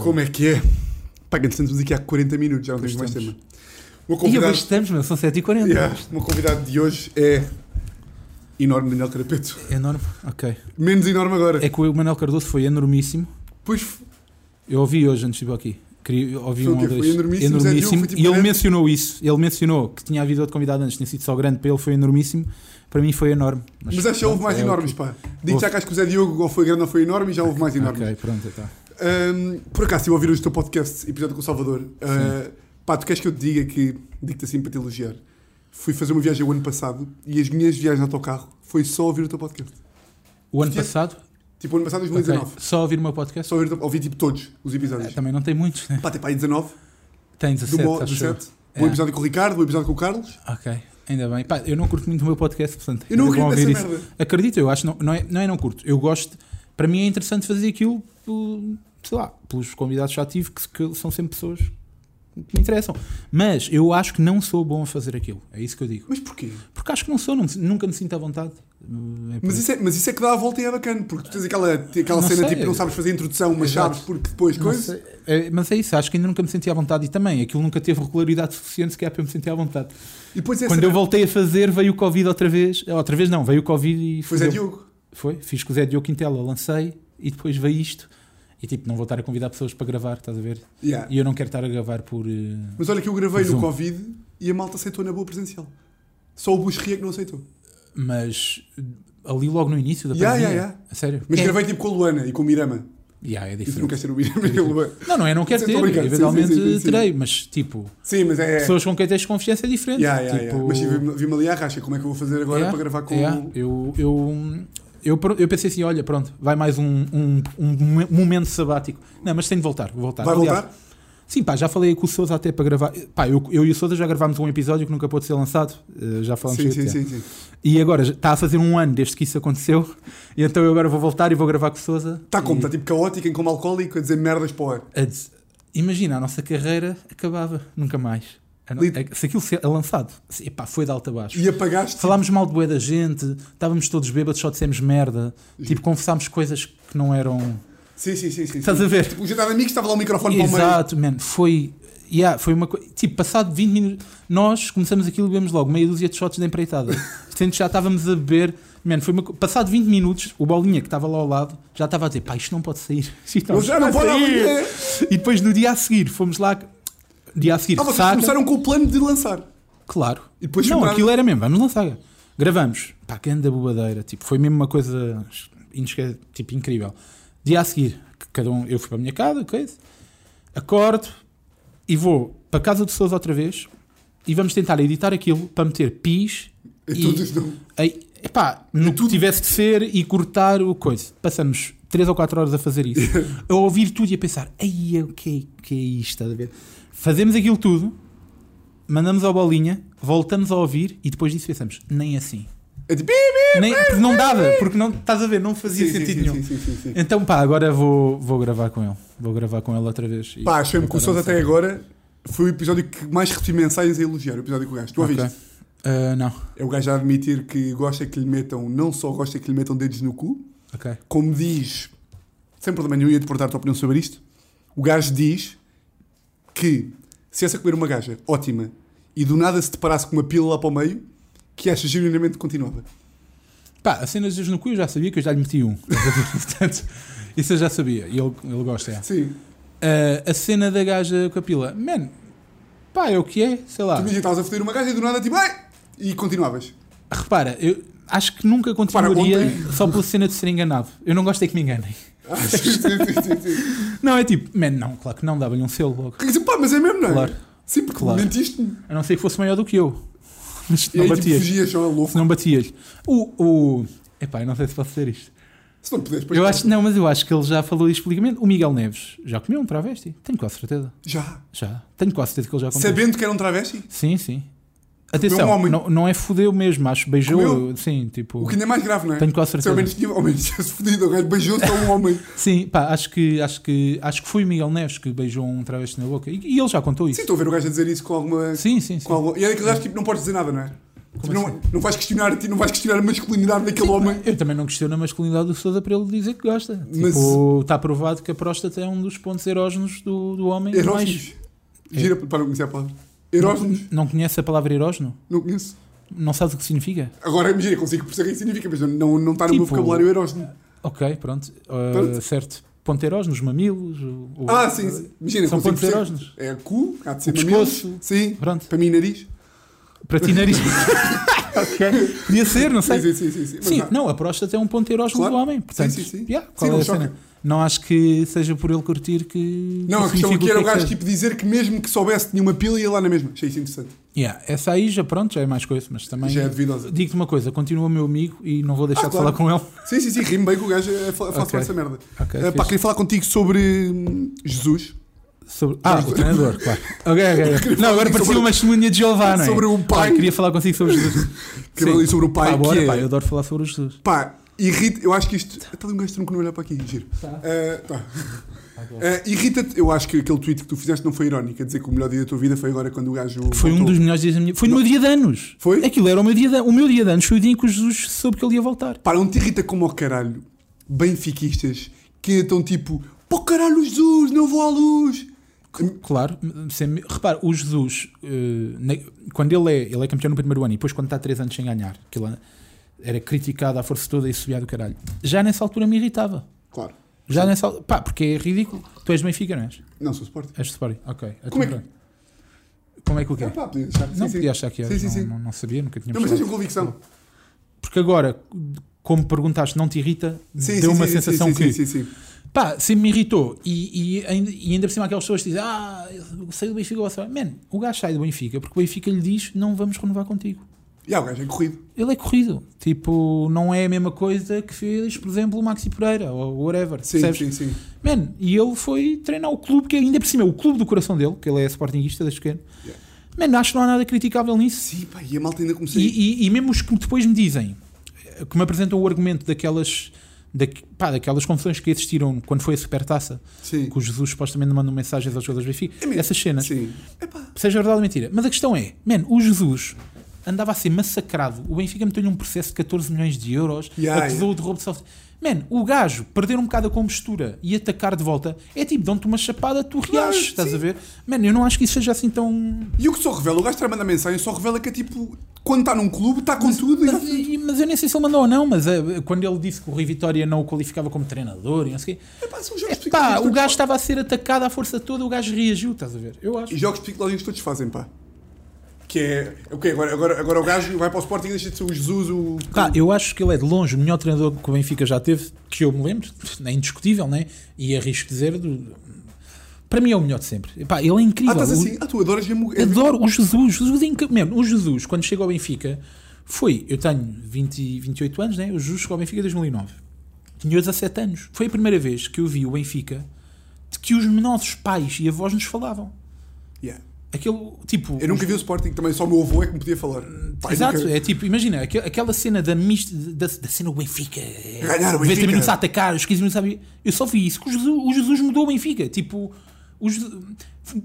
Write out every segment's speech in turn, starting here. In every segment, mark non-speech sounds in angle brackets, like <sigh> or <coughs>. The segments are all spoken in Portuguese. Como é que é? Pá, que estamos aqui há 40 minutos, já não Pois temos mais estamos. tema. O meu E convidado, estamos, meu, são 7h40. Yeah, o meu convidado de hoje é enorme Daniel Carapeto. É Enorme. Ok. Menos enorme agora. É que o Manuel Cardoso foi enormíssimo. Pois f- Eu ouvi hoje antes de vir aqui. Queria, eu ouvi Foi o um quê? ou dois. Foi enormíssimo, Zé Diogo, foi tipo e ele grande? mencionou isso. Ele mencionou que tinha havido outro convidado antes, tinha sido só grande. Para ele foi enormíssimo. Para mim foi enorme. mas acho que já houve mais é o que- enormes, pá. Digo já que acho que o Zé Diogo ou foi grande ou foi enorme e já houve mais enormes. Ok, pronto, então. Ahm, por acaso, eu ouvir hoje o teu podcast, episódio com o Salvador, ah, pá, tu queres que eu te diga que, digo-te assim para te elogiar, fui fazer uma viagem o ano passado e as minhas viagens no autocarro foi só ouvir o teu podcast. O ano Tinha- passado, Tipo, ano passado, ok, 2019. só ouvir o meu podcast. Só ouvir, o teu- ouvi tipo todos os É, episódios. também não tem muitos, né? Pá, tem pá aí 19, Tem do 17, Mo, acho eu. 17. É. Um episódio com o Ricardo, um episódio com o Carlos. Ok, ainda bem. Pá, eu não curto muito o meu podcast, portanto. Eu não ainda vão acredito ouvir nessa isso. merda. Acredito, eu acho, não, não, é, não é não curto. Eu gosto, para mim é interessante fazer aquilo, pelo- sei lá, pelos convidados que já tive, que, que são sempre pessoas que me interessam. Mas eu acho que não sou bom a fazer aquilo, é isso que eu digo. Mas porquê? Porque acho que não sou, não me- nunca me sinto à vontade. Hum, é por Mas isso. isso, é, mas isso é que dá a volta e é bacana, porque tu tens aquela, aquela Não cena sei. tipo não sabes fazer a introdução, mas Exato. sabes porque depois Não coisa. sei. É, mas é isso, acho que ainda nunca me senti à vontade e também aquilo nunca teve regularidade suficiente sequer para eu me sentir à vontade. E depois é Quando essa- eu voltei a fazer, veio o Covid outra vez. Outra vez não, veio o Covid e Pois é, fudeu. Diogo. Foi, fiz com o Zé Diogo Quintela, lancei e depois veio isto. E tipo, não vou estar a convidar pessoas para gravar, estás a ver? Yeah. E eu não quero estar a gravar por. eh, Mas olha que eu gravei no Zoom. Covid e a malta aceitou na boa presencial. Só o Buxria que não aceitou. Mas eh, ali logo no início da Yeah, pandemia. yeah, yeah. A sério? Mas Quem- gravei tipo com a Luana e com o Mirama. Yeah, é E tu não diferente. queres ser o Mirama e a Luana. Não, não é, não quero Sim, ter. tô brincando. Sim, Eventualmente sim, sim, sim, sim. terei, mas tipo, Sim, mas é. pessoas com quem tens confiança é diferente. Yeah, yeah, tipo, Tá, yeah. Mas sim, vi- vi-me ali à racha, como é que eu vou fazer agora yeah, para gravar com yeah. o. Eu, eu, eu, pro- eu pensei assim: olha, pronto, vai mais um, um, um momen- momento sabático. Não, mas tenho de voltar, vou voltar. Vai Aliás, voltar? Sim, pá, já falei com o Sousa até para gravar. Pá, eu, eu e o Sousa já gravámos um episódio que nunca pôde ser lançado. Eh, já falamos Sim, sobre sim, isso, sim, sim. é. E agora já está a fazer um ano desde que isso aconteceu. E então eu agora vou voltar e vou gravar com o Sousa. Está como? E- Está tipo caótico, em como alcoólico, a dizer merdas para o ar. a des- Imagina, a nossa carreira acabava, nunca mais. A no- Lit- a- Se aquilo ser lançado, se- epá, foi de alta a baixo. E assim- apagaste. Falámos mal de boé da gente, estávamos todos bêbados, só dissemos merda. Tipo, confessámos coisas que não eram. Sim, sim, sim. sim, sim. Estás a ver? O jantar de amigos estava lá o microfone para o meio. Exato, man. Foi. Yeah, foi uma coisa. Tipo, passado 20 minutos, nós começamos aquilo e bebemos logo meia dúzia de shots <laughs> de empreitada. Sendo que já estávamos a beber. Man, foi uma co- Passado 20 minutos, o bolinha que estava lá ao lado já estava a dizer: pá, isto não pode sair. <laughs> Isto Eu já não vai vou sair." amanhã. E depois no dia a seguir, fomos lá. Dia a seguir, Ah, vocês saca. começaram com o plano de lançar. Claro. E depois não, compraram- aquilo era mesmo, vamos lançar. Gravamos. Pá, que anda bobadeira. Tipo, foi mesmo uma coisa inesque- tipo, incrível. Dia a seguir, que cada um, eu fui para a minha casa, coisa, acordo e vou para a casa de Sousa outra vez e vamos tentar editar aquilo para meter pis E E- todos É não. Aí, epá, no que É tudo. tivesse de ser e cortar o coisa. Passamos 3 ou 4 horas a fazer <laughs> isso, a ouvir tudo e a pensar: ai, o que é, o que é isto? Estás a ver? Fazemos aquilo tudo, mandamos ao bolinha, voltamos a ouvir e depois disso pensamos: nem assim. É tipo. "Bi, bi, Nem, porque não dava, porque não, estás a ver, não fazia Sim, sim, sentido sim, nenhum. sim, sim, sim, sim. Então, pá, agora vou, vou gravar com ele. Vou gravar com ele outra vez. e Pá, achei-me que voltar o a Sousa lançar. até agora foi o episódio que mais recebi mensagens a elogiar. O episódio com o gajo. Tu Ok. ouviste? Ah, não, É o gajo a admitir que gosta que lhe metam, não só gosta que lhe metam dedos no cu, ok. como diz, sem problema nenhum, ia-te perguntar a tua opinião sobre isto. O gajo diz que se essa comer uma gaja ótima e do nada se deparasse com uma pila lá para o meio, que acha genuinamente que continuava. Pá, as cenas de no cu eu já sabia que eu já lhe meti um. <laughs> Portanto, isso eu já sabia. E ele, ele gosta, é. Sim. Ah, a cena da gaja com a pila. Man, pá, é o que é, sei lá. Tu imagina, estavas a foder uma gaja e do nada tipo, ai! E continuavas. <laughs> Ah, Repara, eu acho que nunca Repara, continuaria ontem- só pela cena de ser enganado. Eu não gosto é que <laughs> me enganem. Ah, sim, sim, sim, sim. Não, é tipo, man, não, claro que não, dava-lhe um selo logo. Porque, assim, Pá, mas é mesmo, não é? Claro. Sim, porque Claro. mentiste-me. A não ser que fosse maior do que eu. Mas E não aí tipo, batia-lhe. fugias, ó, louco. não batia-lhe. O. o... Epá, eu não sei se posso dizer isto. Se não puderes, depois Eu acho, não, mas eu acho que ele já falou isto publicamente. O Miguel Neves já comeu um travesti. Tenho quase certeza. Já. Já. Tenho quase certeza que ele já comeu. Sabendo que era um travesti? Sim, sim. Comeu Atenção, um homem. não, não é fudeu mesmo, acho. Beijou, Comeu? sim, tipo. O que ainda é mais grave, não é? Tenho quase Se ao certeza. menos tinha, ao menos tinha-se fodido, o gajo beijou-se a um <laughs> homem. Sim, pá, acho que, acho, que, acho que foi o Miguel Neves que beijou um travesti na boca. E, e ele já contou Sim, isso. estou a ver o gajo a dizer isso com alguma. Sim, sim, sim. Com alguma... E é daqueles gajos que tipo, não podes dizer nada, não é? Como não, assim? não vais questionar, não vais questionar a masculinidade daquele homem. Eu também não questiono a masculinidade do Sousa para ele dizer que gosta. Mas- Tipo, está provado que a próstata é um dos pontos erógenos do, do homem. Erógenos. Gira para não conhecer a palavra. Erógenos. Mais... Não conhece a palavra erógeno? Não conheço. Não sabes o que significa? Agora, imagina, consigo perceber o que significa, mas não, não está no meu Tipo- vocabulário erógeno. Ok, pronto. Ah, Pronto. certo. Ponto erógenos, mamilos. o- o- Ah, sim, sim. imagina, São consigo pontos perceber- erógenos. É cu, há de ser O mamilos. pescoço. Sim, Pronto. para mim, nariz. Para <laughs> ti, nariz. ok. Podia ser, não sei. Sim, sim, sim. sim, sim. Sim, Mas, não, a próstata é um ponto erógeno Claro. do homem. Portanto, Sim, sim, sim. yeah, Sim, um qual é não a cena? choca. Não acho que seja por ele curtir que. Não, a que questão significa aqui o era o que é que gajo seja. tipo dizer que mesmo que soubesse tinha uma pila ia lá na mesma. Achei isso interessante. Yeah, essa aí já, pronto, já é mais coisa, mas também. Já é duvidosa. Digo-te uma coisa, continua meu amigo e não vou deixar Ah, de claro. falar com ele. Sim, sim, sim, rimo bem com o gajo a falar Ok. sobre essa merda. Ok, Ah, pá, fixe. queria falar contigo sobre hum, Jesus. Sobre- Ah, o treinador, claro. Ok, ok, ok. Não, agora contigo parecia sobre- uma testemunha de Jeová, não é? sobre o pai. Ah, queria falar consigo sobre Jesus. <laughs> Queria Sim. falar sobre o pai, Pá, que bora, é- pá, eu adoro falar sobre o Jesus. Pá, irrita. Eu acho que isto. Está ali um gajo que não olhar para aqui, giro. Tá. Ah, tá. Ah, Irrita-te. Eu acho que aquele tweet que tu fizeste não foi irónico. A dizer que o melhor dia da tua vida foi agora quando o gajo. Foi um voltou. dos melhores dias da minha Foi no meu dia de anos. Foi? Aquilo era o meu dia de O meu dia de anos foi o dia em que o Jesus soube que ele ia voltar. Pá, não te irrita como ao caralho benfiquistas que estão tipo. Pô, caralho, Jesus, não vou à luz. Claro, sem- repara, o Jesus, eh, ne- quando ele é, ele é campeão no primeiro ano e depois quando está 3 anos sem ganhar, que ele era criticado à força toda e subia do caralho, já nessa altura me irritava. Claro, Já nessa altura, pá, porque é ridículo. Tu és Benfica, não és? não sou suporte. És Sporting, ok. Então Como é que- pronto. Como é que o quê? Ah, pá, podia deixar. não sim, podia sim. achar que era, Sim, sim, não, sim. Não, não sabia, nunca tinha Não, mas pensado. seja com convicção. Porque agora, como perguntaste, não te irrita, Sim, deu sim, uma sim, sensação sim, sim, que. Sim, sim, sim. Pá, sempre me irritou. E, e ainda, e ainda por cima aquelas pessoas que dizem Ah, eu saí do Benfica, você vai. Man, o gajo sai do Benfica porque o Benfica lhe diz não vamos renovar contigo. E há o gajo é corrido. Ele é corrido. Tipo, não é a mesma coisa que fez, por exemplo, o Maxi Pereira ou whatever. Sim, percebes? sim, sim. Man, e ele foi treinar o clube que ainda por cima é o clube do coração dele, que ele é sportinguista desde pequeno. Man, acho que não há nada criticável nisso. Sim, pá, e a malta ainda começou. E, e- e mesmo os que depois me dizem, eh, que me apresentam o argumento daquelas, da, pá, daquelas confusões que existiram quando foi a supertaça, Sim. que o Jesus supostamente mandou mensagens aos jogadores do Benfica, mesmo. essas cenas, Sim. Epá, seja verdade ou mentira. Mas a questão é, man, o Jesus andava a ser massacrado, o Benfica meteu-lhe um processo de 14 milhões de euros, Yeah, acusou-o de roubo de software. Man, o gajo perder um bocado a compostura e atacar de volta é tipo, dão-te uma chapada, tu reages, estás a ver? Man, eu não acho que isso seja assim tão E o que só revela, o gajo está a mandar mensagem, só revela que é tipo, quando está num clube, está com tudo. e- Mas, e- mas eu nem sei se ele mandou ou não, mas eh, quando ele disse que o Rui Vitória não o qualificava como treinador e não sei o quê. Epá, são jogos Pá, psicológicos o todos gajo tá- estava a ser atacado à força toda, o gajo reagiu, estás a ver? Eu acho. E jogos psicológicos todos fazem, pá. Que é. Ok, agora, agora, agora o gajo vai para o Sporting e deixa de ser o Jesus, o. Pá, eu acho que ele é de longe o melhor treinador que o Benfica já teve, que eu me lembro, é indiscutível, né? E arrisco dizer, do- para mim é o melhor de sempre. Pá, ele é Ah, incrível. estás O- assim? Ah, tu adoras mesmo. é- Adoro o Jesus. Jesus é incrível. Mesmo, o Jesus, quando chegou ao Benfica, foi. Eu tenho 20, e 28 anos, né? O Jesus chegou ao Benfica em 2009. Tinha 17 anos. Foi a primeira vez que eu vi o Benfica de que os nossos pais e avós nos falavam. Yeah. Aquele tipo. Eu nunca vi o Sporting também, só o meu avô é que me podia falar. Pá, eu Exato, nunca- é tipo, imagina, aquel- aquela cena da, mist, da, da cena do Benfica. é, Ganhar o 90 Benfica. minutos a atacar, os 15 minutos a... abrir. Eu só vi isso, que o Jesus, o Jesus mudou o Benfica. Tipo, o Jesus,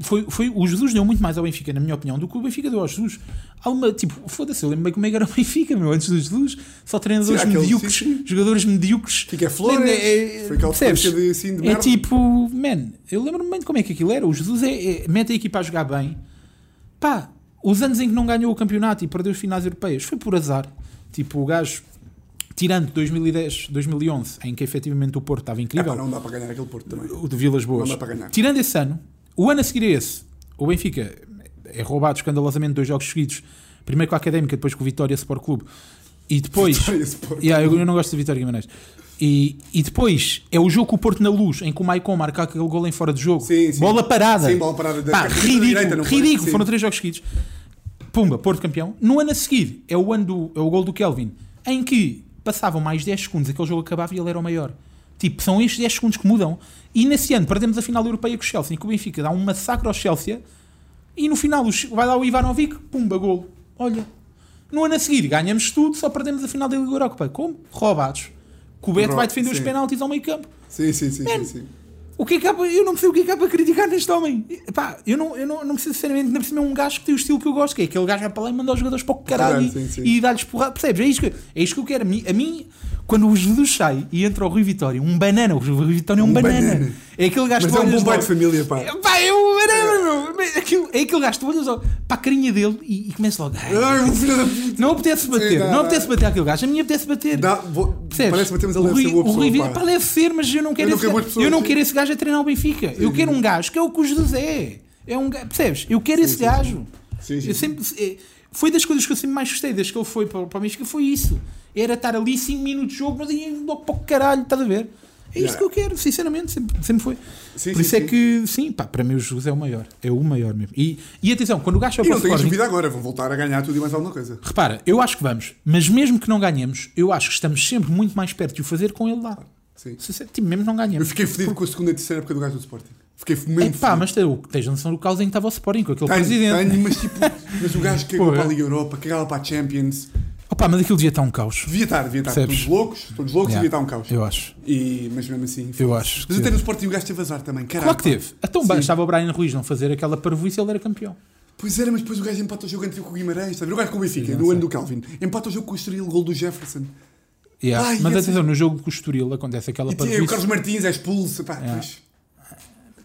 foi, foi, o Jesus deu muito mais ao Benfica, na minha opinião, do que o Benfica deu ao Jesus. Há uma, tipo, foda-se, eu lembro bem como é que era o Benfica, meu, antes do Jesus. Só treinadores Sim, aquele- medíocres, sim, sim. jogadores medíocres. Fica Flores, Man, é- é- foi aquela percebes? sequência de, assim, de É merda. tipo, man, eu lembro-me bem de como é que aquilo era. O Jesus é, é- mete a equipa a jogar bem. Pá, os anos em que não ganhou o campeonato e perdeu as finais europeias foi por azar. Tipo, o gajo, tirando 2010, 2011, em que efetivamente o Porto estava Ah, incrível, pá, não dá para ganhar aquele Porto também. o de Vilas Boas, Não dá para ganhar. tirando esse ano, o ano a seguir a esse, o Benfica é roubado escandalosamente dois jogos seguidos. Primeiro com a Académica, depois com o Vitória Sport Clube. E depois. Vitória Sport Clube. Yeah, eu, eu não gosto de Vitória Guimarães. E, e depois é o jogo com o Porto na luz, em que o Maicon marca aquele gol em fora de jogo. Sim, sim. Bola parada. Sim, bola parada da- Pá, da ridículo, direita, não foi? ridículo. Sim. Foram três jogos seguidos. Pumba, Porto campeão. No ano a seguir é o, ano do, é o gol do Kelvin, em que passavam mais 10 segundos, aquele jogo acabava e ele era o maior. Tipo, são estes 10 segundos que mudam. E nesse ano perdemos a final europeia com o Chelsea, em que o Benfica dá um massacre ao Chelsea e no final o Ch- vai lá o Ivanovic, pumba, golo. Olha. No ano a seguir ganhamos tudo, só perdemos a final da Liga Europa. Como? Roubados. Que o Beto Ro- vai defender os sim. penaltis ao meio campo. Sim, sim, sim, sim, Man. sim. O que é que há para, eu não percebo o que é que há para criticar neste homem. E, Pá, eu não, eu não, não preciso, sinceramente, ainda perceber um gajo que tem o estilo que eu gosto, que é aquele gajo que vai para lá e manda os jogadores para o caralho Porrada, sim, sim. e, e dá-lhes porrada. Percebes? É isto, que, é isto que eu quero. A mim, a mim, quando o Jesus sai e entra o Rui Vitória, um banana, o Rui Vitória é um, Um banana. banana. É aquele gajo Mas que é um olhas bom pai logo- de família, pá. Pá, é um banana, meu. Mas Aquilo, é aquele gajo que tu olhas logo para a carinha dele e, e começa logo. <laughs> "Ai, Ai, meu filho da puta. Não apetece bater, Sim, dá, não dá. apetece bater aquele gajo, a minha apetece bater. Dá- vou- Percebes? Parece que batemos a O leve Rui- ser boa o Rui pessoa, Vieira- pá. pá, deve ser, mas eu não quero, não esse quero boas gajo, pessoas, eu não sim. quero esse gajo a treinar o Benfica. Eu quero um gajo que é o que o Jesus é. É um gajo, percebes? Eu quero esse gajo. Sim, sim, sim. Eu sempre, é- foi das coisas que eu sempre mais gostei, desde que ele foi para, para o Benfica, foi isso. Era estar ali 5 minutos de jogo, mas ia logo para o caralho, estás a ver? É isso Yeah. que eu quero, sinceramente, sempre, sempre foi. Sim, Por sim, isso é sim. que, sim, pá, para mim o Jesus é o maior. É o maior mesmo. E, e atenção, quando o gajo vai E para o não tenhas Sporting, dúvida agora, vão voltar a ganhar tudo e mais alguma coisa. Repara, eu acho que vamos, mas mesmo que não ganhemos, eu acho que estamos sempre muito mais perto de o fazer com ele lá. Sim. Sincer- Tipo, mesmo não Eu ganhamos. fiquei fedido com a segunda e terceira época do gajo do Sporting. Fiquei mesmo É pá, fedido. mas teu- tens noção do caos em que estava o Sporting com aquele Tenho, presidente. é. tenho, mas tipo, mas o gajo cagou Porra. para a Liga Europa, cagava para a Champions. Opa, mas aquilo devia estar um caos. Devia estar, devia estar. Percebes? Todos loucos, todos loucos Yeah. e devia estar um caos. Eu acho. E, mas mesmo assim. Eu acho. Mas até que- no Sporting o gajo teve azar também, caralho. Claro que teve. Então Sim. bastava o Brian Ruiz não fazer aquela parvoíce ele era campeão. Pois era, mas depois o gajo empata o jogo anterior com o Guimarães, sabe? O gajo com o Benfica, no ano do Calvin. Empata o jogo com o Estoril, gol do Jefferson. Yeah. Ai, mas esse- atenção, no jogo com o Estoril acontece aquela E tinha o parvoíce. Carlos Martins, é expulso. Pá, pois.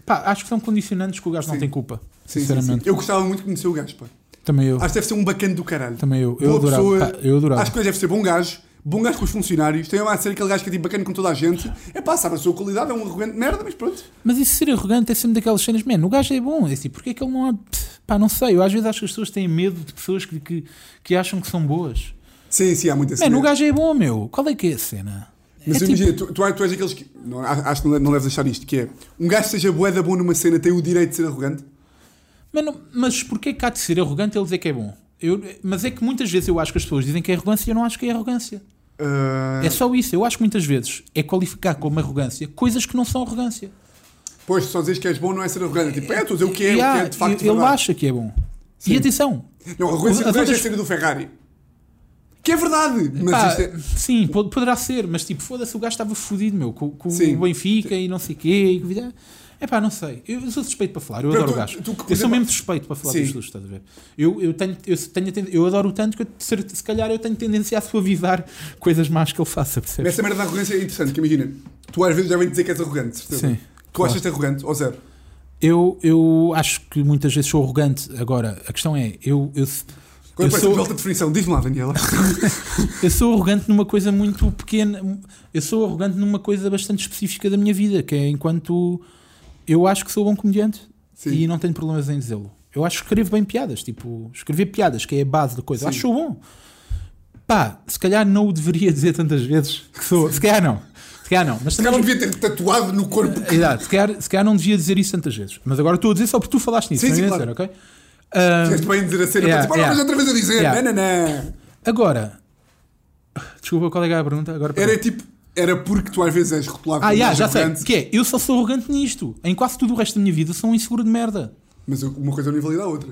Pá, acho que são condicionantes que o gajo não Sim. tem culpa. Sim, sim, sinceramente. sim. Eu gostava muito de conhecer o gajo, pá. Também eu. Acho que deve ser um bacana do caralho. Também eu. Eu adorava, pá, eu adorava. Acho que deve ser bom gajo. Bom gajo com os funcionários. Tem a ser aquele gajo que é tipo bacana com toda a gente. É pá, sabe a sua qualidade, é um arrogante de merda, mas pronto. Mas isso ser arrogante é sempre daquelas cenas, mano, o gajo é bom, é assim, porque é que ele não há. Pff, Pá, não sei, eu às vezes acho que as pessoas têm medo de pessoas que, que, que acham que são boas. Sim, sim, há muita cena. Mano, o gajo é bom, meu, qual é que é a cena? Mas é imagina, tu, tu, tu és aqueles que. Não, a- acho que não, não deves achar isto, que é. Um gajo que seja boeda bom numa cena tem o direito de ser arrogante. Mano, mas porquê que há de ser arrogante ele dizer que é bom? Eu, mas é que muitas vezes eu acho que as pessoas dizem que é arrogância e eu não acho que é arrogância. Ah, É só isso, eu acho que muitas vezes é qualificar como arrogância coisas que não são arrogância. Pois, só dizes que és bom não é ser arrogante. É Tipo, é, estou a dizer o que é, E há- o que é de facto. ele verdade. acha que é bom. Sim. E atenção, Não, arrogância As do gajo é a outras- cena do Ferrari. Que é verdade, mas Pá, isto é. Sim, pod- poderá ser, mas tipo, foda-se, o gajo estava fodido, meu, com, com Sim. o Benfica e não sei o quê. É pá, não sei. Eu, eu sou suspeito para falar, eu Não, adoro tu- o gajo. tu- tu- eu sou mesmo suspeito para falar Sim. dos Jesus, estás a ver? Eu, eu, tenho, eu, tenho, a tend- eu adoro o tanto que eu, de cer- se calhar eu tenho tendência a suavizar coisas más que ele faça, percebes? Essa merda da arrogância é interessante, que imagina. Tu às vezes já vem dizer que és arrogante, certeza. Sim, Tu achas-te arrogante, ou zero. Eu, eu acho que muitas vezes sou arrogante. Agora, a questão é, eu, eu, eu, Quando aparece sou, uma alta definição, diz-me lá, <laughs> Daniela. eu sou arrogante numa coisa muito pequena. Eu sou arrogante numa coisa bastante específica da minha vida, que é enquanto eu acho que sou bom comediante Sim. e não tenho problemas em dizê-lo. Eu acho que escrevo bem piadas, tipo, escrever piadas, que é a base da coisa. Sim. Acho que sou bom. Pá, se calhar não o deveria dizer tantas vezes que sou. Se calhar não. Se calhar não. Mas Se calhar não também- é, devia ter tatuado no corpo. Exato, se calhar, se calhar não devia dizer isso tantas vezes. Mas agora estou a dizer só porque tu falaste nisso. Sim, não sim, ia claro. dizer, ok? Ah, Fizeste bem dizer a cena, para Yeah, tipo, ah, yeah. mas outra vez a dizer, Yeah. não, não, não. agora. Desculpa, qual é que é a pergunta? Agora Era tipo, era porque tu às vezes és rotulado Ah, como já, mais já sei. arrogante, Que é, eu só sou arrogante nisto. Em quase tudo o resto da minha vida sou um inseguro de merda. Mas eu- uma coisa não invalida a outra.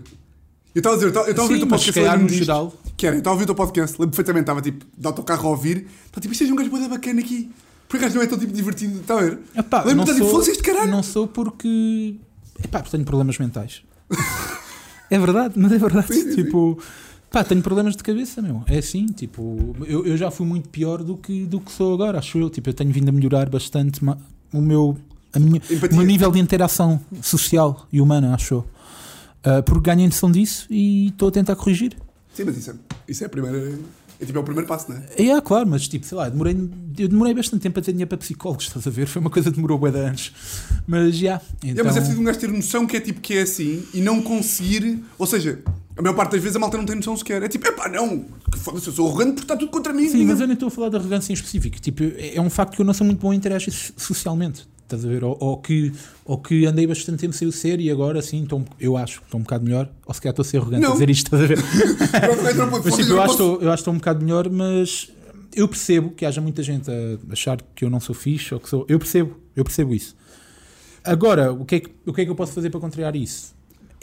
Eu estava a dizer, eu estava- eu estava a ouvir Sim, o teu mas se podcast. calhar lembro-me no disto. geral. Que era, eu estava a ouvir o teu podcast, lembro perfeitamente, estava tipo, de autocarro a ouvir, estava tipo, isto é um gajo bué bacana aqui. Por acaso não é tão tipo divertido, está a ver? Epá, Lembro-me, não está tipo, sou- foda-se este caralho. Não sou porque. Epá, porque tenho problemas mentais. <laughs> é verdade, mas é verdade. Sim, sim, sim. tipo, pá, tenho problemas de cabeça, meu. É assim, tipo, eu, eu já fui muito pior do que, do que sou agora, acho eu. Tipo, eu tenho vindo a melhorar bastante ma- o meu. a minha- o Empatia. meu nível de interação social e humana, acho eu. Ah, porque ganhei noção disso e estou a tentar corrigir. Sim, mas isso é, isso é a primeira. É tipo, é o primeiro passo, não é? É, ah, claro, mas tipo, sei lá, demorei, eu demorei bastante tempo a ter dinheiro para psicólogos, estás a ver? Foi uma coisa que demorou bué de anos. Mas já. É, Então, mas é preciso um gajo ter noção que é tipo que é assim e não conseguir. Ou seja, a maior parte das vezes a malta não tem noção sequer. É tipo, epá, não, que foda-se, eu sou arrogante porque está tudo contra mim. Sim, ninguém- mas é- eu nem estou a falar de arrogância em específico. Tipo, é é um facto que eu não sou muito bom em interagir so- socialmente. Estás a ver? Ou, ou que, ou que andei bastante tempo sem o ser e agora sim, estou um- eu acho que estou um bocado melhor. Ou se calhar estou a ser arrogante Não. a dizer isto, estás a ver? Eu não- eu não posso- Mas tipo, eu eu não acho, que posso- estou- eu acho que estou um bocado melhor, mas eu percebo que haja muita gente a achar que eu não sou fixe ou que sou. Eu percebo, eu percebo isso. Agora, o que é que, o que, é que eu posso fazer para contrariar isso?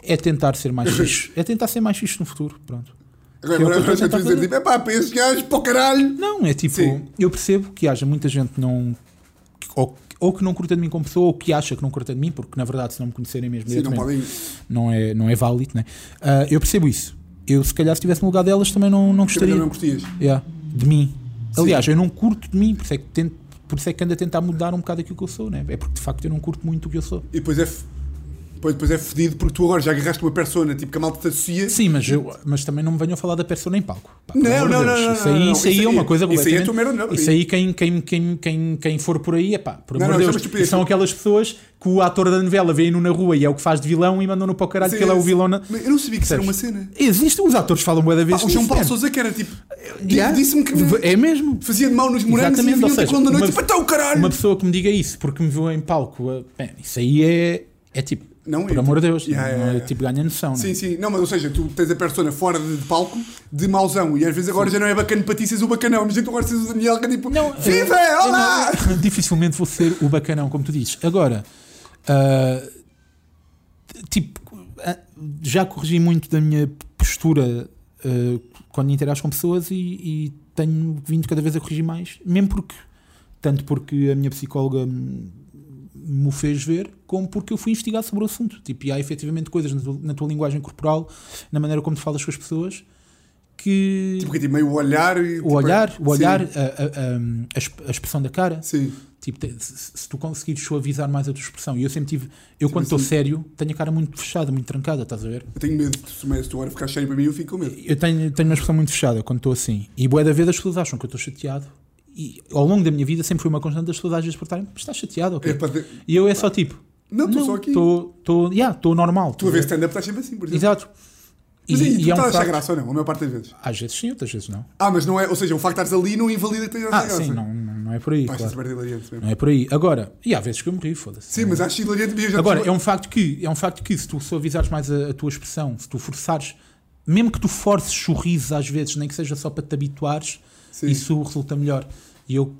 É tentar <coughs> ser mais fixe. É tentar ser mais fixe no futuro, pronto. Agora, que é o que agora, eu agora estou estou a a tentar dizer, tipo, epá, para estes gajos, para o caralho. Não, é tipo, Sim. eu percebo que haja muita gente que não. Ou, ou que não curta de mim como pessoa, ou que acha que não curta de mim, porque na verdade, se não me conhecerem mesmo, Sim, não diretamente, podem. não é, não é válido, né? Ah, eu percebo isso. Eu, se calhar, se estivesse no lugar delas, também não, não gostaria Também não curtias. Yeah, de mim. Aliás, eu não curto de mim, por isso é que tento. Por isso é que ando a tentar mudar um bocado aquilo que eu sou, né? É porque de facto eu não curto muito o que eu sou. E depois é, f- depois, depois é fedido porque tu agora já agarraste uma persona, tipo que a malta te associa. Sim, mas, eu, mas também não me venham falar da persona em palco. Pá, Não, pelo amor de não, Deus. não, não, Isso não, aí, não. isso aí Isso é uma aí- coisa isso aí é tu completamente- mero não. Isso aí, quem, quem, quem, quem, quem for por aí, é pá, por Não, não, amor de isso é uma Deus. estupidez. São aquelas pessoas que o ator da novela vê-no na rua e é o que faz de vilão e mandam-no para o caralho Sim, que ele é o vilão. Na... Mas eu não sabia que isso era uma Percebes? cena. Existe, os atores falam boa da Pá, vez. o João nisso, Paulo man. Souza que era tipo. di- Yeah. Disse-me que É mesmo. fazia de mal nos morangos e Exatamente, vinha ou o seja, teclão da noite uma- e para o caralho. Uma pessoa que me diga isso porque me viu em palco, ah, man, isso aí é, é tipo, Não, é por tipo- amor de Deus, Yeah, não yeah, é yeah. tipo ganha noção. não é? Sim, sim. Não, mas ou seja, tu tens a persona fora de, de palco de mauzão e às vezes agora já não é bacana para ti seres o bacanão, mas então agora seres o Daniel que é tipo. Não, Viva! eu- eu Olá! não- dificilmente vou ser o bacanão, como tu dizes. Agora, ah, t- tipo, ah, já corrigi muito da minha postura ah, quando interajo com pessoas e, e tenho vindo cada vez a corrigir mais, mesmo porque, tanto porque a minha psicóloga me me o fez ver, como porque eu fui investigar sobre o assunto. Tipo, e há efetivamente coisas na tua, na tua linguagem corporal, na maneira como tu falas com as pessoas, que. Tipo, que é tipo meio o olhar e. o olhar, o olhar, a, Sim. a- a- a exp- a expressão da cara, sim. Tipo, te- se se tu conseguires suavizar mais a tua expressão, e eu sempre tive, eu Sim, quando estou sim. sério, tenho a cara muito fechada, muito trancada, estás a ver? Eu tenho medo, se tu agora ficar cheio para mim, eu fico com medo. Eu tenho, tenho uma expressão muito fechada quando estou assim, e boa da vez as pessoas acham que eu estou chateado, e ao longo da minha vida sempre foi uma constante das pessoas às vezes perguntarem, estás chateado, ok? É para ter- E eu é só tipo, Não, estou só aqui. Estou yeah, estou normal. Tu a estás ver a stand-up estás sempre assim, por ver? exemplo. Exato. Mas aí, tu é um estás a achar facto- graça ou não? A maior parte das vezes. Às vezes sim, outras vezes não. Ah, mas não é, ou seja, o facto de estares ali não invalida que tenhas Ah, essa graça. sim, não, não não é por aí, Pá, claro. isto é super hilariante mesmo. Não é por aí. Agora, e há vezes que eu morri, foda-se. Sim, mas acho hilariante mesmo. Tipo, Agora, é um facto que, é um facto que se tu suavizares mais a, a tua expressão, se tu forçares, mesmo que tu forces sorrisos às vezes, nem que seja só para te habituares, Sim. isso resulta melhor. E eu,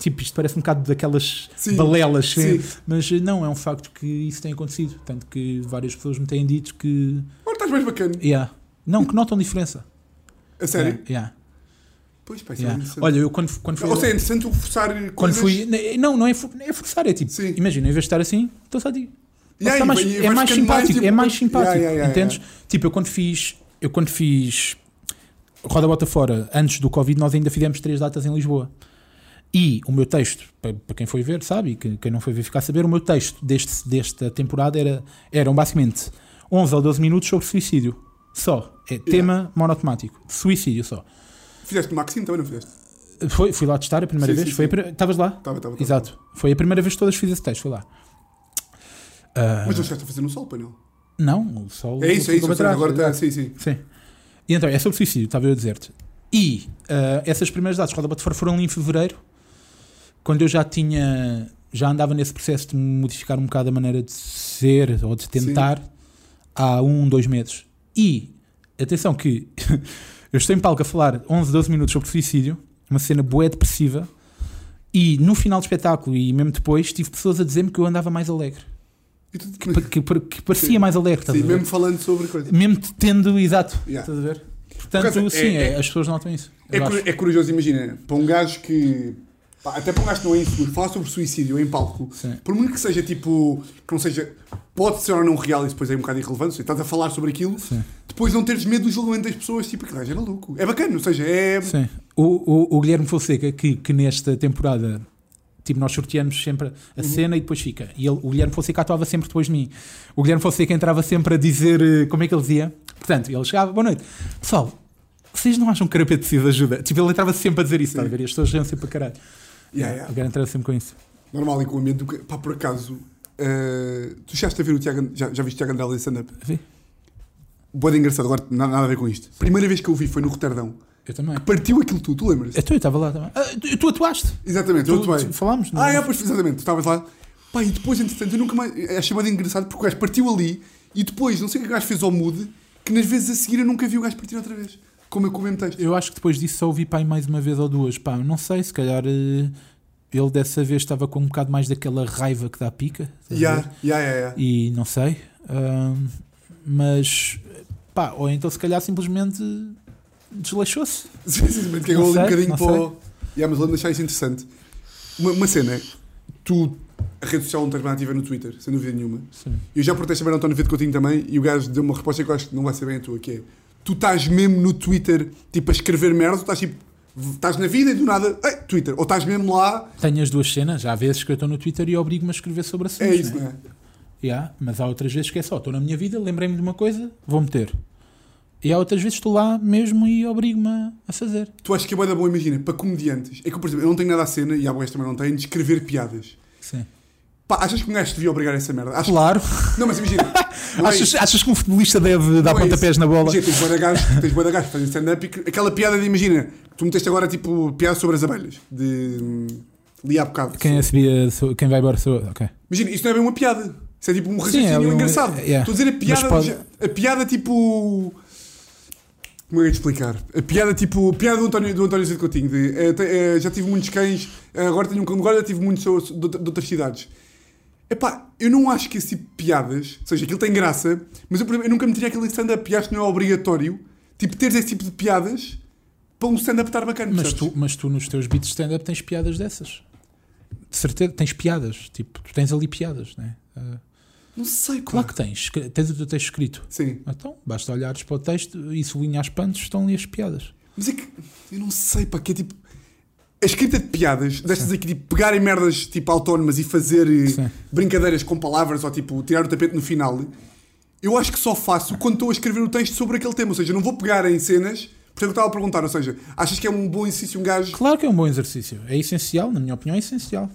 tipo, isto parece um bocado daquelas Sim. balelas, Sim. eh, mas eh, não, é um facto que isso tem acontecido. Tanto que várias pessoas me têm dito que, Agora estás mais bacana. yeah. não, que notam diferença. A sério? Yeah, yeah, Pois, pá, isso é É. yeah. interessante. Olha, eu quando, f- quando fui. ou seja, é interessante o forçar coisas. quando fui. ne- Não, não é, for- é forçar, é tipo, Sim. imagina, em vez de estar assim, estou só de. Yeah, Está e mais- vai- e é vai ficando mais mais, simpático, tipo, é mais simpático, yeah, yeah, yeah, entendes? Tipo, eu quando fiz, eu quando fiz Roda Bota Fora, antes do Covid, nós ainda fizemos três datas em Lisboa. E o meu texto, pa- para quem foi ver, sabe, e que- quem não foi ver ficar a saber, o meu texto deste, desta temporada era, eram basicamente 11 ou 12 minutos sobre suicídio. Só. É tema monotemático. Suicídio só. Fizeste o Maxine também, não fizeste? Foi, fui lá testar a primeira Sim, vez. sim, foi a sim. pri- Estavas lá? Estava, estava. Exato. Foi a primeira vez que todas fiz esse texto, foi lá. Ah, Mas não chegaste a fazer no sol, pai, não? não, o sol. É isso, é isso. ficou ou seja, atrás, Agora está, exato. sim, sim. Sim. E então, é sobre suicídio, estava eu a dizer-te. E ah, essas primeiras datas, Roda Bate Fora, foram ali em fevereiro, quando eu já tinha. Já andava nesse processo de modificar um bocado a maneira de ser ou de tentar há um, dois meses. E, atenção, que <laughs> eu estou em palco a falar 11, 12 minutos sobre suicídio, uma cena boé depressiva, e no final do espetáculo e mesmo depois, tive pessoas a dizer-me que eu andava mais alegre, E tu- que, que- que parecia Sim. mais alegre, estás Sim, a ver? mesmo falando sobre coisas. mesmo te tendo, exato. Yeah. Estás a ver? Por Portanto, acaso, é- sim, é- é- as pessoas notam isso. É, Eu curi- acho. é curioso, imagina, para um gajo que. pá, até para um gajo que não é inseguro, falar sobre suicídio em palco, Sim. por muito que seja tipo. que não seja. pode ser ou não real, isso depois é um bocado irrelevante, se estás a falar sobre aquilo, Sim. depois não teres medo do julgamento das pessoas, tipo, que gajo é maluco. É bacana, ou seja, é. Sim. O, o- o Guilherme Fonseca, que, que nesta temporada, tipo, nós sorteamos sempre a cena e depois fica. E ele- o Guilherme Fonseca atuava sempre depois de mim. O Guilherme Fonseca entrava sempre a dizer eh, como é que ele dizia. Portanto, ele chegava, boa noite. Pessoal, vocês não acham que o Carapete precisa de ajuda? Tipo, ele entrava sempre a dizer isso, estás a ver? E as pessoas riam sempre para caralho. Yeah, yeah. O Guilherme entrava sempre com isso. Normal e com o ambiente do que. Pá, por acaso. eh, tu já estás a ver o Tiago. And- Já, já viste o Tiago Andrade em stand-up? Vi? Boa de engraçado, agora na- nada, a ver com isto. Primeira vez que eu o vi foi no Roterdão. Eu também. Partiu aquilo tudo, tu lembras? É tu, eu estava lá também. Ah, tu, tu atuaste? Exatamente, eu Tu- atuei. tu- Falámos? não? Ah, é, pois, exatamente, tu estavas lá. Pá, e depois, entretanto, eu nunca mais. É chamado engraçado porque o gajo partiu ali e depois, não sei o que o gajo fez ao mood, que nas vezes a seguir eu nunca vi o gajo partir outra vez. Como eu com o mesmo texto. Eu acho que depois disso só ouvi pai mais uma vez ou duas. Pá, eu não sei, se calhar eh, ele dessa vez estava com um bocado mais daquela raiva que dá pica. estás a ver? Ya, ya, ya, ya. E não sei. ahm, mas, pá, ou então se calhar simplesmente desleixou-se. Sim, sim, sim, mas cagou ali um sei, bocadinho não para o. Ya, mas vou deixar isso interessante. Uma, uma cena tu. A rede social alternativa é no Twitter, sem dúvida nenhuma. Sim. Eu já protestei também ao António Vitor Coutinho também e o gajo deu uma resposta que eu acho que não vai ser bem a tua, que é tu estás mesmo no Twitter, tipo, a escrever merda, ou estás tipo, v- estás na vida e do nada, ei, Twitter, ou estás mesmo lá, Tenho as duas cenas. Há vezes que eu estou no Twitter e obrigo-me a escrever sobre assuntos. é isso, né? não é? Yeah, mas há outras vezes que é só, estou na minha vida, lembrei-me de uma coisa, vou meter. E há outras vezes que estou lá mesmo e obrigo-me a- a fazer. Tu achas que é boa da boa, imagina, para comediantes, é que, por exemplo, eu não tenho nada à cena, e a boa também não tem, de escrever piadas. Sim. Pá, achas que um gajo devia obrigar essa merda? Achas- Claro. Não, mas <laughs> imagina. não é Achas, isso. achas que um futebolista deve dar Não é pontapés isso. na bola? Imagina, tens boa da gajo, tens bué de gajo fazendo stand-up e que- aquela piada de, imagina, que tu meteste agora, tipo, piada sobre as abelhas, de... hum, Li há bocado. Quem é subir a sua- quem vai embora sou. Ok. Imagina, isso não é bem uma piada. Isso é tipo um Sim, raciocínio é um- engraçado. é, yeah. Estou a dizer a piada. Mas pode- A piada tipo. Como é que eu ia te explicar? A piada tipo. A piada do António, do António Zé de Coutinho. De, eh, te- eh, já tive muitos cães, eh, agora tenho um cão, agora já tive muitos so- so- de, outra- de outras cidades. Epá, eu não acho que esse tipo de piadas. Ou seja, aquilo tem graça, mas eu, por exemplo, eu nunca meteria aquele stand-up e acho que não é obrigatório. Tipo, teres esse tipo de piadas para um stand-up estar bacana. Mas percebes? tu, mas tu nos teus beats de stand-up tens piadas dessas. De certeza, tens piadas. Tipo, tu tens ali piadas, né? Ah, Não sei, pá. claro que tens. escre- Tens o teu texto escrito. Sim. Então, basta olhares para o texto e sublinhas pantos, estão ali as piadas. Mas é que eu não sei, pá, que é tipo. A escrita de piadas, destas aqui, tipo, pegarem merdas tipo autónomas e fazer eh, Sim. brincadeiras com palavras ou tipo tirar o tapete no final, eu acho que só faço quando estou a escrever o texto sobre aquele tema. Ou seja, não vou pegar em cenas, porque eu estava a perguntar, ou seja, achas que é um bom exercício um gajo. Claro que é um bom exercício. É essencial, na minha opinião, é essencial.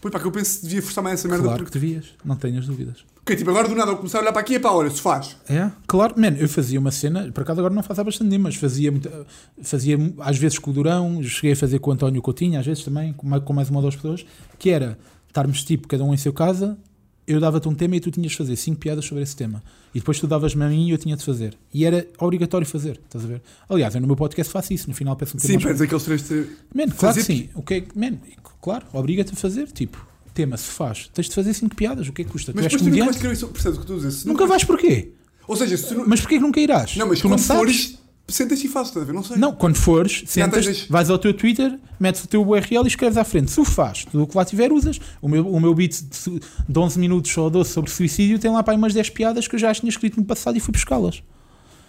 Pois pá, que eu penso que devia forçar mais essa merda. Claro que Porque... devias, não tenhas dúvidas. Ok, tipo, agora do nada eu começar a olhar para aqui e para a hora, se faz. É, claro, man, eu fazia uma cena, por acaso agora não faço há bastante tempo, mas fazia, muita- fazia às vezes com o Durão, cheguei a fazer com o António Coutinho, às vezes também, com mais, com mais uma ou duas pessoas, que era estarmos tipo, cada um em seu casa, eu dava-te um tema e tu tinhas de fazer cinco piadas sobre esse tema. E depois tu davas-me a mim e eu tinha de fazer. E era obrigatório fazer, estás a ver? Aliás, eu no meu podcast faço isso, no final peço um tema. Sim, aos- perdes aqueles três. te- Man, claro que Fazer- tipo, sim. O que é, que- man, claro, obriga-te a fazer, tipo, tema se faz. Tens de fazer cinco piadas, o que é que custa? Mas tu és depois tu nunca vais comediante? escrever sobre. Percebes o que tu dizes? Se Nunca vais porquê? Ou seja, se tu não. Mas porquê que nunca irás? Não, mas tu não quando sabes. fores, sentas e fazes, estás a ver? Não sei. Não, quando fores, sentas, tens- vais ao teu Twitter, metes o teu URL e escreves à frente. Se o faz, tudo o que lá tiver usas. O meu, o meu beat de, su- de 11 minutos ou 12 sobre suicídio tem lá para aí umas 10 piadas que eu já as tinha escrito no passado e fui buscá-las.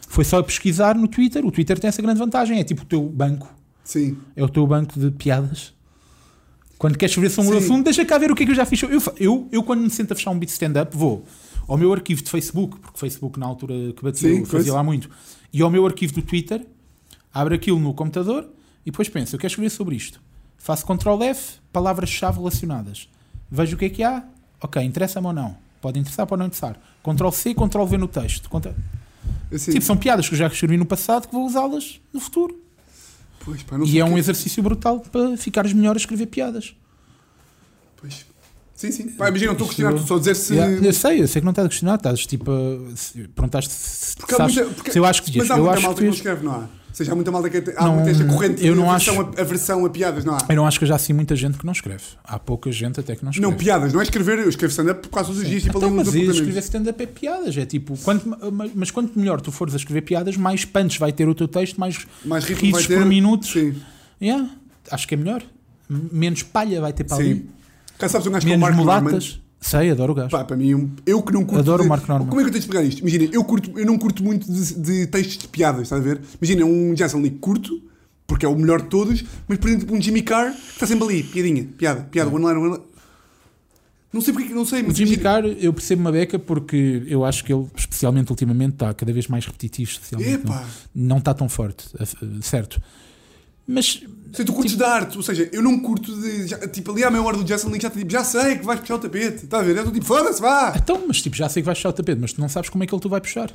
Foi só pesquisar no Twitter. O Twitter tem essa grande vantagem. É tipo o teu banco. Sim. É o teu banco de piadas. Quando queres escrever sobre um Sim. assunto, deixa cá ver o que é que eu já fiz. Eu, fa- eu, eu quando me sento a fechar um beat stand-up, vou ao meu arquivo de Facebook, porque Facebook na altura que bateu Sim, eu foi-se. fazia lá muito, e ao meu arquivo do Twitter, abro aquilo no computador e depois penso, eu quero escrever sobre isto. Faço Ctrl F, palavras-chave relacionadas. Vejo o que é que há. Ok, interessa-me ou não. Pode interessar, pode não interessar. Ctrl C, Ctrl V no texto. Ctrl- Assim, Tipo, são piadas que eu já escrevi no passado que vou usá-las no futuro. pois, pá, não sei E é o um quê. exercício brutal para ficares melhor a escrever piadas. Pois. Sim, sim. Pá, imagina, não estou a Isto- questionar, estou só a dizer se. Yeah, eu sei, eu sei que não estás a questionar, estás tipo. a- se- Perguntaste se, Porque há sabes, muita- porque- se eu acho que Mas diz. há Eu muita acho que malta que não diz. escreve, não há? Ou seja, há muita malta que. é- Há Não, muita esta corrente eu de não aversão a, aversão a piadas, não há? Eu não acho que eu já assim muita gente que não escreve. Há pouca gente até que não escreve. Não, piadas, não é escrever. Eu escrevo stand-up por causa dos dias, tipo Então, ali nos mas isso, escrever apontamentos. stand-up é piadas. É tipo, quanto, ma- ma- mas quanto melhor tu fores a escrever piadas, mais punch vai ter o teu texto, mais, Mais ritmo risos vai ter. por minutos. Sim. Yeah, acho que é melhor. M- Menos palha vai ter para ali. Sim. Cá sabes um gajo que é o Menos Mark Norman. mulatas. Sei, adoro o gajo. Pá, para mim, um- eu que não curto. Adoro o de- Mark Norman. Como é que eu tenho de explicar isto? Imagina, eu, curto, eu não curto muito de, de textos de piadas, estás a ver? Imagina, um Jason Lee curto, porque é o melhor de todos, mas por exemplo, um Jimmy Carr que está sempre ali, piadinha, piada, piada, one line, one line. Não sei porque, não sei, O mas. Jimmy imagina- Carr, eu percebo uma beca porque eu acho que ele, especialmente ultimamente, está cada vez mais repetitivo. especialmente, Epá. Não, não está tão forte, a- certo. Mas Sei, tu curtes da arte, ou seja, eu não curto de. já- tipo, ali à meia hora do Jason Lee já te digo, já sei que vais puxar o tapete, estás a ver? Eu estou tipo, foda-se, vá! então, mas tipo, já sei que vais puxar o tapete, mas tu não sabes como é que ele tu vai puxar.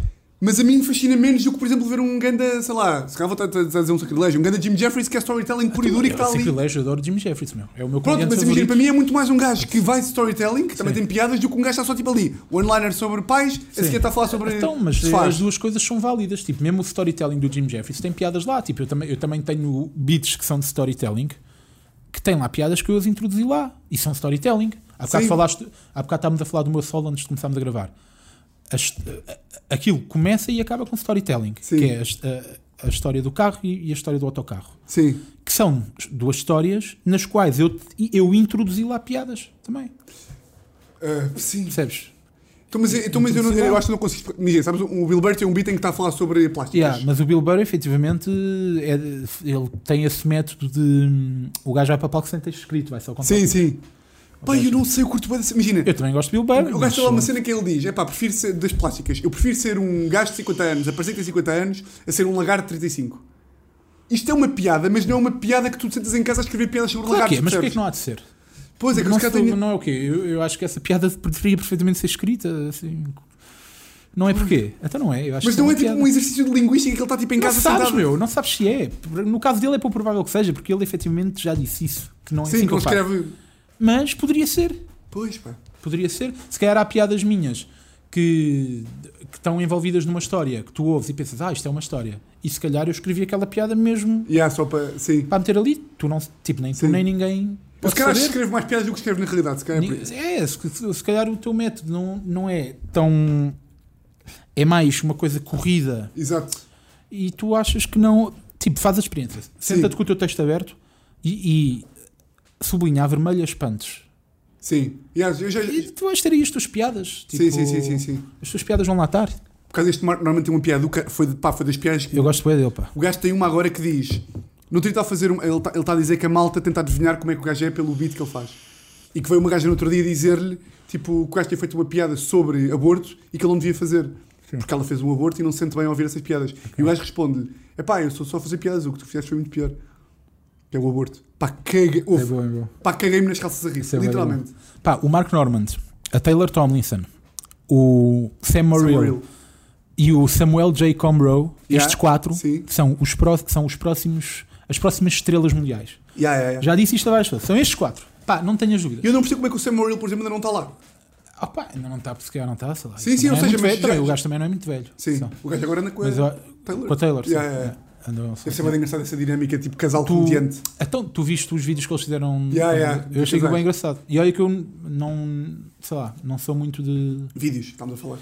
Mas a mim fascina menos do que, por exemplo, ver um ganda, sei lá, se calhar vou estar a dizer um sacrilégio, um ganda Jim Jeffries que é storytelling puro e duro e que Eu está ali. sacrilégio, adoro o Jimmy Jeffries, meu. É o meu Pronto, comediante mas imagina, favorito. para mim é muito mais um gajo que vai de storytelling, que também tem piadas, do que um gajo está só tipo ali, one-liner sobre pais, a seguir está a falar sobre. Então, mas se as faz. duas coisas são válidas. Tipo, mesmo o storytelling do Jim Jeffries tem piadas lá. Tipo, eu também, eu também tenho beats que são de storytelling que têm lá piadas que eu as introduzi lá e são storytelling. Há bocado, Sim. falaste, há bocado estávamos a falar do meu solo antes de começarmos a gravar. As- a- a- aquilo começa e acaba com storytelling, Sim. que é a, his- a- a história do carro e, e a história do autocarro. Sim, Que que são duas histórias nas quais eu, eu introduzi lá piadas também. Ah, sim. Percebes? Então, mas, então, mas eu, não- eu acho que não consigo. Imagina, sabes, o Bill Burr tem um beat em que está a falar sobre plásticos. Yeah, mas o Bill Burr, efetivamente, é- ele tem esse método de hum, o gajo vai para palco sem ter escrito, vai só contar. Sim, sim. Pai, eu não sei, eu curto bem dessa. Imagina, Eu também gosto de Bill Burr. eu mas, gasto lá uma uh, cena que ele diz: é pá, prefiro ser das plásticas. Eu prefiro ser um gajo de 50 anos, a parecer que tem 50 anos, a ser um lagarto de 35. Isto é uma piada, mas não é uma piada que tu te sentas em casa a escrever piadas sobre Claro que lagartos. é, mas porquê é percebes? que não há de ser? Pois é, que não, os caras sou- têm. não é o quê? Eu, eu acho que essa piada deveria perfeitamente ser escrita. Assim. Não é porquê? Então não é. Eu acho Mas que não é uma tipo piada. um exercício de linguística que ele está tipo em Não casa sabes, sentado. meu, não sabes se é. No caso dele é pouco provável que seja, porque ele efetivamente já disse isso. Que não é Sim, assim que ele eu faço. escreve. Mas poderia ser. Pois, pá. Poderia ser. Se calhar há piadas minhas que, que estão envolvidas numa história que tu ouves e pensas, ah, isto é uma história. E se calhar eu escrevi aquela piada mesmo E há só para. Sim. para meter ali. Tu não, tipo, nem tu Sim. nem ninguém. Os pode caras saber. escrevem mais piadas do que escrevem na realidade, se calhar é por isso. É, se, se- se calhar o teu método não, não é tão. É mais uma coisa corrida Exato. e tu achas que não. Tipo, faz a experiência. Sim. Senta-te com o teu texto aberto e, e sublinha a vermelha espantes. Sim. E há- eu já. E tu vais ter aí as tuas piadas. Sim, tipo, sim, sim, sim, sim. As tuas piadas vão lá estar. Por causa deste Marco, normalmente tem uma piada. do ca- Foi, de- pá, foi das piadas que. Eu gosto bem dele, pá. O gajo tem uma agora que diz. No Twitter está a fazer. Um, ele está ele tá a dizer que a malta tenta adivinhar como é que o gajo é pelo beat que ele faz. E que veio uma gaja no outro dia dizer-lhe tipo, que o gajo tinha feito uma piada sobre aborto e que ele não devia fazer. Porque ela fez um aborto e não se sente bem ao ouvir essas piadas. E o gajo responde-lhe: é pá, eu sou só a fazer piadas, o que tu fizeste foi muito pior. Que é o aborto. Pá, caga. ouve. É bom, é bom. Pá, caguei-me nas calças a rir, Isso é bué da bom. literalmente. Pá, o Mark Normand, a Taylor Tomlinson, o Sam Morrill Surreal. e o Samuel J. Comroe, Yeah, estes quatro, sim. são os, pró- são os próximos, as próximas estrelas mundiais. Yeah, yeah, yeah. Já disse isto a várias pessoas. São estes quatro. Pá, não tenhas dúvidas. Eu não percebo como é que o Sam Morrill, por exemplo, ainda não está lá. Ah, pá, ainda não está, porque se calhar não está, sei lá. Sim, sim, Também ou é seja, mas muito velho já- também, o gajo também não é muito velho. Sim, Só. o gajo agora anda com a Mas Taylor. eu- com a Taylor, sim. Yeah, yeah, yeah. É, andam só. Deve ser bem engraçado essa dinâmica, tipo casal Tu- comediante. Então, tu viste os vídeos que eles fizeram? Yeah, yeah. Eu achei que Exato. bem engraçado. E olha que eu não, sei lá, não sou muito de... Vídeos, estamos a falar.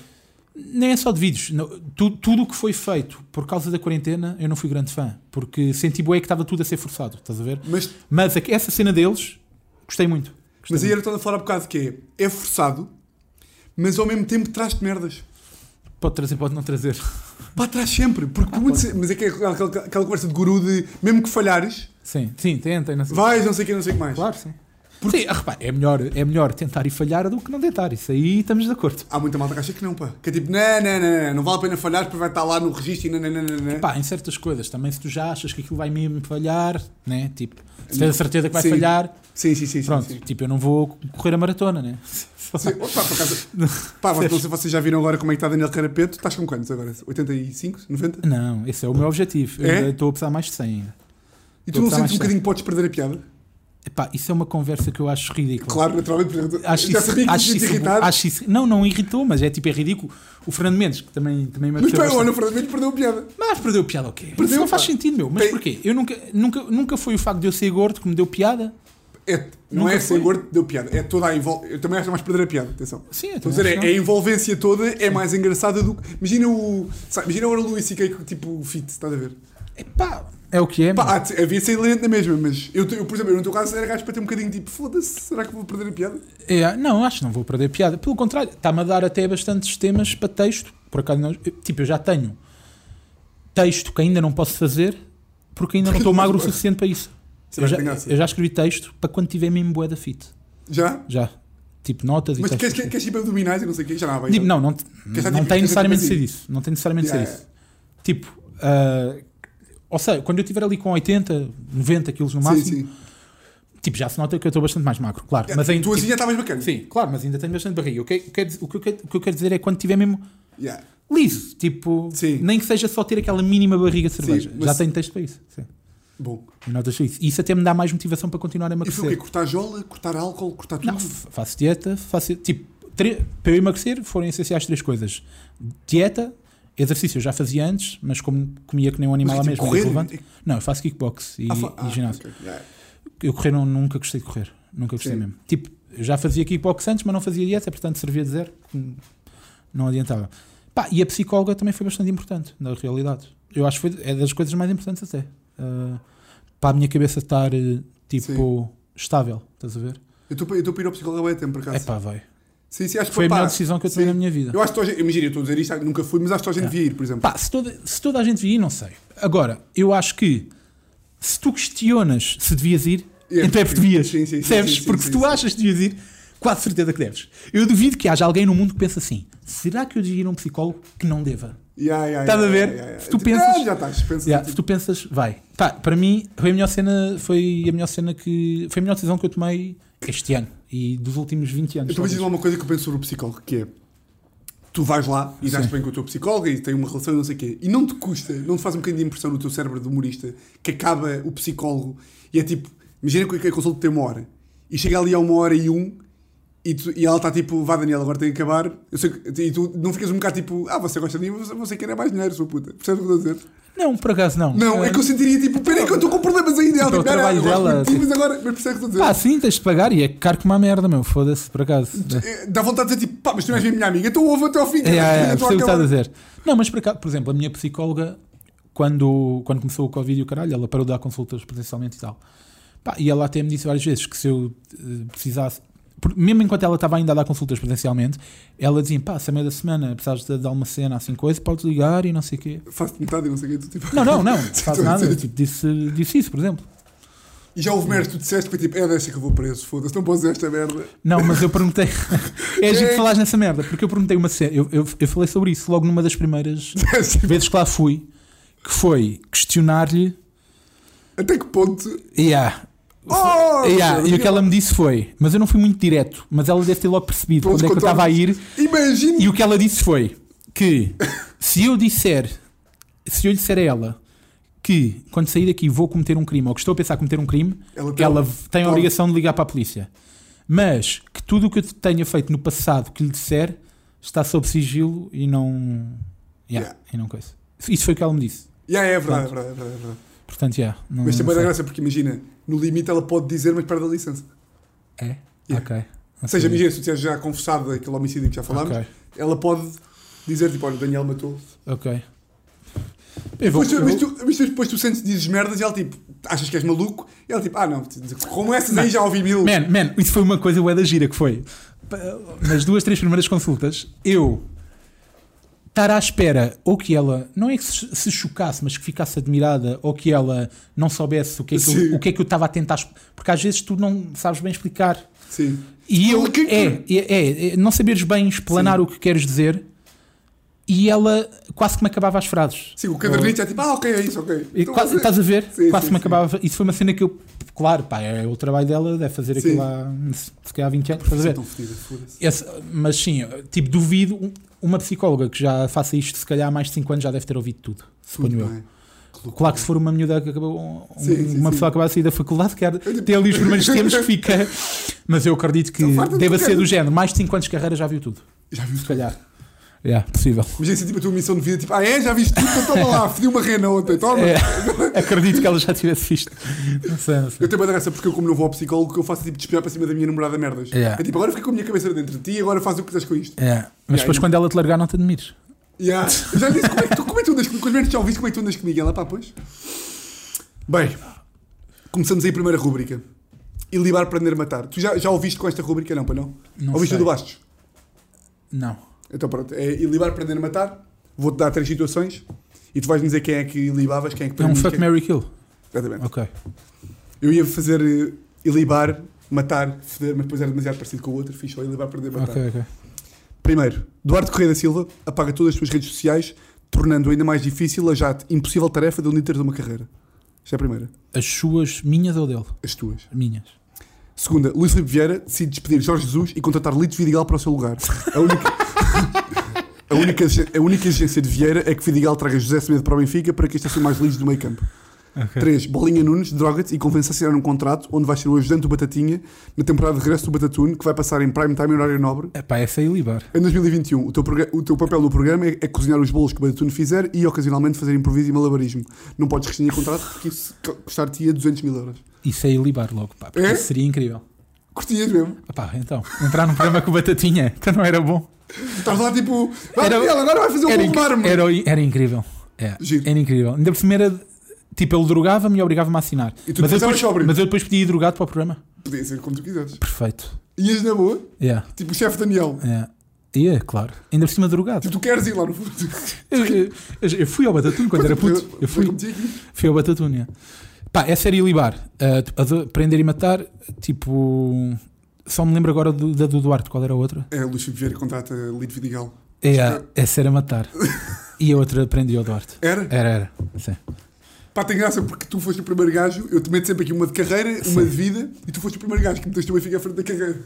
Nem é só de vídeos. Não, tu- tudo o que foi feito por causa da quarentena, eu não fui grande fã. Porque senti bué que estava tudo a ser forçado, estás a ver? Mas, Mas a- essa cena deles, gostei muito. Gostei mas aí muito. era o que estava a falar há bocado que é, é forçado, mas ao mesmo tempo traz-te merdas. Pode trazer, pode não trazer. <laughs> Pá, traz sempre. Porque Ah, por muito se- mas é que é aquela, aquela- aquela conversa de guru de mesmo que falhares, Sim, sim, tentem. Não sei. vais, não sei o que, não sei o que mais. Claro, sim. Sim, ah, repare, é melhor, é melhor tentar e falhar do que não tentar. Isso aí estamos de acordo. Há muita malta que acha que não, pá. Que é tipo, não, não, não, não, não vale a pena falhar porque vai estar lá no registro e não, não, não, não, não. Pá, em certas coisas também, se tu já achas que aquilo vai mesmo falhar, né? Tipo, se tens a certeza que vai Sim. falhar, Sim, sim, sim. sim, pronto, sim. tipo, eu não vou correr a maratona, né? <laughs> Sim, opa, por acaso- Pá, mas não sei se vocês já viram agora como é que está Daniel Carapeto. Estás com quantos agora? 85? 90? Não, esse é o meu É? objetivo. Eu ainda estou a pesar mais de 100 ainda. E tu Estou não sentes um a gostar mais bocadinho que podes perder a piada? Epá, isso é uma conversa que eu acho ridícula. Claro, naturalmente. porque Acho já isso, sabia que acho, acho isso, irritado. acho isso- Não, não irritou, mas é tipo, é ridículo. O Fernando Mendes, que também, também me mas pá, apeteceu olha, bastante. o Fernando Mendes perdeu a piada. Mas perdeu piada o quê? Perdeu, Isso não faz pá. sentido, meu. Mas Tem- porquê? Eu nunca, nunca, nunca foi o facto de eu ser gordo que me deu piada. É, não Nunca é ser foi. gordo que deu piada. É toda a envolvência. Eu também acho que é mais perder a piada. Atenção. Sim, eu Estou a também dizer, é, acho que é a envolvência toda é mais engraçada do que. Imagina o. sabe, imagina agora o Luís e que tipo fit, estás a ver? Epá, é o que é. meu. Pá, há de- havia ser lento na mesma, mas eu, te- eu, por exemplo, eu no teu caso era gajo para ter um bocadinho tipo, foda-se, será que vou perder a piada? É, não, acho que não vou perder piada. Pelo contrário, está-me a dar até bastantes temas para texto. Por acaso, não- eu- tipo, eu já tenho texto que ainda não posso fazer porque ainda não estou magro o suficiente para isso. Isso é Eu já, bem engraçado. eu já escrevi texto para quando tiver mesmo boeda fit. Já? Já. Tipo, notas e Mas textos. queres, queres, queres ir para abdominais e não sei o quê? Já não há bem. Tipo, não, não, dizer, não tipo, tem necessariamente de quer ser dizer, isso. Não tem necessariamente de ser Yeah. isso. Tipo, ah, ou seja, quando eu estiver ali com 80, 90 quilos no máximo, Sim, sim. tipo, já se nota que eu estou bastante mais magro, claro. Mas ainda, tu assim tipo, já estavas bacana. Sim, claro, mas ainda tenho bastante barriga. O que, eu quero dizer- o que eu quero- o que eu quero dizer é quando tiver mesmo Yeah. liso, tipo, Sim. nem que seja só ter aquela mínima barriga de cerveja. Sim, mas- Já tenho texto para isso. Sim. Bom. E notas para isso. E isso até me dá mais motivação para continuar a E foi o quê? emagrecer. Cortar jola, cortar álcool, cortar tudo? Não, f- faço dieta, faço. Tipo, tre- para eu emagrecer foram essenciais três coisas: dieta, exercício eu já fazia antes, mas como comia que nem um animal Mas, à tipo, mesma, correr? irrelevante. Não, eu faço kickbox e, Ah, fa- e ah, ginásio. ok. Yeah. Eu correr não, nunca gostei de correr. Nunca gostei Sim. mesmo. Tipo, eu já fazia kickbox antes, mas não fazia dieta, portanto servia de zero. hum, Não adiantava. Pá, e a psicóloga também foi bastante importante, na realidade. Eu acho que foi é das coisas mais importantes até. Ah, para a minha cabeça estar eh, Sim. tipo estável, estás a ver? Eu estou eu estou para ir ao psicólogo há bem tempo, por acaso. É pá, vai. Sim, sim, acho que Foi a pá, melhor decisão que eu tomei sim. na minha vida. Eu acho que toda a gente- imagina, eu estou a dizer isto, ah, nunca fui, mas acho que toda a gente devia ir, por exemplo. Pá, se toda, se toda a gente via, não sei. Agora, eu acho que se tu questionas se devias ir, É, então é porque devias. sim, sim, sim, Percebes? sim, sim, porque sim, se tu sim. achas que devias ir, quase certeza que deves. Eu duvido que haja alguém no mundo que pense assim: será que eu devia ir a um psicólogo que não deva? Yeah, yeah, yeah, Estás tá a ver? yeah, yeah, yeah. Se tu Ah, pensas- já estás, pensas Yeah, tipo, se tu pensas, vai. Pá, para mim, foi a melhor cena, foi a melhor cena que. Foi a melhor decisão que eu tomei este ano e dos últimos 20 anos. Eu também diz talvez. lá uma coisa que eu penso sobre o psicólogo, que é tu vais lá e dás Sim. bem com o teu psicólogo e tem uma relação e não sei o quê, e não te custa, não te faz um bocadinho de impressão no teu cérebro de humorista que acaba o psicólogo e é tipo, imagina que a consulta tem uma hora e chega ali a uma hora e um e, tu- e ela está tipo, vá Daniel, agora tem que acabar. Eu sei que- e tu não ficas um bocado tipo, ah, você gosta de mim, você, você quer é mais dinheiro, sua puta. Percebes o que eu estou a dizer? Não, por acaso não. Não, é que eu sentiria tipo, peraí que eu estou com problemas ainda. E Ela, Tipo, é o tipo, "Não, não, trabalho eu gosto dela, muito de ti, tipo- mas agora, mas percebes o que eu estou a Pá, dizer? sim, tens de pagar e é caro que uma merda, meu. Foda-se, por acaso. Eh, Dá vontade de dizer tipo, pá, mas tu não és bem minha amiga, então ouve até ao fim. É, é, é, percebo o que estou estás àquela- a dizer. Não, mas por, acaso, por exemplo, a minha psicóloga, quando, quando começou o Covid e o caralho, ela parou de dar consultas presencialmente e tal. Pá, e ela até me disse várias vezes que se eu eh, precisasse. por- mesmo enquanto ela estava ainda a dar consultas presencialmente, ela dizia: pá, se a meio da semana precisares de dar uma cena assim, coisa, podes ligar e não sei o quê. Faço metade e não sei o que. Tipo, Não, <laughs> não, não, não faz Sim, nada. sim. Tipo, disse, disse isso, por exemplo. E já houve merda que tu disseste que foi tipo, é desta que eu vou preso, foda-se, não posso dizer esta merda. <laughs> Não, mas eu perguntei. <laughs> é giro que falares nessa merda, porque eu perguntei uma cena. Eu, eu, eu falei sobre isso logo numa das primeiras vezes que lá fui, que foi questionar-lhe. Até que ponto. Yeah, Oh! yeah, e o que aquela ela me disse foi, mas eu não fui muito direto, mas ela deve ter logo percebido Pelos onde é que eu estava a ir. Imagina! E o que ela disse foi que se eu disser, se eu disser a ela que quando sair daqui vou cometer um crime ou que estou a pensar cometer um crime, Ela tem- ela v- tem a pode. obrigação de ligar para a polícia. Mas que tudo o que eu tenha feito no passado que lhe disser está sob sigilo e não. Yeah, Yeah. E não coisa. Isso foi o que ela me disse. Yeah, é verdade, é verdade, é verdade, é verdade. Portanto, yeah, não, Mas é também não dá sei. graça, porque imagina, no limite ela pode dizer, mas perde a licença. É? Yeah. Ok. Não Ou seja, sabia. imagina, se tu tivesse já confessado aquele homicídio que já falámos, Ah, Ok. ela pode dizer tipo, olha, o Daniel matou. Ok. Eu vou, Depois tu, eu mas, vou- tu, mas tu depois tu sentes dizes merdas e ela tipo, achas que és maluco? E ela tipo, ah não, como essas aí já ouvi mil. Man, man, isso foi uma coisa bué da gira que foi. P- Nas duas, três primeiras consultas, eu estar à espera ou que ela, não é que se se chocasse, mas que ficasse admirada ou que ela não soubesse o que é que Sim. eu, o que é que eu estava a tentar. exp- Porque às vezes tu não sabes bem explicar. Sim. E eu. O que- É, é, é, é, não saberes bem explanar o que queres dizer e ela quase que me acabava as frases. Sim, o caderninho já é tipo, ah ok, é isso, ok. E Então, quase, você- estás a ver? Sim, quase sim, me sim. acabava. Isso foi uma cena que eu. Claro, pá, é o trabalho dela, deve fazer Sim. aquilo há se se calhar há 20 anos. Estás a ver? Tão fedida, foda-se. Esse- mas sim, tipo, duvido. um- Uma psicóloga que já faça isto, se calhar há mais de 5 anos, já deve ter ouvido tudo. Suponho Tudo eu. bem. loucura. Claro que se for uma miúda que acabou. um- Sim, sim, uma sim. pessoa acabada de sair da faculdade, que tem ali os <laughs> primeiros tempos que fica. Mas eu acredito que Então, farta-te deva de ser do querer. género. Mais de 5 anos de carreira já viu tudo. Já vi Se calhar. É, possível. Imagina se tipo a tua missão de vida, tipo, ah é, já viste tudo, então toma <laughs> lá, fedi uma rena ontem, toma. <laughs> É, acredito que ela já tivesse visto. Não sei, não sei. Eu tenho uma graça porque eu, como não vou ao psicólogo, o que eu faço é tipo despejar para cima da minha namorada merdas. Yeah. É tipo, agora fica com a minha cabeça dentro de ti e agora faz o que estás com isto. É, mas depois aí- quando ela te largar, não te admires. Yeah. Eu já disse, como é que tu, como é que tu andas comigo? Com as merdas que já ouviste, como é que tu andas comigo? Ela, pá, pois. Bem, começamos aí a primeira rúbrica. Ilibar, prender, matar. Tu já, já ouviste com esta rúbrica? Não, pá, não? Não ouviste sei. o do Bastos? Não. Então pronto, é ilibar, prender, matar. Vou-te dar três situações e tu vais-me dizer quem é que ilibavas, quem é que É um prendias, fuck quem... Mary Kill. Exatamente. Ok. Eu ia fazer eh, ilibar, matar, foder, mas depois era demasiado parecido com o outro, fiz só ilibar, prender, matar. Ok, ok. Primeiro, Duarte Correia da Silva apaga todas as suas redes sociais, tornando ainda mais difícil a já impossível tarefa de unir ter uma carreira. Esta é a primeira. As suas, minhas ou dele? As tuas. Minhas. Segunda, Luís Filipe Vieira decide despedir Jorge Jesus e contratar Lito Vidigal para o seu lugar. A única... <laughs> A única, a única exigência de Vieira é que Vidigal traga José Semedo para o Benfica para que este seja mais livre do meio campo. 3. Bolinha Nunes droga-te e convence a assinar um contrato onde vai ser o ajudante do Batatinha na temporada de regresso do Batatune que vai passar em prime time e horário nobre. É pá, essa é Ilibar. Em 2021, o teu, progra- o teu papel no programa é, é cozinhar os bolos que o Batatune fizer e ocasionalmente fazer improviso e malabarismo. Não podes rescindir contrato porque isso co- custar-te 200 mil euros. Isso é Ilibar logo, pá. porque É? isso seria incrível. Curtias mesmo? Ah Pá, então, entrar num programa com batatinha, é, que não era bom. Estás lá tipo, vai Era- Daniel, agora vai fazer um Era, bolo de inc- mármore. era, era incrível. É, Giro. Era incrível. Ainda por cima era. Tipo, ele drogava-me e obrigava-me a assinar. E tu Mas eu, depois eras depois, sóbrio. mas eu depois podia ir drogado para o programa. Podia ser como tu quiseres. Perfeito. Ias na boa, Yeah, tipo o chefe Daniel. yeah. E é, claro. Ainda por cima drogado. <laughs> Tipo, tu queres ir lá no fundo. Eu, eu- eu fui ao Batatune quando era É puto. Eu fui, Eu meti aqui. fui ao Batatune. yeah. Pá, é série Libar. Ah, tu- ado- prender e matar, tipo. Só me lembro agora do- da do Duarte. Qual era a outra? É, Luís Filipe Vieira contrata Lido Vidigal. É, a- essa era matar. E a outra prendi ao Duarte. Era? Era, era. Sim. Pá, tem graça porque tu foste o primeiro gajo, eu te meto sempre aqui uma de carreira, uma de vida, e tu foste o primeiro gajo que meteste o Benfica à frente da carreira.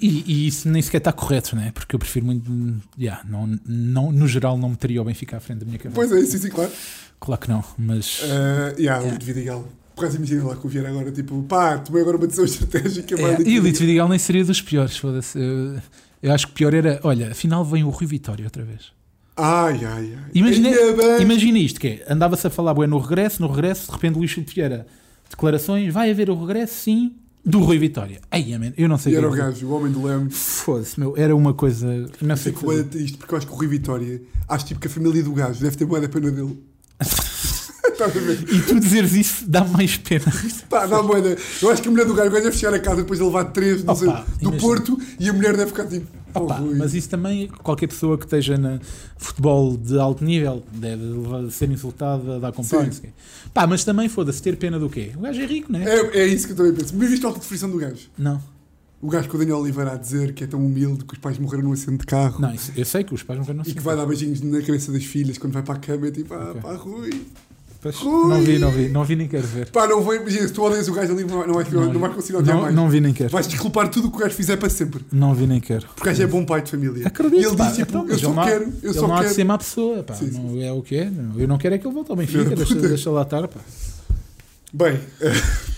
E, e isso nem sequer está correto, né? Porque eu prefiro muito. Yeah, não, não, no geral, não meteria o Benfica à frente da minha cabeça. Pois é, sim, sim, claro. Claro que não, mas. Uh, yeah, o Lido Vidigal. Por acaso imagina lá que o Vieira agora, tipo, pá, tomei agora uma decisão estratégica. vai, É, Lido e o Lito Vidigal. Vidigal nem seria dos piores, foda-se. Eu, eu acho que pior era. Olha, afinal vem o Rui Vitória outra vez. Ai, ai, ai. Imagina, Ainda bem. imagina isto: que é, andava-se a falar bué no regresso, no regresso, de repente Luís Filipe Vieira, declarações, vai haver o regresso, sim, do Rui Vitória. Ai, amém, eu não sei E era quem o é. gajo, o homem do leme. Foda-se, meu, era uma coisa. Não sei Fico bem que triste porque eu acho que o Rui Vitória, acho tipo que a família do gajo deve ter moeda pena <laughs> dele. Estás a ver? E tu dizeres isso dá mais <laughs> pena. Pá, dá moeda. Eu acho que a mulher do gajo deve fechar a casa depois de levar três não Opa, sei, do imagina. Porto e a mulher deve ficar tipo. "Oh, Opa, Rui." mas isso também, qualquer pessoa que esteja no futebol de alto nível deve levar- ser insultada, dar companhia. Pá, mas também foda-se, ter pena do quê? O gajo é rico, não é? É, é isso que eu também penso. Mas viste a autodefinição do gajo? Não, O gajo que o Daniel Oliveira a dizer que é tão humilde que os pais morreram num acidente de carro não, isso- eu sei que os pais nunca não e que sei. vai dar beijinhos na cabeça das filhas quando vai para a cama e tipo, ah, Ok. pá, Rui. Pois, Rui! Não vi, não vi, não vi nem quero ver. Pá, não vai, imagina, se tu odeias o gajo ali, não, não, vais- não, vais conseguir odiar não, mais. não vi nem quero. Vais desculpar tudo o que o gajo fizer para sempre. Não vi nem quero. Porque o gajo é bom pai de família. Acredito, e ele pá, diz tipo, então, eu mas só ele não há- quero, eu ele só não há quero. de ser má pessoa, pá. Sim, sim. Não é o que é. não- Eu não quero é que ele volte ao Benfica, Filho da deixa, puta. deixa lá estar, <laughs> pá. Bem, <laughs>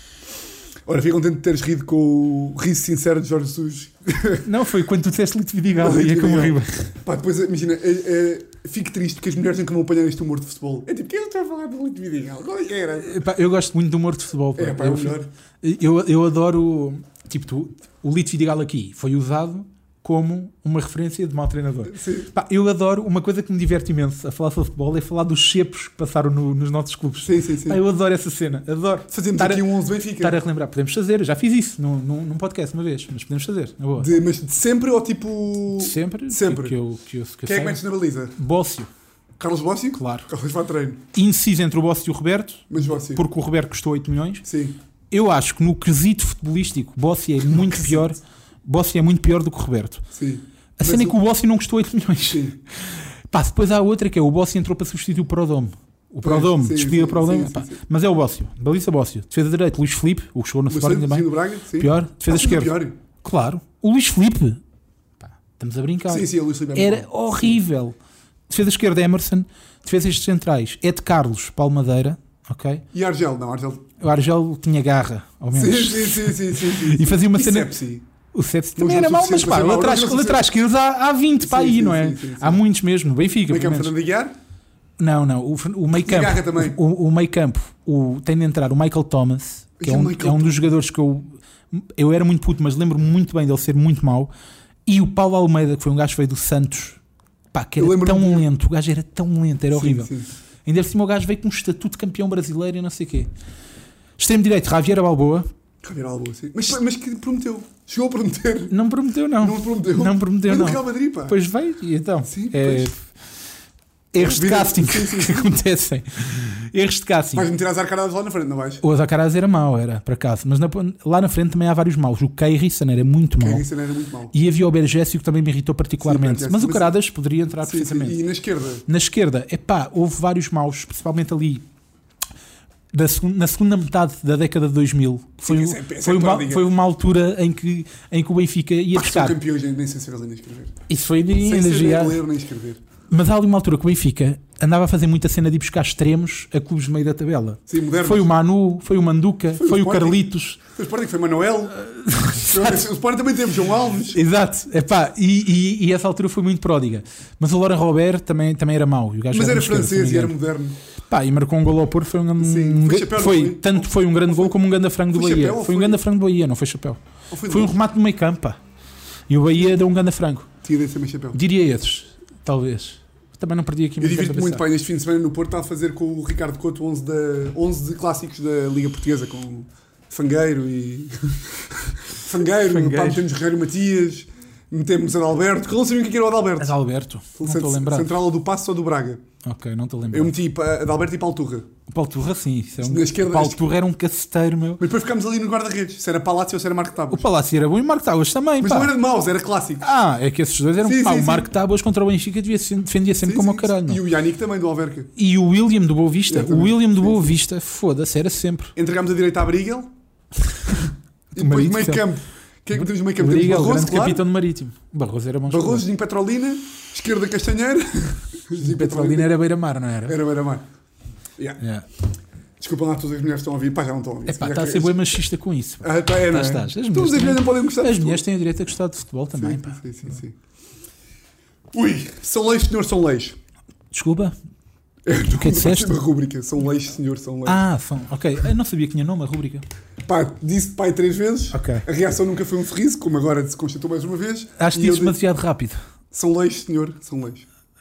ora, fiquei contente de teres rido com o riso sincero de Jorge Jesus. Não, foi quando tu disseste Lito Vidigal Lito e é como Vidigal. riba. Pá, depois, imagina, é- é- fico triste porque as mulheres nunca vão apanhar este humor de futebol. É tipo, quem é que está a falar do Lito Vidigal? Qual é que era? Pá, Eu gosto muito do humor de futebol, pá. É, pá, é Eu o fico- melhor. Eu, eu adoro. Tipo, tu, o Lito Vidigal aqui foi usado como uma referência de mau treinador. Sim, Pá, eu adoro. Uma coisa que me diverte imenso a falar sobre futebol é falar dos chepos que passaram no- nos nossos clubes. sim, sim. sim. Pá, eu adoro essa cena, adoro. Fazemos Estar a- aqui um 11 Benfica. Estar a relembrar, podemos fazer, eu já fiz isso num, num, num podcast uma vez, mas podemos fazer, na boa. De- mas de sempre ou tipo. sempre, sempre. Que eu, que eu, que Quem é eu que saiba. metes na baliza? Bócio, Carlos Bossi? claro. Carlos vai treino. Indeciso entre o Bócio e o Roberto, Mas Bossi. porque o Roberto custou 8 milhões. Sim. Eu acho que no quesito futebolístico, Bócio é muito pior. Bócio é muito pior do que o Roberto. Sim. A Mas cena é o- que o Bócio não custou 8 milhões. Sim. Pá, depois há outra que é o Bócio entrou para substituir o Prodome. O Pois, Prodome, sim, despedida sim, o Prodome. sim, pá. sim, sim. Mas é o Bócio, baliza Bócio. Defesa de direito, Luís Felipe, o que chegou no Mas Sporting sempre também. do Braga? Sim. Pior, defesa Ah, sempre esquerda. Pior. Claro. O Luís Felipe. Pá, estamos a brincar. Sim, sim, o Luís Filipe é muito Tá. Era bom. horrível. Defesa esquerda, Emerson. Defesas centrais, Ed Carlos, Palmadeira. Ok? E Argel? Não, Argel. O Argel tinha garra, ao Sim, menos. sim, sim, sim. sim, sim. É. é E fazia uma E cena. Sepsi? O Sepsi Não também joga era mau, mas suficiente pá, para ser é mau, lá atrás não joga lá atrás esquerdos há, há 20 para Sim, aí, sim, não é? sim, sim, sim. Há muitos mesmo. Benfica, Como é que é pelo o menos. Fernando Aguiar? Não, não. O, Fer- o meio Garra campo. também. O, o meio campo. O, tem de entrar o Michael Thomas, que E é o um, Michael é um dos jogadores que eu. Eu era muito puto, mas lembro-me muito bem dele ser muito mau. E o Paulo Almeida, que foi um gajo que veio do Santos. Pá, que Eu era lembro-me tão dele. lento. O gajo era tão lento, era Sim, horrível. sim. Ainda por cima o gajo veio com um estatuto de campeão brasileiro e não sei o quê. Extremo direito, Javier Balboa. Javier Alboa, sim. Mas, mas que prometeu. Chegou a prometer. Não prometeu, não. Não prometeu. Não prometeu, Mas no não. Real Madrid, pá. Depois veio e então. Sim, é, erros de Vira- casting sim, sim, que <laughs> acontecem. Erros de casting. Vais meter as arcadas lá na frente, não vais? O Azacaraz era mau, era, para acaso. Mas na pon- lá na frente também há vários maus. O Keirson era muito Quem mau. disse era muito mal. E havia o Bergésio que também me irritou particularmente. Sim, mas o mas- Caradas poderia entrar Sim, sim. perfeitamente. E na esquerda? Na esquerda, epá, houve vários maus, principalmente ali da segun- na segunda metade da década de 2000. Foi, Sim, o- isso é- isso é foi, uma, prodiga. foi uma altura em que, em que o Benfica ia Pá, que são buscar. campeões, nem nem sei se nem escrever. Isso foi de Sem saber energia. ler nem escrever. Mas há ali uma altura que o Benfica andava a fazer muita cena de ir buscar extremos a clubes de meio da tabela. Sim, moderno. Foi o Manu, foi o Manduca, Foi o foi, o Sporting. Carlitos. O Sporting foi Manuel. o Sporting também teve João Alves. Exato, Epá, e, e, e essa altura foi muito pródiga. Mas o Laurent Robert também, também era mau. E o gajo Mas era um esquerdo, francês se e não me era engano. moderno. Pá, e marcou um gol ao Porto. Foi um, Sim, um- foi chapéu, não foi- foi? tanto foi um grande gol como um grande frango do Foi Bahia. chapéu ou foi um foi- grande frango do Bahia, não foi chapéu. Ou foi, Foi um um... remate no meio campo. pá. E o Bahia deu um grande frango. Tinha desse também chapéu. Diria esses, talvez. Também não perdi aqui Eu muito tempo a divirto muito, pensar. pai, neste fim de semana no Porto está a fazer com o Ricardo Couto 11, da, 11 de clássicos da Liga Portuguesa, com Fangueiro e... <laughs> Fangueiro, Fangueiro. Fangueiro. metemos Guerreiro Matias, metemos Adalberto, que eu não sabia o que é que era o Adalberto. Adalberto, não estou a lembrar. Central ou do Passo ou do Braga. Ok, não estou a lembrar. Eu meti pa- Adalberto e Palturra. O Paulo Turra, sim. Isso é um... Na esquerda- o Paulo Turra era um caceteiro, meu. Mas depois ficámos ali no guarda-redes, se era Palácio ou se era Marco O Tábuas. Palácio era bom e o Marco Tábuas também, Mas pá. não era de maus, era clássico. Ah, é que esses dois eram. Sim, pá, sim, o sim. Marco Tábuas contra o Benfica devia ser- defendia sempre Sim, como sim, o caralho. sim. não? é? E o Yannick também, do Alverca. E o William do Boa Vista. O Exatamente. William do Boa Vista, foda-se, era sempre. Entregámos a direita à <laughs> Brigel. e Uma depois dica. meio campo. Quem é que metemos meio campo? Temos Briga, o Barroso, grande claro. capitão do Marítimo. Barroso era bom Barroso, jogador. Zinho Petrolina. Esquerda <laughs> Castanheira. Zinho Petrolina era beira-mar, não era? Era o Beira-Mar. Yeah. Yeah. Desculpem lá, todas as mulheres estão a ouvir. Pá, já não estão a ouvir. Epá, Já está a que- ser bem machista com isso. pá. Ah, tá, é, não é? Lá estás. As mulheres Todas as mulheres também- não podem gostar de As Tá tudo. mulheres têm o direito a gostar de futebol também, pá. Sim, sim, sim. Ui, são leis, senhor, são leis. Desculpa. O que é que disseste? Uma rúbrica. São leis, senhor, são leis. Ah, são. Ok. Eu não sabia que tinha nome a rúbrica. Pá, disse pai três vezes. Ok. A reação nunca foi um sorriso, como agora se constatou mais uma vez. Acho E que eu disse disse, demasiado rápido. São leis, senhor, são leis.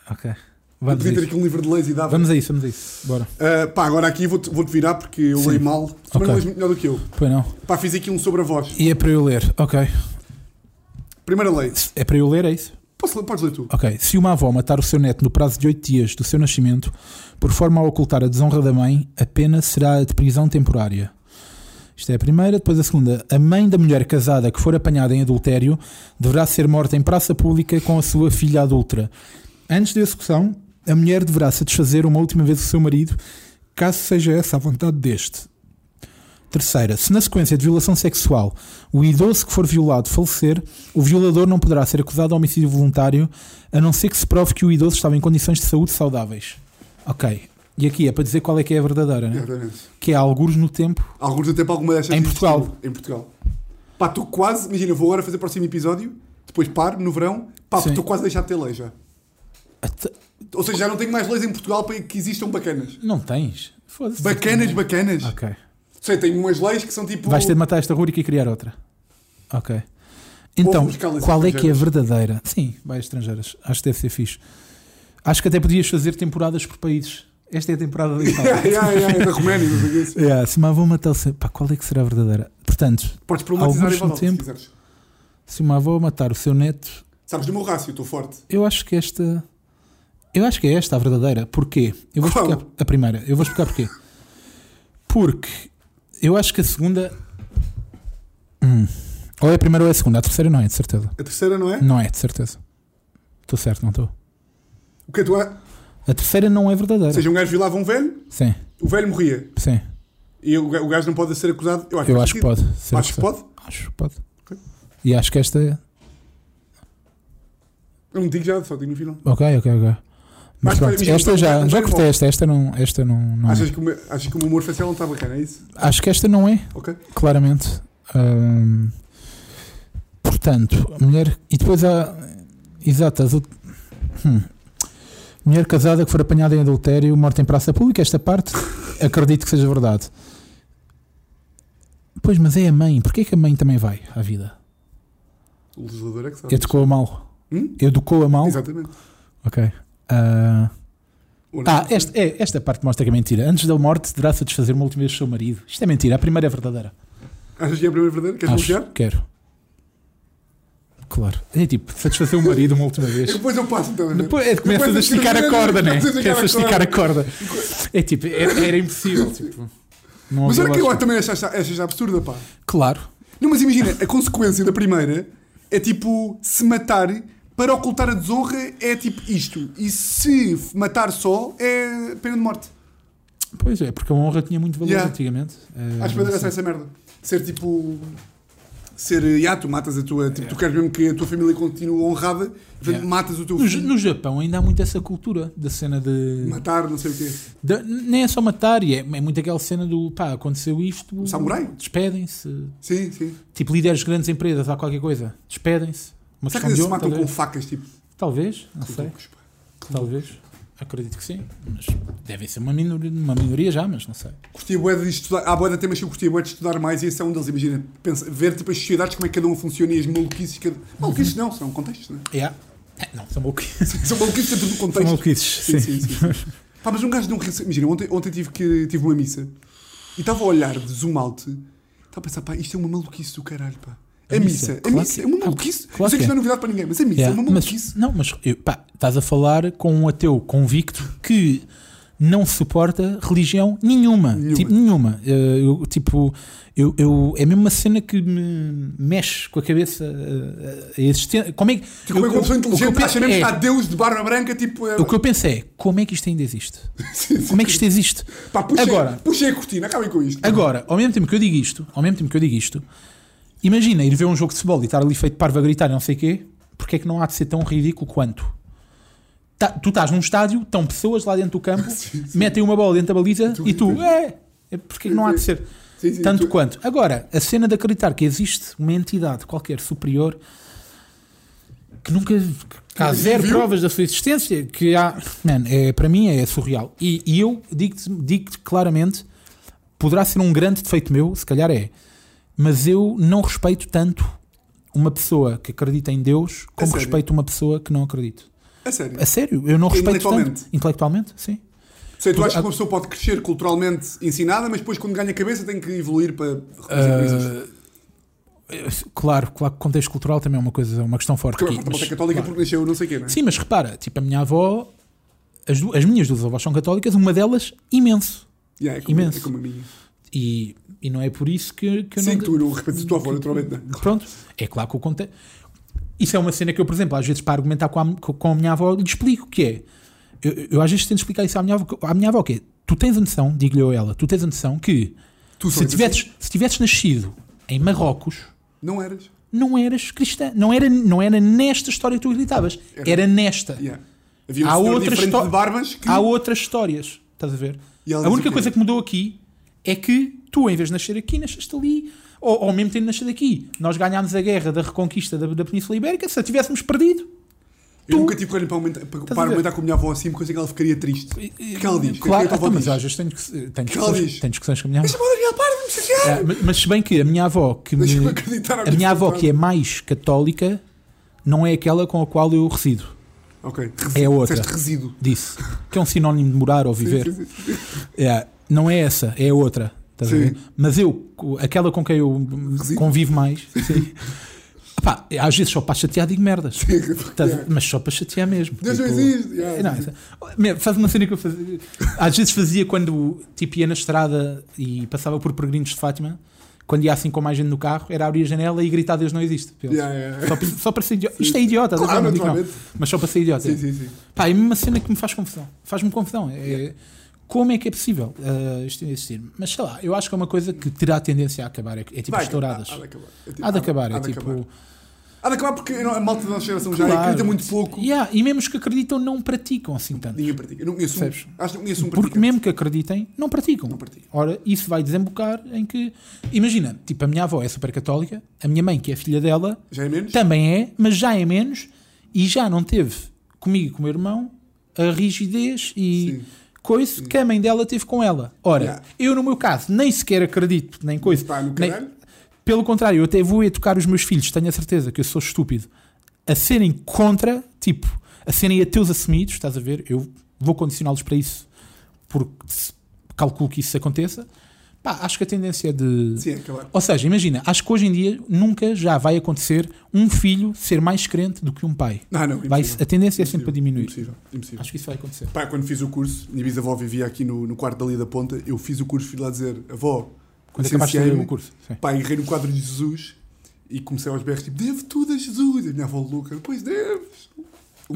Ok. Eu Vamos a podia ter isso. aqui um livro de leis e dava. Vamos a isso, vamos a isso. Bora. Ah, pá, agora aqui vou-te vou-te virar porque eu Sim. leio mal. Tu Ok. não lês muito melhor do que eu. Pois não. Pá, fiz aqui um sobre a voz. E é para eu ler. Ok. Primeira lei. É para eu ler, é isso? Posso, ler- podes ler tu? Ok. Se uma avó matar o seu neto no prazo de 8 dias do seu nascimento, por forma a ocultar a desonra da mãe, a pena será a de prisão temporária. Isto é a primeira, depois a segunda. A mãe da mulher casada que for apanhada em adultério deverá ser morta em praça pública com a sua filha adulta. Antes da execução, a mulher deverá satisfazer uma última vez o seu marido, caso seja essa a vontade deste. Terceira, se na sequência de violação sexual o idoso que for violado falecer, o violador não poderá ser acusado de homicídio voluntário, a não ser que se prove que o idoso estava em condições de saúde saudáveis. Ok. E aqui é para dizer qual é que é a verdadeira, né? Exatamente. que é algures no tempo Alguns até para alguma destas. Em existiu. Portugal. Em Portugal. Pá, estou quase. Imagina, vou agora fazer o próximo episódio, depois paro no verão. Pá, Sim. estou quase a deixar de ter lei já. Até- Ou seja, já não tenho mais leis em Portugal para que existam bacanas. Não tens. Foda-se. Bacanas, bacanas. Ok. Sei, tenho umas leis que são tipo. Vais ter de matar esta rúbrica e criar outra. Ok. Então, buscar leis qual é que é a estrangeiras. verdadeira? Sim, vai estrangeiras. Acho que deve ser fixe. Acho que até podias fazer temporadas por países. Esta é a temporada <laughs> <laughs> da yeah, Itália. yeah, yeah, é da Roménia, não sei o que é <laughs> isso. yeah, se uma avó matar o seu... Pá, qual é que será a verdadeira? Portanto, Podes problematizar Alguns em volta, se tempo. quiseres. se uma avó matar o seu neto, Sabes do meu rácio, estou forte. eu acho que esta... Eu acho que é esta a verdadeira. Porquê? Eu vou Qual? explicar a primeira. Eu vou explicar porquê. Porque eu acho que a segunda... Hum. Ou é a primeira ou é a segunda. A terceira não é, de certeza. A terceira não é? Não é, de certeza. Estou certo, não estou. O que é tu é? A terceira não é verdadeira. Ou seja, um gajo violava um velho, Sim, o velho morria. sim. E o ga- o gajo não pode ser acusado. Eu acho, Eu faz acho que sentido. pode. ser Acho que terceira. pode. Acho que pode. Ok. E acho que esta é. Eu não digo já, só digo no final. Ok, ok, ok. Mas Mas, pronto, espera, esta mas- já, mas- já mas- cortei esta, esta não, esta não, não é. Achas, que o meu, achas que o meu humor facial não está bacana, é isso? Acho que esta não é, Ok. claramente. Ahm, portanto, a mulher. E depois há. Exato, as out- hum. Mulher casada que for apanhada em adultério, morta em praça pública, <laughs> esta parte acredito que seja verdade. Pois, mas é a mãe, porquê que a mãe também vai à vida? O legislador é que sabe. Educou a mal. Hum? Educou a mal. Exatamente. Ok. Ah, Ou não? ah, esta, é, esta parte mostra que é mentira. Antes da morte, deverá satisfazer uma última vez o seu marido. Isto é mentira, a primeira é verdadeira. Achas que é a primeira verdadeira? Queres Acho. bloquear? Quero. Claro. É tipo, satisfazer o marido uma última E vez. depois eu passo, então. Depois é, começas Depois a esticar a escrever, corda, né? começas a Começas a esticar esticar a a corda. É tipo, era, era impossível. Tipo, não Mas havia olha que eu lógica. também achas, achas absurda, pá. Claro. Não, mas imagina, a consequência da primeira é tipo se matar para ocultar a desonra é tipo isto. E se matar só é pena de morte. Pois é, porque a honra tinha muito valor Yeah. antigamente. Eh, Acho que vai dar essa merda. Ser tipo. Ser. eh, Ya, tu matas a tua. Tipo, tu queres mesmo que a tua família continue honrada, portanto Yeah. matas o teu no, filho. Ja- no Japão ainda há muito essa cultura da cena de. Matar, não sei o quê. de- nem é só matar, e é, é muito aquela cena do pá, aconteceu isto. Samurai? Despedem-se. Sim, sim. Tipo, líderes de grandes empresas, há qualquer coisa. Despedem-se. Uma Será que questão de eles se honra, matam com talvez. facas, tipo. Talvez, não sei. Talvez. Acredito que sim. Mas devem ser uma minoria, uma minoria já, mas não sei. Curtia boeda de estudar. Há boeda temas que eu curtia boeda de estudar mais e esse é um deles. Imagina, pensa, ver tipo as sociedades, como é que cada um funciona e as maluquices. Cada... Maluquices não, são contextos, né? Yeah. É, Não, são maluquices. São maluquices é dentro do São contexto. maluquices, sim. Sim, sim, sim. Pá, mas um gajo não recebe. Imagina, ontem, ontem tive, que, tive uma missa e estava a olhar de zoom out. Estava a pensar, pá, isto é uma maluquice do caralho, pá. A, A missa, missa, a claro missa que- é uma claro- maluquice. claro eu sei que que isto não é. é novidade para ninguém, mas a missa é Yeah, uma maluquice. mas, não, mas eu, pá, estás a falar com um ateu convicto que não suporta religião nenhuma. Nenhuma. Tipo, nenhuma. Eh, eu, tipo, eu, eu- é mesmo uma cena que me mexe com a cabeça eh, a existência. Como é que. Tipo, como é eu- que uma pessoa eu- o que eu inteligente acha penso mesmo que é- está Deus de barba branca, tipo. é- O que eu penso é, como é que isto ainda existe? Sim, sim. Como é que isto existe? Pá, puxei, Agora. puxei a cortina, acabem com isto. Agora, ao mesmo tempo que eu digo isto, ao mesmo tempo que eu digo isto, imagina ir ver um jogo de futebol e estar ali feito parvo a gritar e não sei o quê, porque é que não há de ser tão ridículo quanto? Tá- tu estás num estádio, estão pessoas lá dentro do <laughs> campo, metem uma bola dentro da baliza e tu, é, é porque é que não há de ser Sim, sim, tanto tu- quanto? Agora, a cena de acreditar que existe uma entidade qualquer superior que nunca que há Nunca zero viu. provas da sua existência, que há, man, é, para mim é surreal. E, e eu digo-te digo claramente, poderá ser um grande defeito meu, se calhar é, mas eu não respeito tanto uma pessoa que acredita em Deus como sério? respeito uma pessoa que não acredito. A É sério. A sério, eu não respeito Intelectualmente? tanto. Intelectualmente, sim. Sei, tu Porque- achas que uma pessoa pode crescer culturalmente ensinada, mas depois quando ganha a cabeça tem que evoluir para reconhecer coisas. Ah, Claro, claro que contexto cultural também é uma coisa, uma questão forte Porque a aqui. malta mas- católica é claro. porque nasceu não sei o quê, não é? Sim, mas repara, tipo, a minha avó, as, du- as minhas duas avós são católicas, uma delas imenso. Yeah, é, como, Imenso. é como a minha. E, e não é por isso que, que eu Sim, não. que tu não repetes a tua avó, naturalmente não. Pronto, é claro que o contexto. Isso é uma cena que eu, por exemplo, às vezes para argumentar com a, com a minha avó, lhe explico o que é. Eu, eu às vezes tento explicar isso à minha avó, à minha avó que é, tu tens a noção, digo-lhe eu a ela, tu tens a noção que Tu só se és tivesses, se tivesses nascido em Marrocos, assim. Não eras. não eras cristã. Não era, não era nesta história que tu acreditavas. Era- Era nesta. Yeah. Havia um Há senhor outra diferente histó- de barbas que... Há outras histórias, estás a ver? E ela A diz o única quê? coisa que mudou aqui é que tu, em vez de nascer aqui, nasceste ali. Ou, ou mesmo tendo nascido aqui, nós ganhámos a guerra da reconquista da, da Península Ibérica. Se a tivéssemos perdido, Eu tu- nunca tive coragem para, aumentar, para, para a ver? argumentar com a minha avó assim, porque eu sei que ela ficaria triste. que ela diz? que é claro, que a ah, tua avó mas às diz? vezes tenho, que- tenho, é ela discussões, diz? tenho discussões com a minha avó. Deixa-me Daniel, para de me chatear! Ah, mas- mas se bem que a minha avó, que <laughs> me- Deixa-me acreditar a minha avó que é mais católica, não é aquela com a qual eu resido. Ok. É a outra. Disseste resíduo. Disse que é um sinónimo de morar ou viver. Sim, sim, sim. É, não é essa, é outra. estás a Sim. ver? Mas eu, co- aquela com quem eu hum, Resido. convivo mais, sim. Pá, às vezes só para chatear digo merdas. Estás a- Yeah. Mas só para chatear mesmo. Deus não Tipo, existe. Yeah, é, não, sim, sim. essa- Mesmo, Faz uma cena que eu fazia. Às vezes fazia quando tipo, ia na estrada e passava por peregrinos de Fátima. Quando ia assim com mais gente no carro, era abrir a janela e gritar Deus não existe. para eles. Yeah, yeah. Só, para, só para ser idiota. Isto é idiota, Claro, eu não digo não, naturalmente. mas só para ser idiota. Sim, sim, sim. Pá, é uma cena que me faz confusão. Faz-me confusão. É, Como é que é possível ah, isto ainda existir? Mas sei lá, eu acho que é uma coisa que terá tendência a acabar. É, é tipo Vai as touradas. acabar, Há de acabar. É tipo- Há de acabar. É tipo. acabar. Há de acabar porque eu não- a malta da nossa geração já Claro. acredita muito pouco. Yeah, e é- mesmo os que acreditam não praticam assim tanto. Ninguém pratica. Eu não conheço um. Acho Percebes? que não conheço um Porque praticante. mesmo que acreditem, não praticam. Não praticam. Ora, isso vai desembocar em que. Imagina, tipo, a minha avó é super católica, a minha mãe, que é filha dela, Já é menos? também é, mas já é menos e já não teve comigo e com o meu irmão a rigidez e Sim. coisa que a mãe dela teve com ela. Ora, Yeah. eu no meu caso nem sequer acredito, nem coisa. Pá, no nem- caralho. pelo contrário, eu até vou educar os meus filhos, tenho a certeza que eu sou estúpido, a serem contra, tipo, a serem ateus assumidos, estás a ver? Eu vou condicioná-los para isso, porque se- calculo que isso aconteça. Pá, acho que a tendência é de. Sim, é acabar. Ou seja, imagina, acho que hoje em dia nunca já vai acontecer um filho ser mais crente do que um pai. Ah, Não, não. Vai- impossível. a tendência é Impossível, sempre a diminuir. Impossível. impossível. Acho que isso vai acontecer. Pá, quando fiz o curso, minha bisavó vivia aqui no, no quarto dali da ponta. Eu fiz o curso, fui lá dizer, avó, Quando acabaste de fazer licenciei-me." o curso. Sim. Pá, errei no quadro de Jesus e comecei aos berros, tipo, devo tudo a Jesus. E a minha avó louca, pois deves.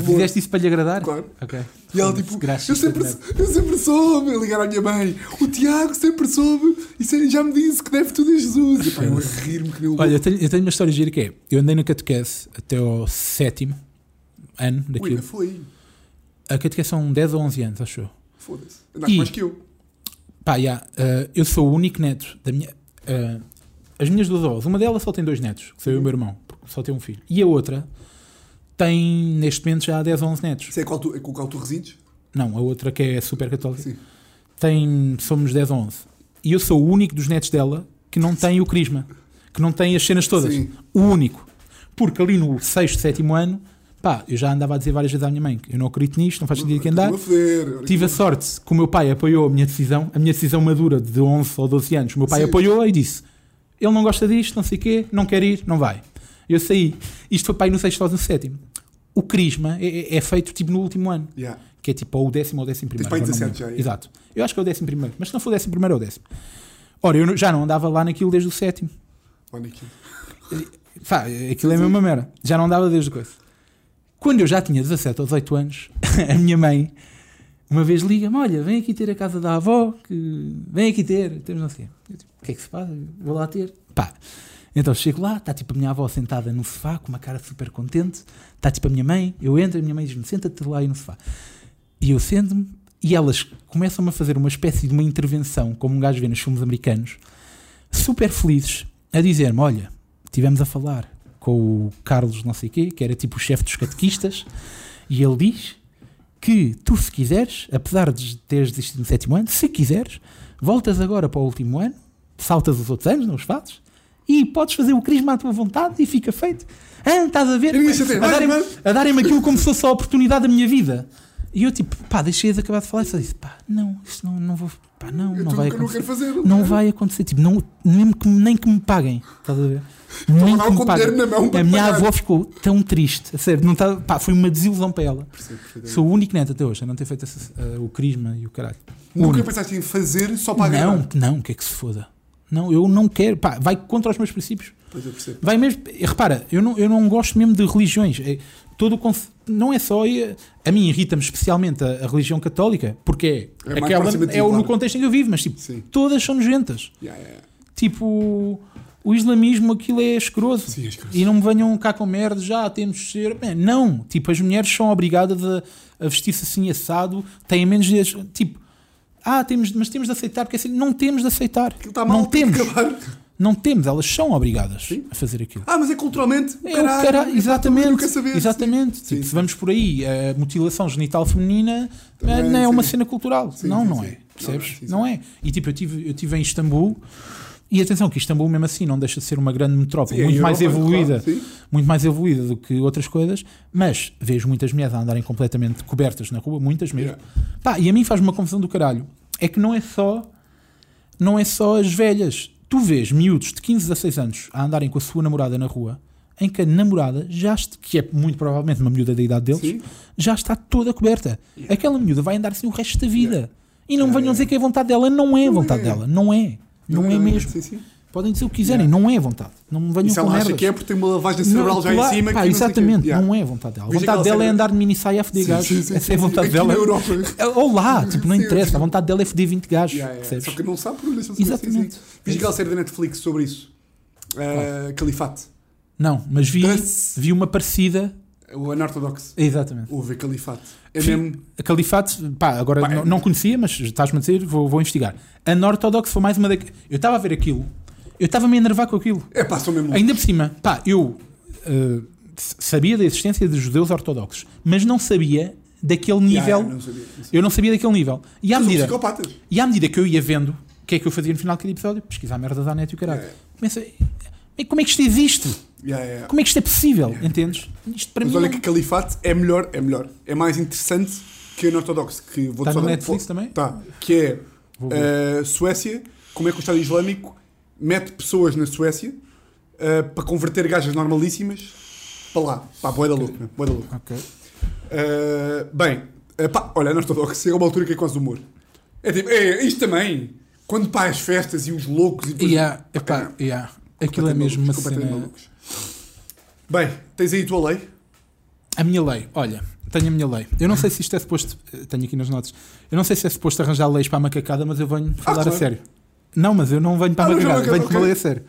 Fizeste isso Ah, para lhe agradar? Claro. Ok. E ela tipo, Graças eu a sempre, Deus. eu sempre soube ligar à minha mãe. O Tiago sempre soube e se- já me disse que deve tudo a Jesus. E pá, eu a rir-me que nem um Olha, louco. eu tenho, eu tenho uma história gira que é: eu andei na catequese até ao sétimo Ui, ano ainda daquilo. foi. A catequese são 10 ou 11 anos, acho eu. Foda-se. Andaste E- mais que eu. Pá, já, eh, eu sou o único neto da minha. eh, as minhas duas avós, uma delas só tem dois netos, que sou eu e o meu irmão, porque só tem um filho. E a outra tem, neste momento, já 10 ou 11 netos. Isso é, qual tu, é com o qual tu resides? Não, a outra que é super católica. Sim. Tem, somos 10 ou 11. E eu sou o único dos netos dela que não tem o crisma, que não tem as cenas todas. Sim. O único. Porque ali no 6, 7 ano, Pá, eu já andava a dizer várias vezes à minha mãe que eu não acredito nisto, não faz sentido quem dá. Estou a foder. Tive a sorte que o meu pai apoiou a minha decisão, a minha decisão madura de 11 ou 12 anos. O meu pai Sim. apoiou-a e disse: Ele não gosta disto, não sei o quê, não quer ir, não vai. Eu saí. Isto foi pai no sexto ou no sétimo. O crisma é, é- é feito tipo no último ano, Yeah. que é tipo ou o décimo ou o décimo primeiro. pai agora não me 17 lembro. já, é. Exato. Eu acho que é o décimo primeiro, mas se não for o décimo primeiro, é o décimo. Ora, eu não- já não andava lá naquilo desde o sétimo. Olha aqui. Pá, aquilo é mesmo uma merda. Já não dava desde o coisa. Quando eu já tinha 17 ou 18 anos, <laughs> a minha mãe uma vez liga-me: Olha, vem aqui ter a casa da avó, que... vem aqui ter, temos não sei o quê. Eu, tipo, o que é que se passa? Vou lá ter. Pá. Então chego lá, está tipo a minha avó sentada no sofá, com uma cara super contente, está tipo a minha mãe, eu entro, a minha mãe diz-me: Senta-te lá aí no sofá. E eu sento-me e elas começam-me a fazer uma espécie de uma intervenção, como um gajo vê nos filmes americanos, super felizes, a dizer-me: Olha, tivemos a falar com o Carlos não sei quê, que era tipo o chefe dos catequistas, e ele diz que tu, se quiseres, apesar de teres desistido no sétimo ano, se quiseres, voltas agora para o último ano, saltas os outros anos, não os fazes, e podes fazer o crisma à tua vontade e fica feito. Ah, estás a ver? Eu não ia saber. A Vai, darem- vai. a darem-me aquilo como se fosse a oportunidade da minha vida. E eu, tipo, pá, deixei de acabar de falar e só disse, pá, não, isso não, não vou, pá, não, Eu não tu- vai eu não quero acontecer. fazer. Não vai acontecer, tipo, não, nem, que, nem que me paguem, estás a ver? Nem lá que com me o paguem. dinheiro na mão para a minha pagar. avó ficou tão triste, a sério, não tá, pá, foi uma desilusão para ela. Percebo perfeitamente. Sou o único neto até hoje a não ter feito esse, ah, o crisma e o caralho. Nunca Único. pensaste em fazer só para Não, agradar. não, que é que se foda. Não, eu não quero, pá, vai contra os meus princípios. Pois eu percebo. Vai mesmo. eh, Repara, eu não, eu não gosto mesmo de religiões. É, todo o conce- Não é só. é- A mim irrita-me especialmente a, a religião católica, porque É é, mais aquela, próxima de ti, é o- claro. no contexto em que eu vivo, mas tipo, Sim. todas são nojentas. Yeah, yeah. Tipo, o islamismo, aquilo é escroso. Sim, é escroto. E não me venham cá com merda, já temos de ser. Bem, não, tipo, as mulheres são obrigadas a, a vestir-se assim assado, têm menos. dias- Tipo, ah, temos, de- mas temos de aceitar, porque assim, não temos de aceitar. Aquilo está mal. não tem temos. que acabar. Não temos, elas são obrigadas Sim. a fazer aquilo. Ah, mas é culturalmente. É caralho, o caralho, Eu não exatamente. quero saber. Exatamente. Sim, Tipo, sim. se vamos por aí, a mutilação genital feminina Também, eh, não é uma sim. cena cultural. Sim, não, sim, não sim. é. Percebes? Não é, sim, Não é. sim. E tipo, eu estive eu tive em Istambul. E atenção, que Istambul, mesmo assim, não deixa de ser uma grande metrópole, Sim, é muito mais Europa, evoluída, claro, sim. muito mais evoluída do que outras coisas, mas vejo muitas mulheres a andarem completamente cobertas na rua, muitas mesmo. Yeah. Pá, e a mim faz uma confusão do caralho. É que não é só não é só as velhas. Tu vês miúdos de 15 a 16 anos a andarem com a sua namorada na rua, em que a namorada já est- que é muito provavelmente uma miúda da idade deles, Sim. já está toda coberta. Aquela miúda vai andar assim o resto da vida. Yeah. E não Yeah, venham yeah. dizer que é vontade dela, não é Não vontade é. dela, não é. Não, é mesmo. Sim, sim. Podem dizer o que quiserem, não é vontade. Não me venham E se com ela acha merdas. que é porque tem uma lavagem cerebral Não, já claro, em cima. pá, que não sei o quê. exatamente, Yeah. não é a vontade dela. A Veja vontade aquela dela é cena- andar de mini saia a foder Sim, sim, gajos. sim, Essa é a sim, sim. vontade Aqui dela. na Europa. Ou lá, tipo, não Sim, interessa. sim. A vontade dela é foder 20 gajos. Yeah, yeah. percebes? Só que não sabe por deixa-me saber, sim, Exatamente. sim. Viste aquela série da Netflix sobre isso? Ah, Califato. Não, mas vi, Das- vi uma parecida. O Unorthodox. Exatamente. Houve Califato. É Fi- mesmo. A Califato, pá, agora Pá, não, é- não conhecia, mas estás-me a dizer, vou, vou investigar. A Nortodox foi mais uma da. Eu estava a ver aquilo, eu estava-me a enervar com aquilo. É pá, são mesmo. Ainda por cima, pá, eu eh, s- sabia da existência de judeus ortodoxos, mas não sabia daquele nível. Yeah, não sabia. Não sabia. eu não sabia daquele nível. E à São medida. psicopatas. E à medida que eu ia vendo, o que é que eu fazia no final daquele episódio? Pesquisar merda da net e o caralho. É. Começa, "Mas como é que isto existe? Yeah, yeah. Como é que isto é possível? Entendes? Isto para Mas mim. um olha não- que Califato é melhor, é melhor. É mais interessante que o Unorthodox. Que vou Tá só no dar- Netflix vou- também? Tá. Que é Vou ah, Suécia, como é que o Estado Islâmico mete pessoas na Suécia ah, para converter gajas normalíssimas para lá. Pá, boeda louca, boeda louca. Ok. Uh, bem, uh, pá, olha, nós todos chega uma altura que é quase humor. É tipo, é, isto também. Quando pá, as festas e os loucos e depois- Yeah, epá, Bacana. yeah. Completamente Aquilo é mesmo uma malucos, completamente cena. malucos. Bem, tens aí a tua lei. A minha lei, olha, tenho a minha lei. Eu não sei se isto é suposto. eh, Tenho aqui nas notas. Eu não sei se é suposto arranjar leis para a macacada, mas eu venho falar Ah, claro. a sério. Não, mas eu não venho para Ah, a não, já macacada, não quero, venho com uma ok. lei a sério.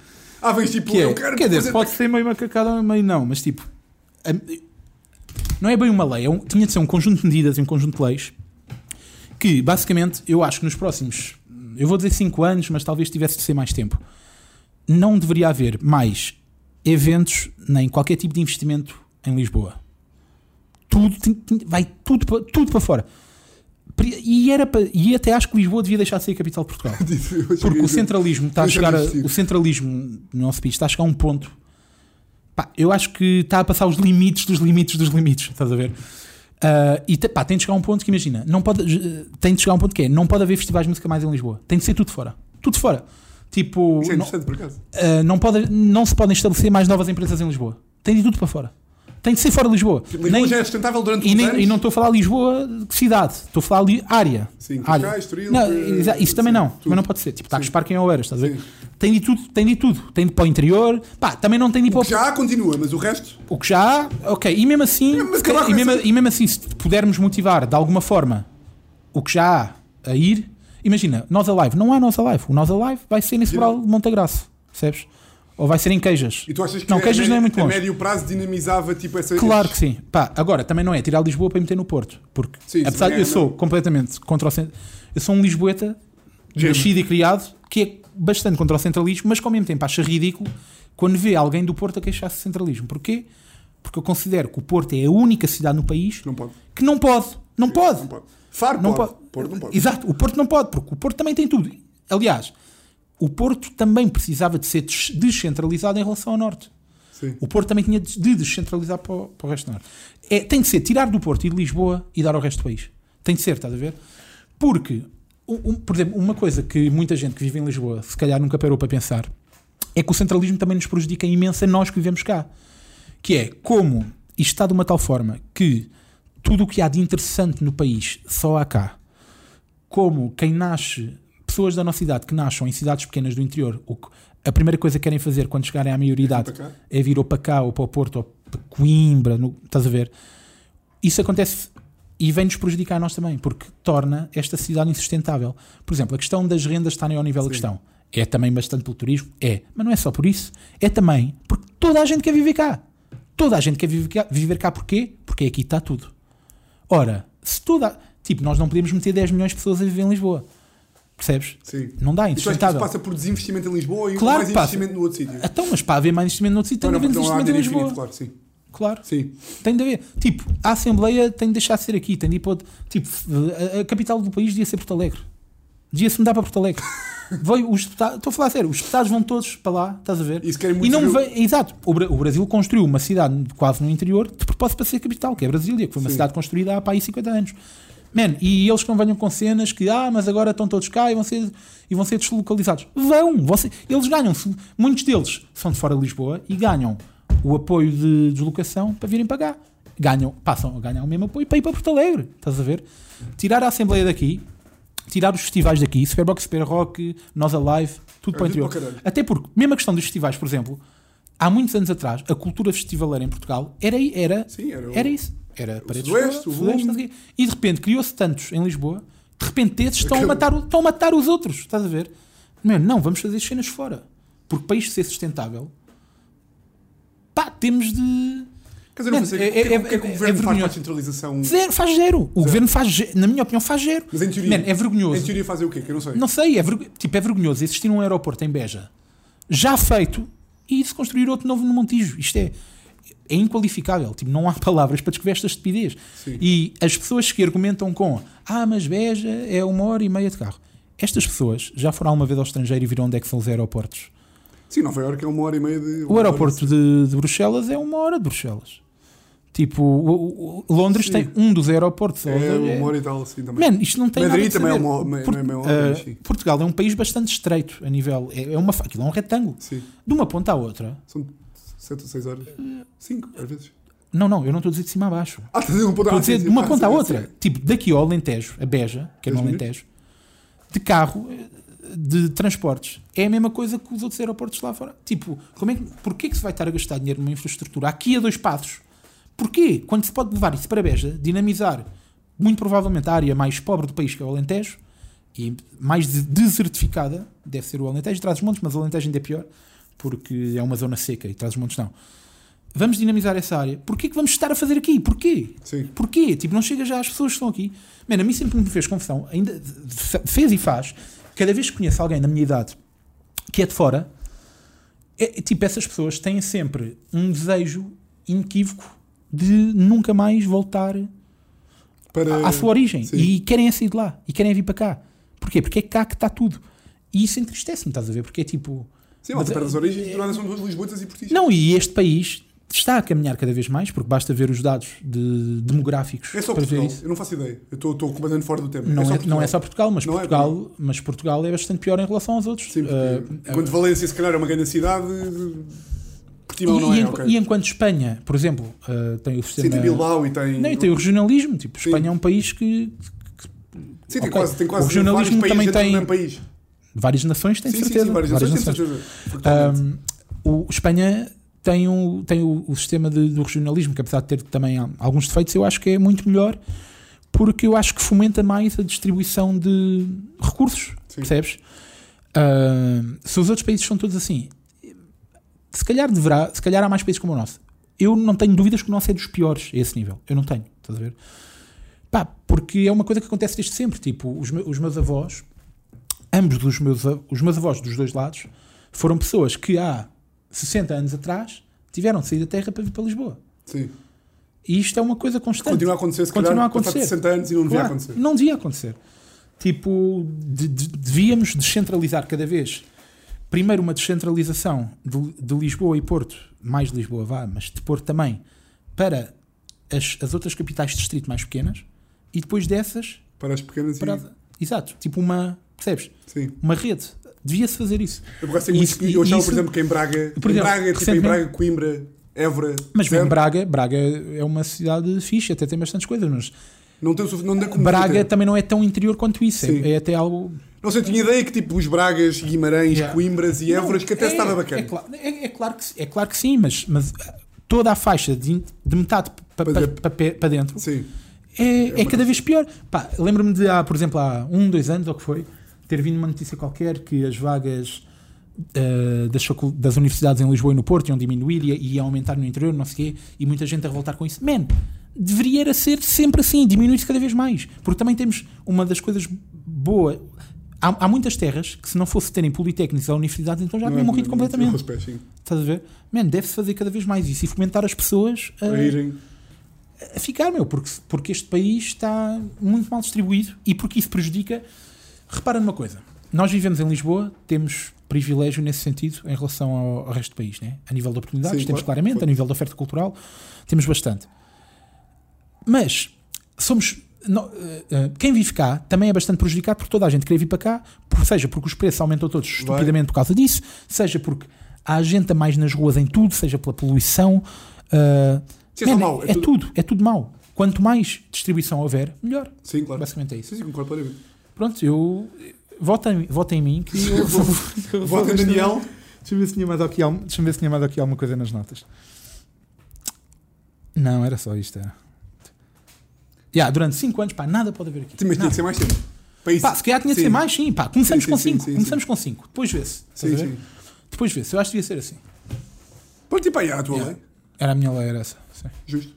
Ah, vens tipo, Que é, eu quero quer dizer, fazer- <laughs> pode ser meio macacada, meio não, mas tipo. a- não é bem uma lei, é um- tinha de ser um conjunto de medidas e um conjunto de leis que, basicamente, eu acho que nos próximos, eu vou dizer 5 anos, mas talvez tivesse de ser mais tempo, não deveria haver mais eventos nem qualquer tipo de investimento em Lisboa. Tudo tem- tem- vai tudo para, tudo para fora. Pri- E, era para, e até acho que Lisboa devia deixar de ser a capital <laughs> de Portugal. Eu cheguei Porque a o dizer- centralismo está a Deixa-me chegar a, investir. o centralismo no nosso país está a chegar a um ponto. pá, Pá, eu acho que está a passar os limites dos limites dos limites, estás a ver? Ah, e te- pá, tem de chegar a um ponto que imagina, não pode, eh, tem de chegar a um ponto que é, não pode haver festivais de música mais em Lisboa. Tem de ser tudo fora. Tudo fora. Tipo, Isso é não- interessante, por acaso. Uh, não, pode- não se podem estabelecer mais novas empresas em Lisboa. Tem de tudo para fora. Tem de ser fora de Lisboa. Tipo, Lisboa Nem- já é sustentável durante e, uns nem- anos. e não estou a falar Lisboa de cidade, estou a falar ali área. Sim, área. Cascais, Estoril, Não, eh, exa- isso também sim, não, tudo. também não pode ser. Tipo, Tacos Sim. Parque em Oeiras, estás a ver? Sim. Tem de tudo, tem de tudo. Tem de para o interior, pá, também não tem de ir para o Já continua, mas o resto. o que já há, ok. E mesmo assim, Mas se calhar- acabar com e, mesmo, essa- e mesmo assim, se pudermos motivar de alguma forma o que já há a ir, imagina, nós alive, não há nós alive. O nós alive vai ser nesse E não? Sobral de Montagraço, percebes? Ou vai ser em Queijas. E tu achas que não, a, Queijas médio, não é muito a longe. médio prazo dinamizava tipo essa. Claro que sim. Pá, agora também não é tirar Lisboa para ir meter no Porto. Porque Sim, isso apesar não de é, eu sou não. completamente contra o centro. Eu sou um Lisboeta Gema. nascido e criado que é bastante contra o centralismo, mas que ao mesmo tempo acha ridículo quando vê alguém do Porto a queixar-se de centralismo. Porquê? Porque eu considero que o Porto é a única cidade no país Não pode. que não pode. Não pode. Não pode. Faro Não pode. pode. Porto não pode. Exato, o Porto não pode, porque o Porto também tem tudo. Aliás, o Porto também precisava de ser des- descentralizado em relação ao Norte. Sim. O Porto também tinha de de descentralizar para o, para o resto do norte. É, tem de ser tirar do Porto e de Lisboa e dar ao resto do país. Tem de ser, estás a ver? Porque, um- um- por exemplo, uma coisa que muita gente que vive em Lisboa se calhar nunca parou para pensar é que o centralismo também nos prejudica imenso a nós que vivemos cá. Que é como isto está de uma tal forma que tudo o que há de interessante no país só há cá. Como quem nasce, pessoas da nossa idade que nascem em cidades pequenas do interior, o que- a primeira coisa que querem fazer quando chegarem à maioridade É vir para cá? é vir ou para cá, ou para o Porto, ou para Coimbra, no- estás a ver? Isso acontece e vem-nos prejudicar a nós também, porque torna esta cidade insustentável. Por exemplo, a questão das rendas estarem ao nível da questão. É também bastante pelo turismo? É. Mas não é só por isso. É também porque toda a gente quer viver cá. Toda a gente quer viver cá. Viver cá porquê? Porque aqui está tudo. Ora, se toda. Tipo, nós não podemos meter 10 milhões de pessoas a viver em Lisboa. Percebes? Sim. Não dá, é E tu achas que isso insustentável. passa por desinvestimento em Lisboa e Claro mais que passa. investimento no outro sítio? Então Então, mas para haver mais investimento noutro sítio, tem de haver porque investimento em dinheiro Lisboa. infinito, um claro, sim. Claro. Sim. Tem de haver. Tipo, a Assembleia tem de deixar de ser aqui, tem de ir para outro. Tipo, a, a capital do país devia ser Porto Alegre. Devia se mudar para <laughs> Porto Alegre. Veio os deputados, estou a falar a sério, os deputados vão todos para lá, estás a ver? E se querem e muito não ver o- vem, exato, o, Bra- o Brasil construiu uma cidade quase no interior de propósito para ser capital, que é Brasília, que foi uma Sim. cidade construída há pá, aí 50 anos. Man, e eles que não venham com cenas que, ah, mas agora estão todos cá e vão ser, e vão ser deslocalizados. Vão! Você, eles ganham, muitos deles são de fora de Lisboa e ganham o apoio de deslocação para virem pagar. Ganham, passam a ganhar o mesmo apoio para ir para Porto Alegre, estás a ver? Tirar a Assembleia daqui, tirar os festivais daqui, Superbox, Super Rock, Nós Alive, tudo para o É tudo interior. para o caralho. Até porque, mesmo a questão dos festivais, por exemplo, há muitos anos atrás, a cultura festivaleira em Portugal era, era, Sim, era o- era isso. Era paredes de Sudoeste, Lisboa, o Sudoeste, Volume. não sei o quê. E de repente criou-se tantos em Lisboa, de repente esses estão a, Acabou. matar, o- estão a matar os outros, estás a ver? Meu, não, vamos fazer cenas fora. Porque para isto ser sustentável, pá, temos de. Quer dizer, não Man, sei é- o que, é- o que é que o é- é governo faz para a vergonhoso. centralização. Zero, faz zero. O governo faz, ze- na minha opinião, faz zero. Mas em teoria. Man, é vergonhoso. Em teoria fazem o quê? Que eu não sei. Não sei, é, vergo- tipo, é vergonhoso existir um aeroporto em Beja já feito e se construir outro novo no Montijo. Isto é, é inqualificável. Tipo, não há <laughs> palavras para descrever esta estupidez. Sim. E as pessoas que argumentam com ah, mas Beja é uma hora e meia de carro. Estas pessoas já foram uma vez ao estrangeiro e viram onde é que são os aeroportos. Sim, Nova Iorque é uma hora e meia de. O aeroporto de, de Bruxelas é uma hora de Bruxelas. Tipo, o- o- o- Londres Sim. tem um dos aeroportos. É, Londres uma hora e tal, assim também. Man, isto não tem Madrid nada de também é saber. uma- uma- não é uma- Ah, sim. Portugal é um país bastante estreito a nível. É, é uma, fa- aquilo é um retângulo. Sim. De uma ponta à outra. São 7 ou 6 horas. 5, às vezes. Não, não, eu não estou a dizer de cima a baixo. Ah, estás a dizer um ponto Estou a ah, sim, dizer sim, de uma ah, ponta à sim, outra. sim. Tipo, daqui ao Alentejo, a Beja, que é no Dez minutos. Alentejo, de carro, eh, de transportes. É a mesma coisa que os outros aeroportos lá fora. Tipo, como é que, porquê que se vai estar a gastar dinheiro numa infraestrutura aqui a dois passos? Porquê? Quando se pode levar isso para Beja, dinamizar muito provavelmente a área mais pobre do país, que é o Alentejo, e mais de- desertificada, deve ser o Alentejo, traz os montes, mas o Alentejo ainda é pior, porque é uma zona seca e traz os montes não. Vamos dinamizar essa área. Porquê que vamos estar a fazer aqui? Porquê? Sim. Porquê? Tipo, não chega já às pessoas que estão aqui. Mano, a mim sempre me fez confusão, ainda fe- fez e faz. Cada vez que conheço alguém da minha idade que é de fora, é- é tipo, essas pessoas têm sempre um desejo inequívoco de nunca mais voltar Para... à sua origem sim. e querem é sair de lá e querem vir para cá. Porquê? Porque é cá que está tudo. E isso entristece-me, estás a ver? Porque é tipo. Sim, malta Mas- perde as origens e do nada são duas Lisboetas e portistas. Não, e este país está a caminhar cada vez mais, porque basta ver os dados de- demográficos É só para ver Portugal. isso. Eu não faço ideia. Eu estou estou completamente fora do tema. Não é, só não é só Portugal, mas Não é Portugal, mas Portugal é bastante pior em relação aos outros. Sim, porque, Ah, enquanto Valência, se calhar, é uma grande cidade, Portimão e, não e é, enqu- ok. e enquanto Espanha, por exemplo, ah, tem o Sim, sistema. tem Bilbao e tem... Não, e tem o regionalismo. Tipo, Sim. Espanha é um país que Sim, tem ok. quase, tem quase O jornalismo vários também países dentro tem- do mesmo país. várias nações têm sim, certeza. sim, sim, várias nações, temos certeza. Factualmente. Ahm, o Espanha tem, um, tem o, o sistema de- do regionalismo, que apesar de ter também al- alguns defeitos, eu acho que é muito melhor porque eu acho que fomenta mais a distribuição de recursos, Sim. percebes? Ahm, se os outros países são todos assim, se calhar deverá, se calhar há mais países como o nosso. Eu não tenho dúvidas que o nosso é dos piores a esse nível. Eu não tenho, estás a ver? Pá, porque é uma coisa que acontece desde sempre. Tipo, os, me- os meus avós, ambos dos meus, a- os meus avós dos dois lados, foram pessoas que há 60 anos atrás tiveram de sair da terra para vir para Lisboa. Sim. E isto é uma coisa constante. Continua a acontecer, se Um, Continua calhar, a acontecer. passado 60 anos e não devia Claro, acontecer. Não devia acontecer. Tipo, de- de- devíamos descentralizar cada vez. Primeiro, uma descentralização de, de Lisboa e Porto, mais Lisboa vá, mas de Porto também, para as, as outras capitais de distrito mais pequenas e depois dessas Para as pequenas para. e... Exato, tipo uma. Percebes? Sim. Uma rede. Devia-se fazer isso. Eu, por acaso, tenho Isso- muito- eu achava, isso- por exemplo, que em Braga, Por em exemplo, Braga, tipo, em recentemente- Braga, Coimbra, Évora, Mas bem, Serra, Braga, Braga é uma cidade fixe, até tem bastantes coisas, mas não tem o sufic- não tem como Braga ter. também não é tão interior quanto isso. Sim. É, é até algo. Não sei, eu tinha ideia que tipo os Bragas, Guimarães, Yeah. Coimbras e Évoras, Não, que até é- estava bacana. É, cla- é- é claro que, é claro que sim, mas, mas toda a faixa de, de metade para Pois é. dentro Sim. é, é cada vez pior. Pá, lembro-me de há, por exemplo, há um, dois anos, ou que foi, ter vindo uma notícia qualquer que as vagas ah, das, facul- das universidades em Lisboa e no Porto iam diminuir e iam aumentar no interior, não sei o quê, e muita gente a revoltar com isso. Man, deveria era ser sempre assim, diminuir-se cada vez mais. Porque também temos uma das coisas boas. Há, há muitas terras que, se não fosse terem politécnicos ou universidades, então já Não é- tinham morrido não é- completamente. os pés, sim. Estás a ver? Man, deve-se fazer cada vez mais isso e fomentar as pessoas a- Para irem. a ficar, meu, porque, porque este país está muito mal distribuído e porque isso prejudica. Repara numa coisa: nós vivemos em Lisboa, temos privilégio nesse sentido em relação ao, ao resto do país, né? a nível de oportunidades, Sim, temos claro. claramente, Claro. a nível de oferta cultural, temos bastante. Mas somos. nó- eh, eh, quem vive cá também é bastante prejudicado porque toda a gente queria vir para cá, por- seja porque os preços aumentam todos estupidamente por causa disso, seja porque há gente a mais nas ruas em tudo, seja pela poluição. eh, Sim, é só Man, mau, é é, tudo, é tudo mau. Quanto mais distribuição houver, melhor. Sim, claro. Basicamente é isso. Sim, sim, concordo plenamente. Pronto, eu. Votem, votem em mim que <laughs> eu vou. eu vou- Votem Daniel. Deixa eu ver se tinha mais aqui, algum- deixa eu ver se tinha mais aqui alguma coisa nas notas. Não, era só isto. Era. Ya, durante 5 anos, pá, nada pode haver aqui. Sim, mas tinha Nada. que ser mais tempo. Para isso. Pá, se calhar tinha de ser Sim. mais, sim, pá. Começamos Sim, sim, com sim, 5, sim, começamos com 5, depois vê-se. Sim, Estás a ver? sim. Depois vê-se, eu acho que devia ser assim. Pronto, tipo, aí era a tua Yeah. lei. Era a minha lei, era essa. Sim. Justo.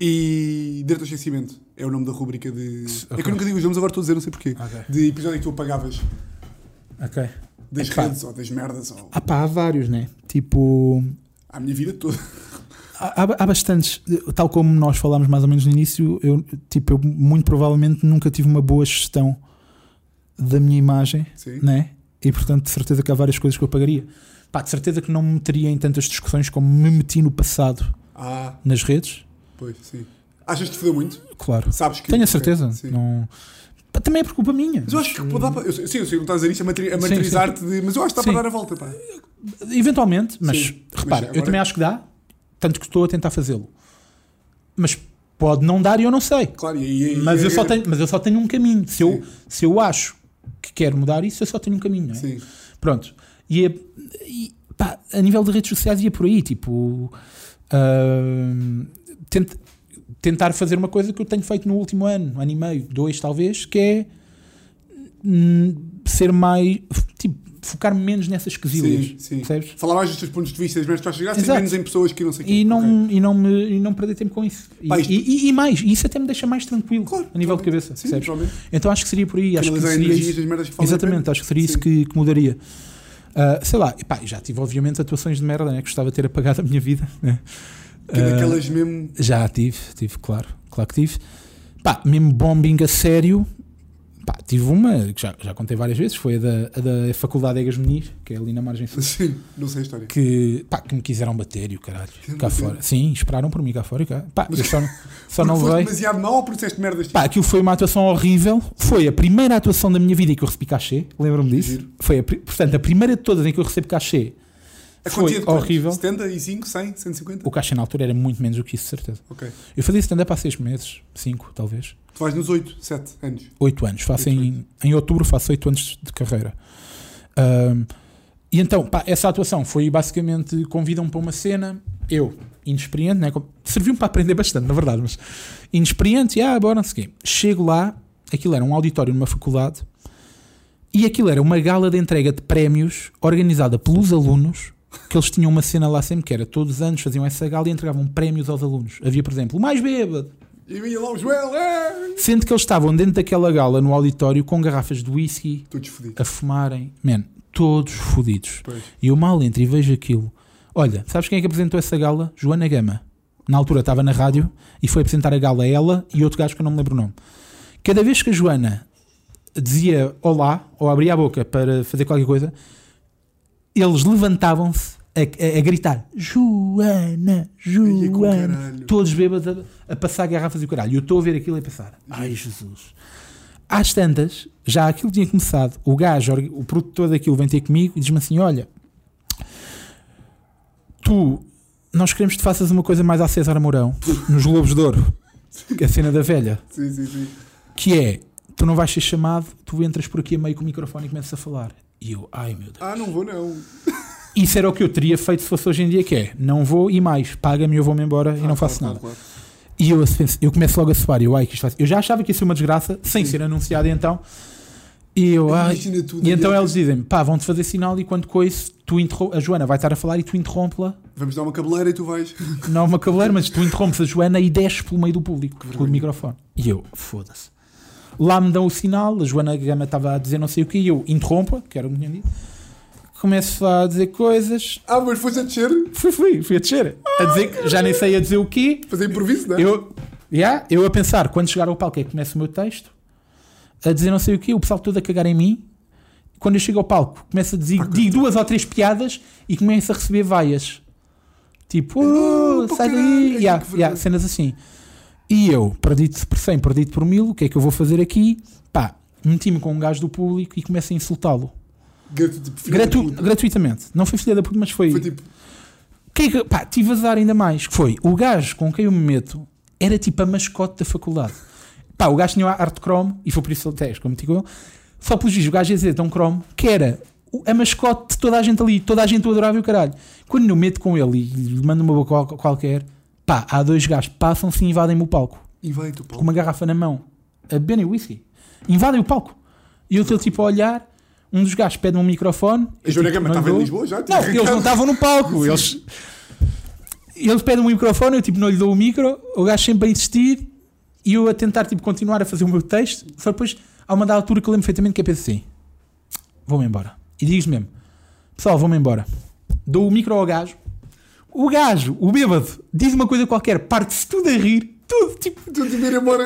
E Direito ao Esquecimento é o nome da rubrica de. É que ok. eu nunca digo os nomes, agora estou a dizer, não sei porquê. Ok. De episódio que tu apagavas Ok. das É pá. redes ou das merdas ou. Ah, pá, há vários, né? Tipo. à minha vida toda. <laughs> Há, há- há bastantes, tal como nós falámos mais ou menos no início, eu, tipo, eu muito provavelmente nunca tive uma boa gestão da minha imagem, Sim. né? E portanto, de certeza que há várias coisas que eu pagaria. Pá, de certeza que não me meteria em tantas discussões como me meti no passado Ah, nas redes, pois, sim. Achas que te fodeu muito? claro. Sabes que. Tenho a ok, certeza. sim. Não... Pá, também é por culpa minha. Mas eu acho que pode dar para. eu sei- sim, eu sei, não estás a dizer isto a matri- a Sim, materializar-te de. Mas eu acho que dá Sim. para dar a volta, pá. Eventualmente, mas Sim, mas repara, eu agora- também acho que dá, tanto que estou a tentar fazê-lo. Mas pode não dar e eu não sei. Claro, e aí. é- Mas eu, só tenho, mas eu só tenho um caminho. Se eu, se eu acho que quero mudar isso, eu só tenho um caminho, não é? Sim. Pronto. E, é- e, pá, a nível de redes sociais ia por aí, tipo. ahm, tent- tentar fazer uma coisa que eu tenho feito no último ano, um ano e meio, dois talvez, que é hum, ser mais. Tipo, focar menos nessas quesilhas. Sim, sim. Percebes? Falar mais dos teus pontos de vista, das merdas que tu achas graças e Exato. menos em pessoas que não sei E quem. não, e, não me, e não perder tempo com isso. E, Pá, isto- e- e- e mais, e isso até me deixa mais tranquilo a nível de cabeça. Sim, percebes? naturalmente. Então acho que seria por aí. Acho que Canalizar seria energias isso. das merdas que falam. Exatamente, acho que seria isso Sim. que, que mudaria. Ah, sei lá, epá, já tive obviamente atuações de merda, né? gostava de ter apagado a minha vida. né? Que é Ah, daquelas mesmo. <laughs> Já tive, tive, claro, claro que tive. Pá, mesmo bombing a sério, Pá, tive uma, que já, já contei várias vezes, foi a da, a da Faculdade Egas Meniz, que é ali na margem sul, Sim, não sei a história. que, pá, que me quiseram bater e o caralho, cá bater? fora. Sim, esperaram por mim cá fora e cá. Pá, <laughs> eu só, não- só Porque Então não foste levei. demasiado mal ou porque disseste merdas? Pá, aquilo foi uma atuação horrível. Foi a primeira atuação da minha vida em que eu recebi cachê. Lembram-me disso? Giro. Foi, a, pri- portanto, a primeira de todas em que eu recebo cachê. a foi quantia de quantos? horrível. 75, 100, 150? O cachê na altura era muito menos do que isso, de certeza. Ok. Eu fazia stand-up há seis meses, cinco talvez. Tu vais nos 8, 7 anos. oito anos. Faço Oito em, em outubro faço oito anos de carreira. Ahm, e então, pá, essa atuação foi basicamente convidam-me para uma cena, eu, inexperiente, né? com- serviu-me para aprender bastante, na verdade, mas inexperiente, e ah, bora, não sei o quê. Chego lá, aquilo era um auditório numa faculdade, e aquilo era uma gala de entrega de prémios organizada pelos alunos, que eles tinham uma cena lá sempre que era todos os anos faziam essa gala e entregavam prémios aos alunos. Havia, por exemplo, o mais bêbado, E vinha lá o Joel, é! Sendo que eles estavam dentro daquela gala no auditório com garrafas de whisky Estou desfodido. a fumarem, man, todos fodidos. Pois. E eu mal entro e vejo aquilo. Olha, sabes quem é que apresentou essa gala? Joana Gama. Na altura estava na rádio e foi apresentar a gala ela e outro gajo que eu não me lembro o nome. Cada vez que a Joana dizia olá ou abria a boca para fazer qualquer coisa, eles levantavam-se a, a- a gritar: Ai, Joana, é com Joana caralho. todos bêbados a, a passar garrafas e o caralho. Eu estou a ver aquilo e a pensar: ai Jesus. Às tantas, já aquilo tinha começado. O gajo, orga- o produtor daquilo, vem ter comigo e diz-me assim: Olha, tu, nós queremos que tu faças uma coisa mais à César Mourão, nos Globos de Ouro, que é a cena da velha, Sim, sim, sim. que é: tu não vais ser chamado, tu entras por aqui a meio com o microfone e começas a falar. E eu, ai meu Deus. Ah, não vou não. Isso era o que eu teria feito se fosse hoje em dia, que é: não vou e mais, paga-me, eu vou-me embora Ah, e não faço nada. E eu, a penso- eu começo logo a suar. Eu, ai, que isto vai ser-" eu já achava que ia ser uma desgraça, sem ser anunciada então. E eu, ai. Imagina tudo. E então aliás. eles dizem pá, vão-te fazer sinal e quando coice, tu interrom- a Joana vai estar a falar e tu interrompe-la. Vamos dar uma cabeleira e tu vais. <laughs> Não é uma cabeleira, mas tu interrompes a Joana e desces pelo meio do público, pelo microfone. E eu, foda-se. Lá me dão o sinal, a Joana Gama estava a dizer não sei o quê, e eu interrompo, que era o que tinha dito. Começo a dizer coisas. Ah, mas foste a descer? Fui, fui, fui a descer. A dizer que já nem sei a dizer o quê. Fazer improviso, não é? Eu, yeah, eu a pensar, quando chegar ao palco é que começa o meu texto, a dizer não sei o quê, o pessoal todo a cagar em mim. Quando eu chego ao palco, começo a dizer digo duas ou três piadas e começo a receber vaias. Tipo, Oh, "Oh, pô, sai caralho, daí, que yeah, vergonha. yeah, cenas assim. E eu, perdido por 100, perdido por mil, o que é que eu vou fazer aqui? Pá, meti-me com um gajo do público e começo a insultá-lo. Gratu- tipo, filho da Gratu- puta. gratuitamente. Não foi filha da puta, mas Foi tipo, que é que, pá, tive azar ainda mais. Que foi o gajo com quem eu me meto era tipo a mascote da faculdade. Pá, o gajo tinha a arte cromo e foi por isso o teste, como digo eu. Só pelo juízo, o gajo ia dizer tão cromo que era o- a mascote de toda a gente ali, toda a gente o adorava e o caralho. Quando eu meto com ele e lhe mando uma boca qual- qualquer, pá, há dois gajos que passam-se e invadem-me o palco invade o tipo, com palco. uma garrafa na mão a beberem whisky, invadem o palco. E eu estou tipo a olhar, um dos gajos pede um microfone. tipo, A Joana Gama não estava dou. em Lisboa já? tinha Não, eles não arrancado. estavam no palco. Eles, eles pedem um microfone, eu tipo não lhe dou o micro, o gajo sempre a insistir e eu a tentar tipo, continuar a fazer o meu texto. Só depois há uma da altura que eu lembro perfeitamente que é penso assim: vou-me embora. E digo mesmo: pessoal, vou-me embora. Dou o micro ao gajo. O gajo, o bêbado, diz uma coisa qualquer, parte-se tudo a rir, tudo, tipo, Tu te vir <laughs> embora.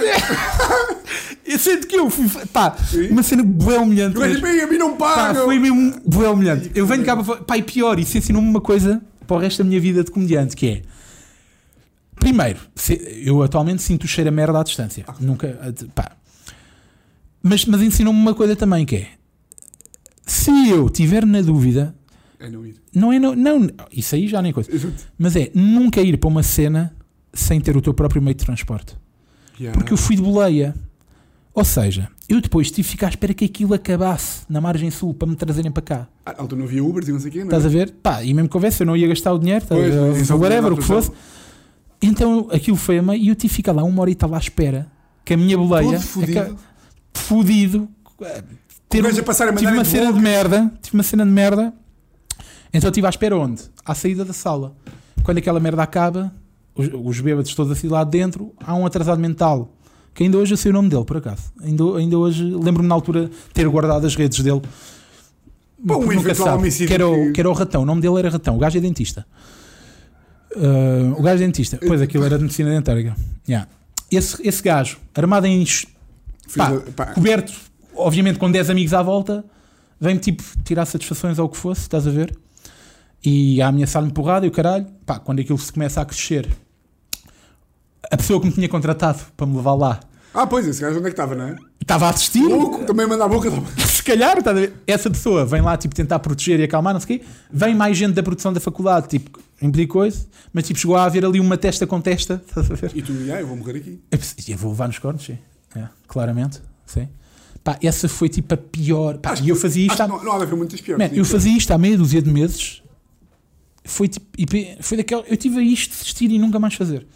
eu sinto que eu fui. Pá, Sim. uma cena bué humilhante. Tu és mesmo. bem, a mim não Pá, pagam. foi mesmo bué humilhante. Ai, Eu venho cá para. fa- Pá, e pior, isso ensinou-me uma coisa para o resto da minha vida de comediante: que é. Primeiro, se- eu atualmente sinto o cheiro a merda à distância. Ah. Nunca. a de- Pá. Mas, mas ensinou-me uma coisa também: que é. Se eu tiver na dúvida. É não ir. Não é. Não, não, isso aí já nem é coisa. Exato. Mas é nunca ir para uma cena sem ter o teu próprio meio de transporte. Yeah. Porque eu fui de boleia. Ou seja, eu depois tive que ficar à espera que aquilo acabasse na margem sul para me trazerem para cá. Ah, então não havia Ubers e não sei o quê, não é? Estás a ver? Pá, e mesmo que houvesse, eu não ia gastar o dinheiro, tá, Pois, ou então, whatever, não o dá que para fosse. Então aquilo foi a meio e eu tive que ficar lá uma hora e estava à espera é que a minha boleia. Todo fodido. aca- fudido, eh, ter gajo a passar a tive mandar uma em cena de merda. Tive uma cena de merda. Então eu estive à espera onde? À saída da sala. Quando aquela merda acaba, os, os bêbados todos assim lá dentro, há um atrasado mental. Que ainda hoje eu sei o nome dele, por acaso. Ainda, ainda hoje, lembro-me na altura ter guardado as redes dele. Pá, um Porque nunca eventual sabe. homicídio que era, o, que- que era o Ratão, o nome dele era Ratão, o gajo é dentista. Ah, o gajo é dentista, pois aquilo era de medicina dentária. Yeah. Esse, esse gajo, armado em Filho Pá, da- pá. coberto obviamente com 10 amigos à volta, vem-me tipo tirar satisfações ao que fosse, estás a ver? E a ameaçar-me porrada e o caralho, pá, quando aquilo se começa a crescer, a pessoa que me tinha contratado para me levar lá Ah, pois, esse gajo onde é que estava, não é? estava a assistir. Louco, também manda a boca. tá da- <laughs> Se calhar, estás a ver? essa pessoa vem lá tipo, tentar proteger e acalmar, não sei o quê. Vem mais gente da produção da faculdade, tipo, impedir coisa, mas tipo, chegou a haver ali uma testa com testa, <laughs> estás a ver? E tu, ah, eu vou morrer aqui. Eu preciso- eu vou levar nos cornos, sim. É, claramente, sim. Pá, essa foi tipo a pior. Pá, e eu fazia Acho isto. que Há, Ah, não, não há de haver muitas piores. Tipo, Man, eu fazia isto há meia dúzia de meses. Foi tipo. e pe- Foi daquela. Eu tive a isto de desistir e nunca mais fazer.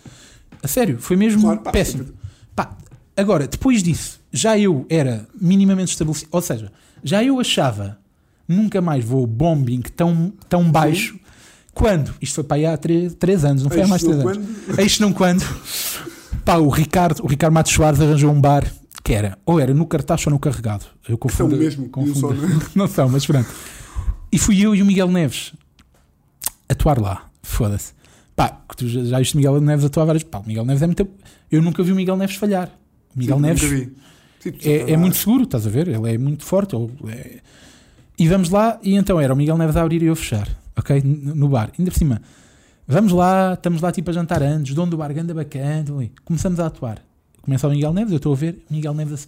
A sério, foi mesmo Claro, pá, péssimo. sempre- Pá, agora, depois disso, já eu era minimamente estabelecido. Ou seja, já eu achava nunca mais vou bombing tão, tão baixo. Quando? Isto foi para aí há 3, anos, não foi há Eis mais 3 não anos. <laughs> Eis não quando. Pá, o Ricardo, o Ricardo Matos Soares arranjou um bar que era, ou era no cartaz ou no carregado. Eu confundo. são mesmo, confundo. e um só, não <laughs> não são, mas pronto. E fui eu e o Miguel Neves atuar lá. Foda-se. Pá, que tu já, já viste o Miguel Neves atuar várias Pá, o Miguel Neves é muito. Eu nunca vi o Miguel Neves falhar. O Miguel Sim, Neves Tipo, nunca vi. Sim, tu é, sabes, é ah, muito seguro, estás a ver? Ele é muito forte. ele é- E vamos lá, e então era o Miguel Neves a abrir e eu a fechar, ok? N- No bar. Ainda por cima, vamos lá, estamos lá tipo a jantar antes, dono do bar, ganda bacana, ali. começamos a atuar. Começa o Miguel Neves, eu estou a ver, o Miguel Neves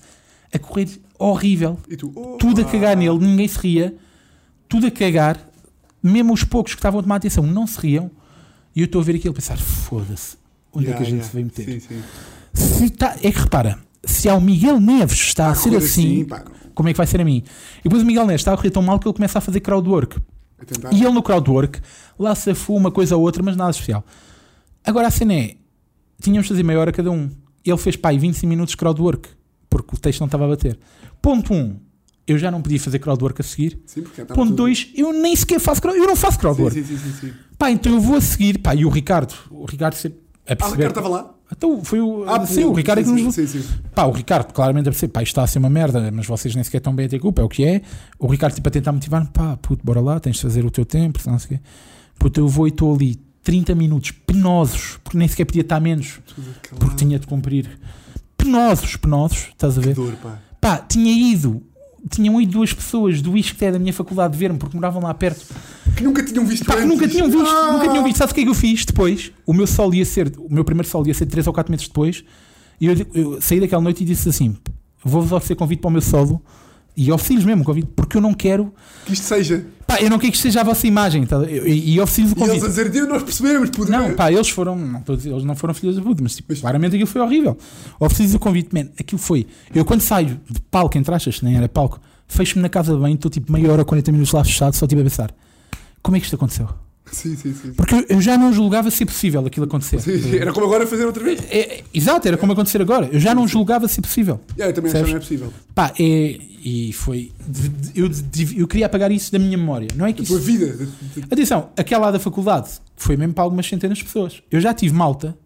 a, a correr horrível, E tu, oh, tudo a ah, cagar nele, ninguém se ria, tudo a cagar, mesmo os poucos que estavam a tomar atenção não se riam, e eu estou a ver aquilo a pensar, foda-se, onde é que a yeah, yeah. gente se veio Sim, meter? sim. Se tá- é que repara, se ao Miguel Neves está a ser Correr assim, pá, não. como é que vai ser a mim? E depois o Miguel Neves está a correr tão mal que ele começa a fazer crowdwork. A tentar. E ele no crowdwork lá se afou uma coisa ou outra, mas nada especial. Agora a cena é: tínhamos de fazer meia hora cada um. Ele fez pai 25 minutos de crowdwork, porque o texto não estava a bater. Ponto 1. Um, eu já não podia fazer crowdwork a seguir. Sim, porque estava Ponto Ah, tudo- 2. Eu nem sequer faço crowdwork. Eu não faço crowdwork. Sim, sim, sim. sim, sim. Pá, então eu vou a seguir. Pá, e o Ricardo. O Ricardo se- a Ah, o perceber. Ricardo estava lá. então foi o. Ah, sim, o pô, Ricardo é que sim, nos Sim, sim. sim. Pá, o Ricardo claramente a perceber, pá, isto está a ser uma merda, mas vocês nem sequer estão bem a ter culpa, é o que é. O Ricardo, tipo, a tentar motivar-me, pá, puto, bora lá, tens de fazer o teu tempo, senão não sei o quê. Puto, eu vou e estou ali 30 minutos penosos, porque nem sequer podia estar menos, Tudo a calar. porque tinha de cumprir. Penosos, penosos, estás a ver? Dor, pá. Pá, tinha ido, tinham ido duas pessoas do ISCTE da minha faculdade ver-me, porque moravam lá perto. Que nunca tinham visto Pá, que nunca antes. tinham visto, Ah! nunca tinham visto. Sabe o que é que eu fiz depois? O meu sol ia ser, o meu primeiro sol ia ser 3 ou 4 meses depois. E eu, eu saí daquela noite e disse assim: vou-vos oferecer convite para o meu solo. E ofereci-lhes mesmo o convite, porque eu não quero. Que isto seja. Pá, eu não quero que isto seja a vossa imagem. tá? Eu- E, e ofereci-lhes E o eles a convite. dizer, "Deus, nós percebemos, puto. é?" Não, pá, eles foram, não estou a dizer, eles não foram filhos da puta, mas tipo, claramente aquilo foi horrível. Ofereci-lhes o convite, man, aquilo foi. Eu quando saio de palco, entre achas, nem era palco, fecho-me na casa de banho, estou tipo meia hora, 40 minutos lá fechado, só tive a pensar: como é que isto aconteceu? Sim, sim, sim. Porque eu- eu já não julgava ser possível aquilo acontecer. Sim, sim. Era como agora fazer outra vez. É, é, exato, era como acontecer agora. Eu já não julgava ser possível. Yeah, eu também acho que não é Percebes? possível. Pá, é, e foi. de- de- Eu, de- eu queria apagar isso da minha memória. Não é que Tua isso. vida. de- de- Atenção, aquela lá da faculdade foi mesmo para algumas centenas de pessoas. Eu já tive malta.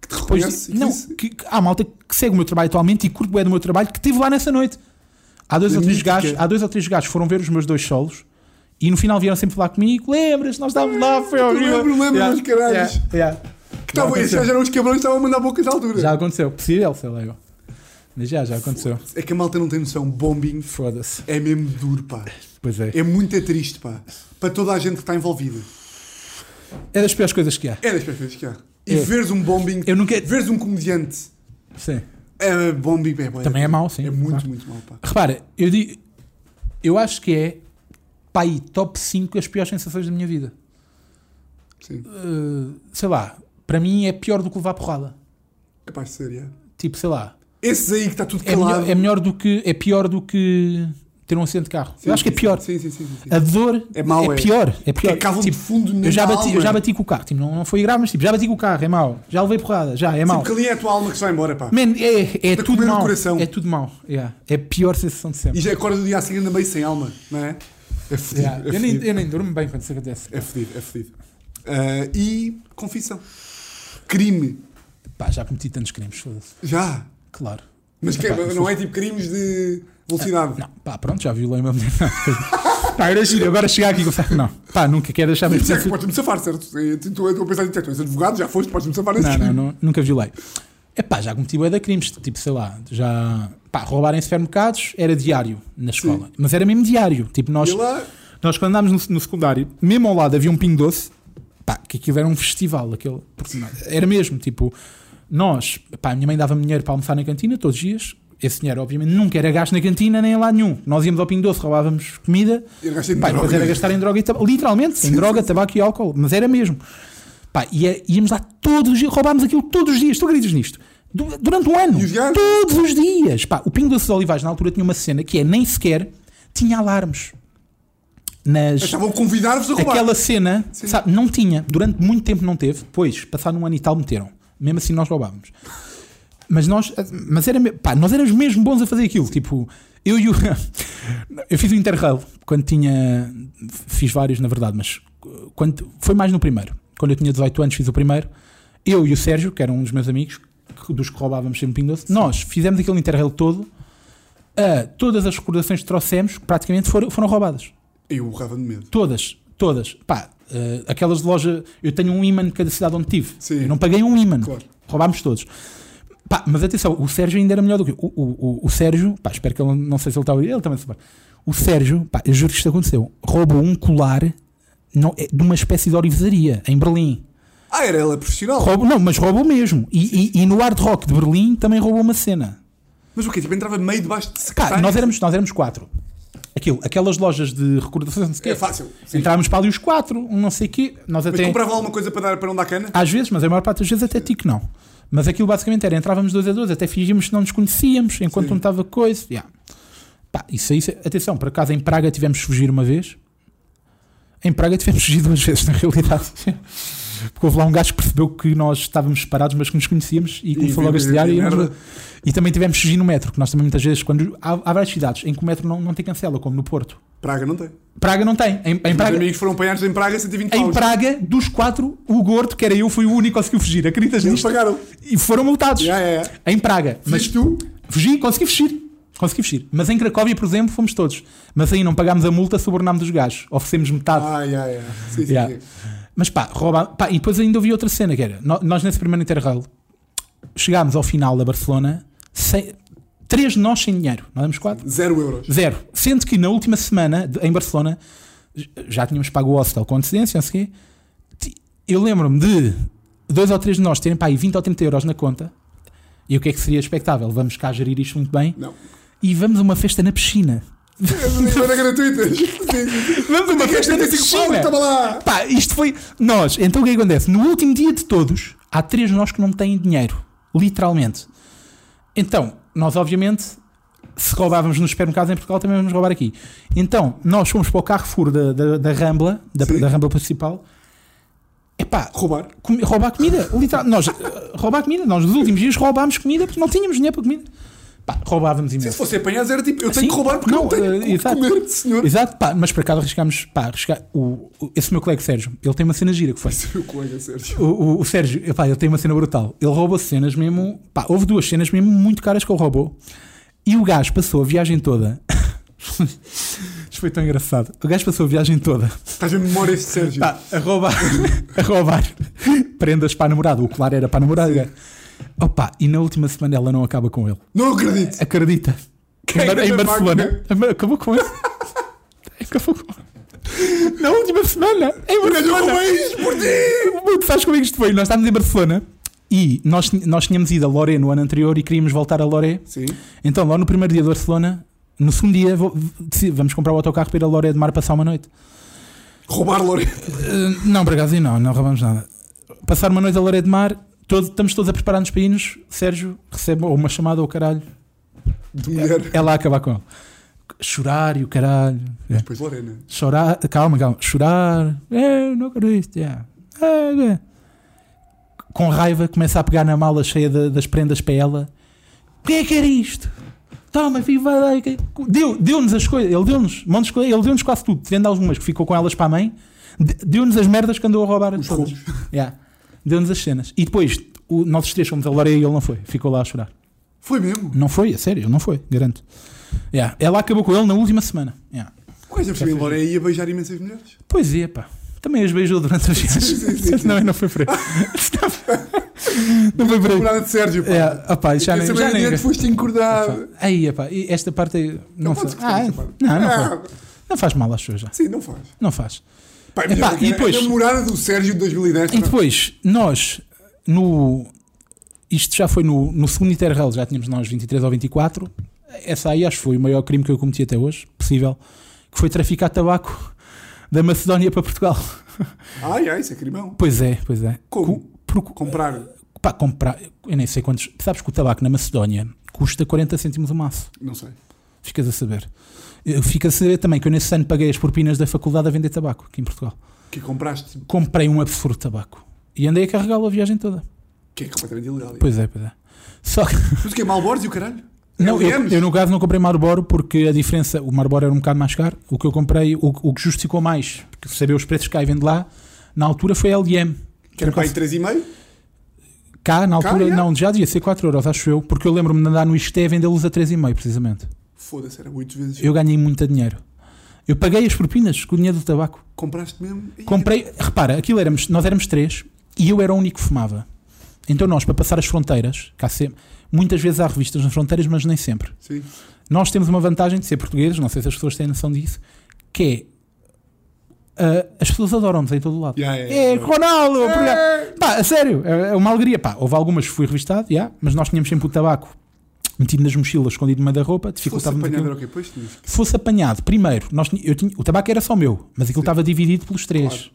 Que te Pois, reconhece. e que não, disse, que, que- há malta que segue o meu trabalho atualmente e curte bem do meu trabalho que teve lá nessa noite. Há dois, Na ou três, mítica. gajos, há dois ou três gajos que foram ver os meus dois solos e no final vieram sempre falar comigo. Lembras? Nós estávamos lá, foi eu horrível. lembro, lembro, mas caralhos. yeah. Que estavam, esses já eram os cabrões que estavam a mandar bocas à altura. Já aconteceu, possível, sei lá eu. Mas já, já aconteceu. É que a malta não tem noção. Bombing Foda-se. é mesmo duro, pá. Pois é. É muito triste, pá. Para toda a gente que está envolvida. É das piores coisas que há. É das piores coisas que há. E É. veres um bombing. Eu nunca- Veres um comediante. Sim. É bombing. É, bué. Também é mau, sim. É muito, Claro. muito mau, pá. Repara, eu digo. Eu acho que é. Pá, aí, top 5 as piores sensações da minha vida. Sim. Uh, sei lá. Para mim é pior do que levar porrada. É pá, sério. é. Tipo, sei lá. Esses aí que está tudo É calado. melhor, é melhor do que. É pior do que ter um acidente de carro. Sim, eu acho que é sim, pior. Sim, sim, sim. sim, sim. A dor É mau, é. pior. É pior. Porque cavam Tipo, de fundo na eu já bati, alma. eu já bati com o carro. Tipo, não, não foi grave, mas tipo, já bati com o carro. É mau. Já levei porrada. Já, é Sim, mau. porque ali é a tua alma que se vai embora, pá. Man, é, é De tudo comer o mal. coração. É tudo mal. Yeah. É a pior sensação de E sempre. já acorda do dia a seguir ainda meio sem alma, não é? É fedido. Yeah. É Eu, nem, fedido. eu nem durmo bem quando isso acontece. É fedido, é fedido. Ah, e confissão. Crime. Pá, já cometi tantos crimes, foda-se. Já. Claro. Mas que- Epá, não é tipo crimes de velocidade. Não, pá, pronto, já violei uma mulher. <laughs> Não. pá, era giro. Agora chegar aqui e começar. Não, pá, nunca quero deixar Mas me tu é que Podes-me safar, certo? Eu Estou a pensar em tu és advogado, já foste, podes-me safar nesse Não, crime. não, não, nunca violei. É pá, já cometi bué de crimes, tipo, sei lá, já. Pá, roubar em supermercados era diário na escola. Mas era mesmo diário. Tipo, nós, E lá, nós quando andámos no, no secundário, mesmo ao lado havia um pingo doce, pá, que aquilo era um festival, aquele. porque não- Era mesmo, tipo, nós, pá, a minha mãe dava-me dinheiro para almoçar na cantina todos os dias. Esse dinheiro, obviamente, nunca era gasto na cantina nem lá nenhum. Nós íamos ao Pingo Doce, roubávamos comida, eu gastei Pá, e depois era gastar em droga e tabaco. Literalmente, em droga, tabaco e álcool. Mas era mesmo. Pá, e é- íamos lá todos os dias, roubámos aquilo todos os dias. Tu acreditas nisto? Du- Durante um ano. E os gajos? Todos os dias. Pá, o Pingo Doce de Olivais, na altura, tinha uma cena que é nem sequer tinha alarmes. Nas, Estavam a convidar-vos a roubar. aquela cena, sabe, não tinha, durante muito tempo não teve, depois, passado um ano e tal, meteram. Mesmo assim nós roubávamos. Mas nós, mas era, me- pá, nós éramos mesmo bons a fazer aquilo, tipo, eu e o <laughs> eu fiz o Interrail quando tinha fiz vários na verdade, mas quando foi mais no primeiro. Quando eu tinha 18 anos fiz o primeiro. Eu e o Sérgio, que era um dos meus amigos, que- dos que roubávamos sempre Pingo Doce, nós fizemos aquele Interrail todo. ah, todas as recordações que trouxemos praticamente foram- foram roubadas. Eu borrava de medo. Todas, todas. Pá, eh, aquelas de loja. Eu tenho um imã de cada cidade onde tive. Sim. Eu não paguei um imã. Claro. Roubámos todos. Pá, mas atenção, o Sérgio ainda era melhor do que eu. O, o, o- o Sérgio, pá, espero que ele não- não sei se ele está a ouvir. Ele também se vai. O Sérgio, pá, eu juro que isto aconteceu. Roubou um colar não, é de uma espécie de orivesaria em Berlim. Ah, era ela profissional. Roubou, não, mas roubou mesmo. E, e- e no Hard Rock de Berlim também roubou uma cena. Mas o quê? Tipo, entrava meio debaixo de Pá, secretário. nós éramos, nós éramos quatro. Aquilo, aquelas lojas de recordações. não sei o quê. É fácil, sim. Entrámos para ali os quatro, um não sei o quê. Nós Mas até... Ah. compravam alguma coisa para, dar, para não dar cana? Às vezes, mas a maior parte das vezes até tico não. Mas aquilo basicamente era, entrávamos dois a dois, até fingíamos que não nos conhecíamos, enquanto um estava coisa. Yeah. Pá, isso aí, atenção, por acaso em Praga tivemos que fugir uma vez. Em Praga tivemos que fugir duas <laughs> vezes, na realidade. Porque houve lá um gajo que percebeu que nós estávamos separados, mas que nos conhecíamos e começou logo vi- a estudiar. vi E, merda. e também tivemos que fugir no metro, que nós também muitas vezes, quando há, há várias cidades em que o metro não, não tem cancela, como no Porto. Praga não tem. Praga não tem. Em, em Os Praga, amigos foram apanhados em Praga 120 em paus. Praga, dos quatro, o gordo, que era eu, foi o único que conseguiu fugir. Acreditas Eles nisto? pagaram. E foram multados. Já, é, é. Em Praga. Mas Mas tu? fugi, consegui fugir. Consegui fugir. Mas em Cracóvia, por exemplo, fomos todos. Mas aí não pagámos a multa, subornámos os gajos. Oferecemos metade. Ah, já, já. Sim, sim, Yeah. sim. Mas pá, rouba... pá, e depois ainda ouvi outra cena que era: no- nós nesse primeiro Interrail chegámos ao final da Barcelona, sem... três de nós sem dinheiro. Nós damos quatro. Zero euros. Zero. Sendo que na última semana, de- em Barcelona, j- já tínhamos pago o hostel com antecedência, não sei o quê. Ti- Eu lembro-me de dois ou três de nós terem pá, aí 20 ou 30 euros na conta. E o que é que seria expectável? Vamos cá gerir isto muito bem Não. e vamos a uma festa na piscina. Era <laughs> gratuita. Sim, sim, sim. Vamos a uma Mas que é 75 paus, estava lá. Pá, isto foi. Nós, então o que é que acontece? No último dia de todos, há três de nós que não têm dinheiro. Literalmente. Então, nós obviamente, se roubávamos nos supermercados em Portugal, também vamos roubar aqui. Então, nós fomos para o Carrefour da, da, da Rambla, da, Sim. da Rambla Principal. Epá, Roubar. comi- roubar comida. Literal, nós, eh, roubar comida. Nós nos últimos dias roubámos comida porque não tínhamos dinheiro para comida. Pá, roubávamos imenso. Se fosse apanhados era tipo, eu tenho Sim. que roubar porque Não, não tenho eh, o que exato. comer, senhor. Exato, pá, mas por acaso arriscámos. Pá, arrisca- o, o- esse meu colega Sérgio, ele tem uma cena gira que foi. Seu colega, Sérgio. O, o- o Sérgio, epá, ele tem uma cena brutal. Ele roubou cenas mesmo. Pá, houve duas cenas mesmo muito caras que ele roubou. E o gajo passou a viagem toda. <laughs> Isto foi tão engraçado. O gajo passou a viagem toda Estás a memória este Sérgio. Pá, a roubar, <laughs> a roubar prendas para a namorada. O colar era para a namorada. Opa, e na última semana ela não acaba com ele. Não acredito. Acredita. Quem é em, Bar- em da Barcelona. máquina? Acabou com isso. Acabou com Na última semana. É Em Mas eu Barcelona. roubei isto por ti. Puto, Sabes como é que isto foi? Nós estávamos em Barcelona e nós, tin- nós tínhamos ido a Loré no ano anterior e queríamos voltar a Loré. Sim. Então, lá no primeiro dia de Barcelona, no segundo dia, vou- decidi- vamos comprar o autocarro para ir a Loré de Mar passar uma noite. Roubar Loreto. Eh, não, por acaso, não, não roubamos nada. Passar uma noite a Loré de Mar, todo- estamos todos a preparar-nos para irmos. Sérgio recebe uma chamada ao caralho. De mulher. Ela a acabar com ele. Chorar e o caralho. É. Pois Lorena. Chorar, calma, calma. Chorar. Eu não quero isto. yeah. É, é. Com raiva, começa a pegar na mala cheia de- das prendas para ela. Quem é que era isto? Toma, filho, vai lá. Deu- Deu-nos as coisas. Ele deu-nos montes de coisas. Ele deu-nos quase tudo. Tendo algumas que ficou com elas para a mãe. de- Deu-nos as merdas que andou a roubar a Os todas. roubos. Yeah. Deu-nos as cenas. E depois, o, nós os três fomos a Loreia e ele não foi. Ficou lá a chorar. Foi mesmo. Não foi, a sério, não foi, garanto. Yeah. Ela acabou com ele na última semena. Yeah. é Quais a perceber em Loreia ia beijar imensas mulheres? Pois é, pá. Então, Também as beijou durante a viagem. sim, sim, sim. <laughs> Não, não foi por <laughs> aí. não foi por aí. Namorada de Sérgio, pá. É, opá, já nem, Esse já primeiro nem dia que foste encordado. Aí, epá, e esta parte aí não, podes faz. cortar Ah, esta parte. não, não, <laughs> Ah, faz. não faz mal às pessoas já. Sim, não faz. Não faz. Pá, Epá, melhor do que e a- depois- A namorada do Sérgio de 2010. E pá. depois, nós, no. Isto já foi no, no segundo Interrail, já tínhamos nós 23 ou 24. Essa aí acho que foi o maior crime que eu cometi até hoje, possível, que foi traficar tabaco da Macedónia para Portugal. Ai, ai, isso é crimão. Pois é, pois é. Como? Porque, Comprar. pá, comprar, eu nem sei quantos. Sabes que o tabaco na Macedónia custa 40 cêntimos o maço. Não sei. Ficas a saber. Eu- Fica a saber também que eu nesse ano paguei as propinas da faculdade a vender tabaco aqui em Portugal. Que compraste. Comprei um absurdo tabaco e andei a carregá-lo a viagem toda. Que é completamente ilegal. Pois é, pois é. Só que, Mas o que é Malbores e o caralho? não, eu, LMs? eu no caso não comprei Marlboro porque a diferença, o Marlboro era um bocado mais caro. O que eu comprei, o, o que justificou mais, porque saber os preços cá e vende lá, na altura foi a LDM. Que era Por para aí acaso- 3,5? Cá, na Cá, é? altura, yeah. não, já devia ser 4 euros, acho eu, porque eu lembro-me de andar no Isté a vendê-los a 3,5, precisamente. Foda-se, era 8 vezes. Eu ganhei muito dinheiro. Eu paguei as propinas com o dinheiro do tabaco. Compraste mesmo. Ih, Comprei, repara, aquilo éramos, nós éramos três e eu era o único que fumava. Então nós, para passar as fronteiras, cá sempre, muitas vezes há revistas nas fronteiras, mas nem sempre. Sim. Nós temos uma vantagem de ser portugueses, não sei se as pessoas têm noção disso, que é ah, as pessoas adoram-nos em todo o lado. Yeah, yeah, é, yeah. Ronaldo! É. obrigado. Pá, a sério, é é uma alegria. Pá, houve algumas que fui revistado, yeah, mas nós tínhamos sempre o tabaco metido nas mochilas, escondido no meio da roupa, Se fosse dificultava-nos apanhado aquilo era o quê? Pois tinhas. se fosse apanhado, primeiro, nós, tin- eu tinha, o tabaco era só meu, mas aquilo Sim. estava dividido pelos três. Claro.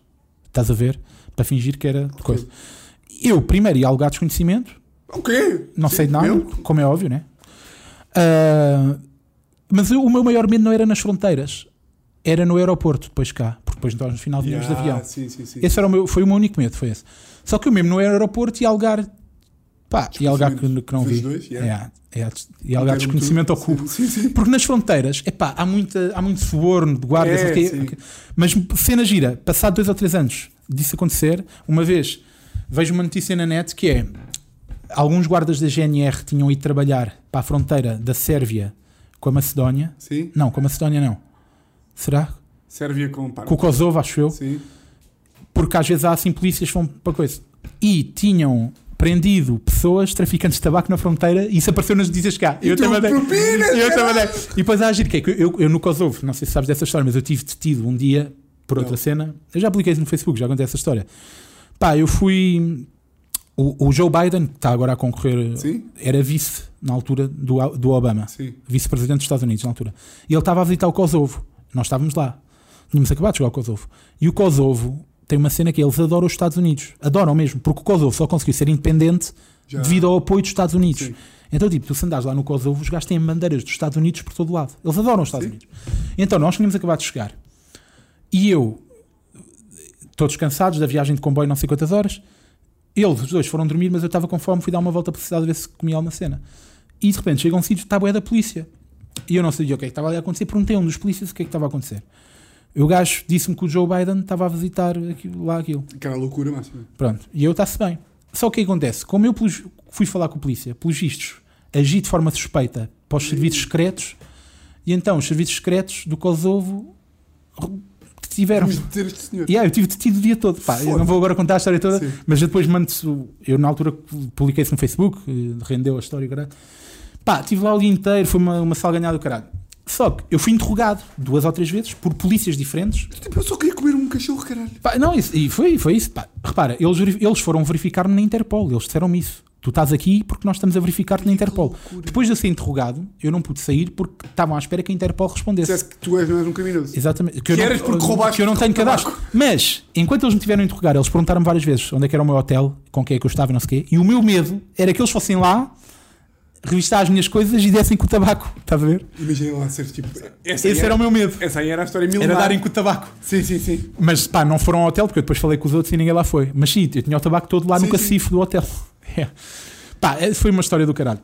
Estás a ver? Para fingir que era de coisa. Eu, primeiro, ia alugar desconhecimento, O quê? não Sim, sei de nada, meu? como é óbvio, né? Ah, mas eu- o meu maior medo não era nas fronteiras, era no aeroporto, depois cá, porque depois nós no final vinhamos Yeah, de avião. Sim, sim, sim. Esse era o meu, foi o meu único medo, foi esse. Só que eu mesmo no aeroporto ia alugar. Pá, ia alugar é que, que não Vezes vi. dois, yeah. É, é, ia alugar Quero um desconhecimento ao tubo. cubo. Sim, sim. Porque nas fronteiras, epá, há, muita, há muito suborno de guardas. É, ok, sim. ok. Mas cena gira, passado dois ou três anos disso acontecer, uma vez vejo uma notícia na net que é alguns guardas da GNR tinham ido trabalhar para a fronteira da Sérvia com a Macedónia. Sim. Não, com a Macedónia não. Será? Sérvia com par. Com o Kosovo, acho eu. Sim. Porque às vezes há assim polícias que vão para coisa. E tinham prendido pessoas, traficantes de tabaco na fronteira e isso apareceu nas notícias cá. E tu, propinas, Eu caralho! também dei. E depois há a agir, que é que eu, eu, eu no Kosovo, não sei se sabes dessa história, mas eu tive detido um dia por outra Não. cena. Eu já publiquei isso no Facebook, já contei essa história. Pá, eu fui. O, o Joe Biden, que está agora a concorrer, Sim. era vice na altura do, Au- do Obama, Sim. vice-presidente dos Estados Unidos na altura. E ele estava a visitar o Kosovo. Nós estávamos lá. Tínhamos acabado de chegar ao Kosovo. E o Kosovo tem uma cena que é, eles adoram os Estados Unidos. Adoram mesmo, porque o Kosovo só conseguiu ser independente Já. devido ao apoio dos Estados Unidos. Sim. Então, tipo, tu se andares lá no Kosovo, os gajos têm bandeiras dos Estados Unidos por todo lado. Eles adoram os Estados Unidos. Então, nós tínhamos acabado de chegar. E eu, todos cansados da viagem de comboio, não sei quantas horas, eles, os dois, foram dormir, mas eu estava com fome, fui dar uma volta para a cidade a ver se comia alguma cena. E de repente chega um sítio, está a boia da polícia. E eu não sabia o que é que estava ali a acontecer. Perguntei a um dos polícias o que é que estava a acontecer. E o gajo disse-me que o Joe Biden estava a visitar aquilo, lá aquilo. Aquela loucura máxima. Pronto. E eu está-se bem. Só o que é que acontece? Como eu pelos- fui falar com a polícia, pelos vistos, agi de forma suspeita para os serviços secretos, e então os serviços secretos do Kosovo tiveram. Vamos dizer este senhor. Yeah, eu tive detido o dia todo. Pá, eu não vou agora contar a história toda, Sim. mas eu depois mando o- Eu, na altura, publiquei isso no Facebook, eh, rendeu a história, caralho. Pá, estive lá o dia inteiro, foi uma, uma salganhada do caralho. Só que eu fui interrogado duas ou três vezes por polícias diferentes Tipo, eu só queria comer um cachorro, caralho. Pá, não, isso, e foi, foi isso. Pá, repara, eles, veri- eles foram verificar-me na Interpol, eles disseram-me isso. Tu estás aqui porque nós estamos a verificar-te na Interpol. Depois de eu ser interrogado, eu não pude sair porque estavam à espera que a Interpol respondesse. Dissesse que tu és, não és um criminoso. Exatamente. Que, eu Que eras não, porque roubaste que eu não tenho tabaco. cadastro. Mas, enquanto eles me tiveram a interrogar, eles perguntaram-me várias vezes onde é que era o meu hotel, com quem é que eu estava, não sei o quê. E o meu medo era que eles fossem lá, revistar as minhas coisas e dessem com o tabaco. Estás a ver? Imagina lá ser tipo. Essa aí Esse era o meu medo. Essa aí era a história milenar. Era darem com o tabaco. Sim, sim, sim. Mas pá, não foram ao hotel porque eu depois falei com os outros e ninguém lá foi. Mas sim, eu tinha o tabaco todo lá Sim, sim. no cacifo do hotel. <laughs> É. Pá, é, foi uma história do caralho.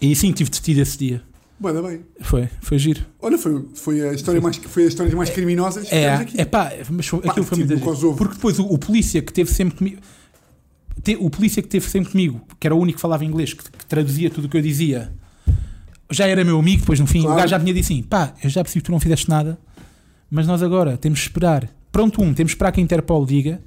E sim, tive detido esse dia. Manda bem. Foi, foi giro. Olha, foi, foi a história mais, foi as histórias mais criminosas que tivemos aqui. É, é pá, mas foi, aquilo foi tipo, muito no giro. Kosovo. Porque depois o, o polícia que teve sempre comigo. te- o polícia que teve sempre comigo, que era o único que falava inglês, que, que traduzia tudo o que eu dizia, já era meu amigo. Depois, no fim, o Claro. gajo já tinha dito assim: pá, eu já percebi que tu não fizeste nada, mas nós agora temos de esperar pronto, um, temos que esperar que a Interpol diga.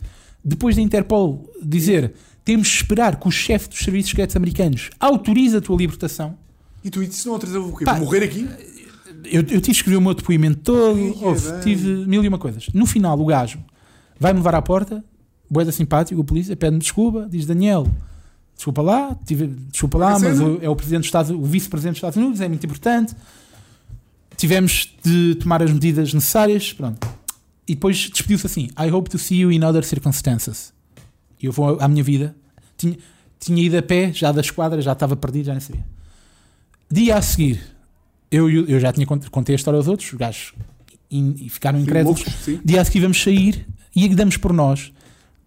Depois da Interpol dizer, temos que esperar que o chefe dos serviços secretos americanos autorize a tua libertação. E tu isso não autorizava o quê? Pá, Morrer aqui? Eu, eu tive que escrever o meu depoimento todo, Ia houve, bem. tive mil e uma coisas. No final, o gajo vai-me levar à porta, boeda simpático, o polícia, pede-me desculpa, diz Daniel, desculpa lá, tive, desculpa lá, A mas sério? o- é o presidente do Estado, o vice-presidente dos Estados Unidos, é muito importante. Tivemos de tomar as medidas necessárias, pronto. E depois despediu-se assim: I hope to see you in other circumstances. E eu vou à minha vida. Tinha, tinha ido a pé, já da esquadra, já estava perdido, já nem sabia. Dia a seguir, eu, e o- eu já tinha cont- contei a história aos outros, os gajos in- e ficaram incrédulos. Loucos, sim. Dia a seguir vamos sair e é damos por nós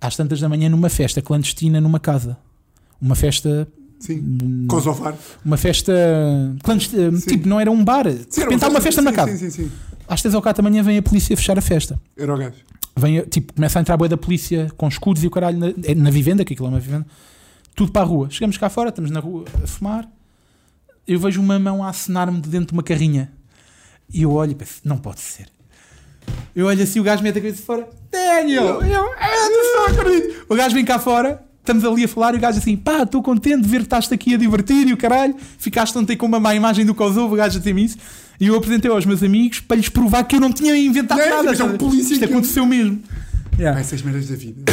às tantas da manhã numa festa clandestina numa casa. Uma festa. Sim. hum, Kosovar. Uma festa. clandestina. Sim. Tipo, não era um bar. De Sim, era repente há uma festa na sim, casa. Sim, sim, sim. Às 3 ou 4 da manhã vem a polícia fechar a festa. Era o gajo. Vem, a- tipo, começa a entrar a boia da polícia com escudos e o caralho na, é na vivenda, que aquilo é uma vivenda, tudo para a rua. Chegamos cá fora, estamos na rua a fumar. Eu vejo uma mão a acenar-me de dentro de uma carrinha. E eu olho e penso, não pode ser. Eu olho assim, o gajo mete a cabeça fora. Daniel! Eu, "Ah, não <laughs> só acredito." O gajo vem cá fora, estamos ali a falar e o gajo assim, pá, estou contente de ver que estás aqui a divertir e o caralho. Ficaste ontem com uma má imagem do Kosovo, o gajo até me isso. E eu apresentei aos meus amigos para lhes provar que eu não tinha inventado Não, nada. mas é um sabe? polícia Isto que- aconteceu mesmo. Yeah. Pá, essas merdas da <coughs> vida.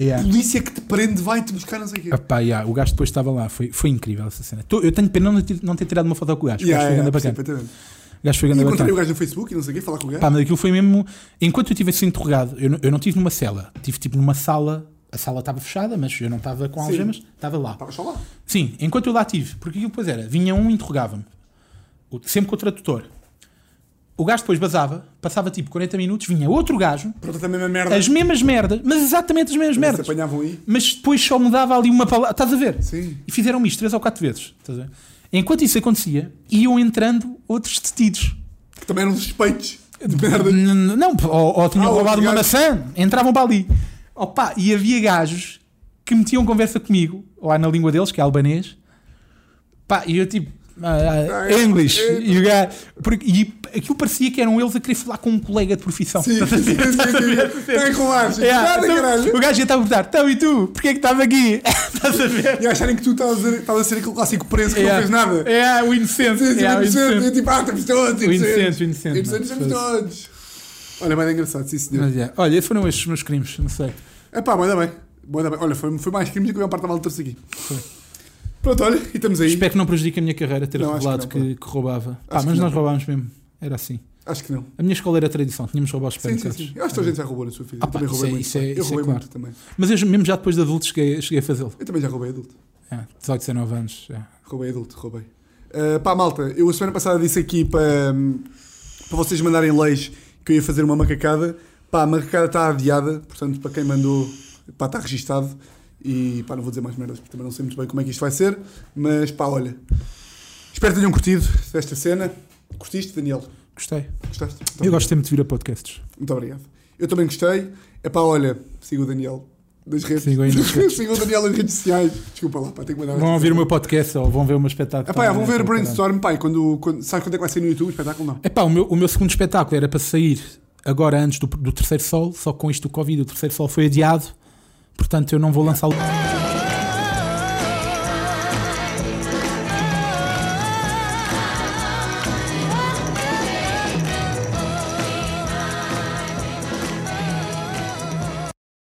Yeah. Polícia que te prende, vai-te buscar, não sei o quê. Epá, yeah, o gajo depois estava lá, foi, foi incrível essa cena. Tô- eu tenho pena não ter, não ter tirado uma foto com o gajo. Yeah, o yeah, gajo foi percebo grande é, bacana. perfeitamente. O gajo E foi grande encontrei o bacana. gajo no Facebook e não sei o quê, falar com o gajo. Pá, mas aquilo foi mesmo. Enquanto eu tivesse sido interrogado, eu, não- eu não estive numa cela, estive tipo numa sala. A sala estava fechada, mas eu não estava com Sim. algemas, estava lá. Estava só lá. Sim, enquanto eu lá tive, porque aquilo depois era, vinha um e interrogava-me, O- sempre com o tradutor. O gajo depois basava, passava tipo 40 minutos, vinha outro gajo, Pronto, também uma merda. as mesmas merdas, mas exatamente as mesmas Eles se merdas. apanhavam aí. mas depois só mudava ali uma palavra. Estás a ver? Sim. E fizeram isto três ou quatro vezes. Estás a ver? Enquanto isso acontecia, iam entrando outros detidos. Que também eram suspeitos de merda. N- n- Não, p- ou, ou tinham Ah, roubado outros uma gajos. maçã, entravam para ali. Opa, e havia gajos que metiam conversa comigo, lá na língua deles, que é albanês. Pá, e eu tipo. ah, é ah, English. E, o gajo- porque- e aquilo parecia que eram eles a querer falar com um colega de profissão. Sim, sim, sim, sim, <laughs> sim. Também com ar. É, Nada, então, caralho. o gajo ia estar a perguntar: então e tu? Porquê é que estás aqui? <laughs> Estás a ver? E acharem que tu estás a, estás a ser aquele clássico preso que É, não fez nada. É, o inocente. Sim, sim, é, o inocente. É inocente. tipo, ah, estamos todos. O inocentes. inocente, o inocente, Inocentes não é? estamos todos. Olha, mas é engraçado, sim senhor. Mas, é, Olha, esses foram estes os meus crimes, não sei. É pá, manda bem. Manda bem. Olha, foi, foi mais crimes do que a maior parte da malta trouxe aqui. Pronto, olha, e estamos aí. Espero que não prejudique a minha carreira ter Não, acho revelado que que, não, que roubava. Pá, Acho mas que não. nós roubámos mesmo. Era assim. Acho que não. A minha escola era tradição, tínhamos roubado os Sim, sim, supermercados. sim. Eu acho que toda a gente já roubou na sua vida. Ah, eu pá, também roubei isso é- muito. isso é- pá. eu isso é roubei claro. muito também. Mas eu, mesmo já depois de adulto cheguei, cheguei a fazê-lo. Eu também já roubei adulto. É, 18, 19 anos. é. Roubei adulto, roubei. Uh, pá, malta, eu a semana passada disse aqui para, hum, para vocês mandarem leis que eu ia fazer uma macacada. Pá, a macacada está adiada, portanto, para quem mandou, pá, está registado. E pá, não vou dizer mais merdas porque também não sei muito bem como é que isto vai ser. Mas pá, olha. Espero que tenham curtido desta cena. Curtiste, Daniel? Gostei. Gostaste? Muito eu obrigado. gosto sempre de vir a podcasts. Muito obrigado. Eu também gostei. É pá, olha, siga o Daniel das redes. Sigam aí <laughs> nas redes. Siga o Daniel nas redes sociais. Desculpa lá, pá, tenho que mandar. Vão esta ouvir o cena. meu podcast ou vão ver o meu espetáculo. Ah, pá, vão ver o é Caralho. Brainstorm, pá, e quando, quando, sabes quando é que vai sair no YouTube o espetáculo? Não. Epá, o meu, o meu segundo espetáculo era para sair agora antes do, do terceiro sol, só que com isto do Covid, o terceiro sol foi adiado, portanto eu não vou lançá-lo.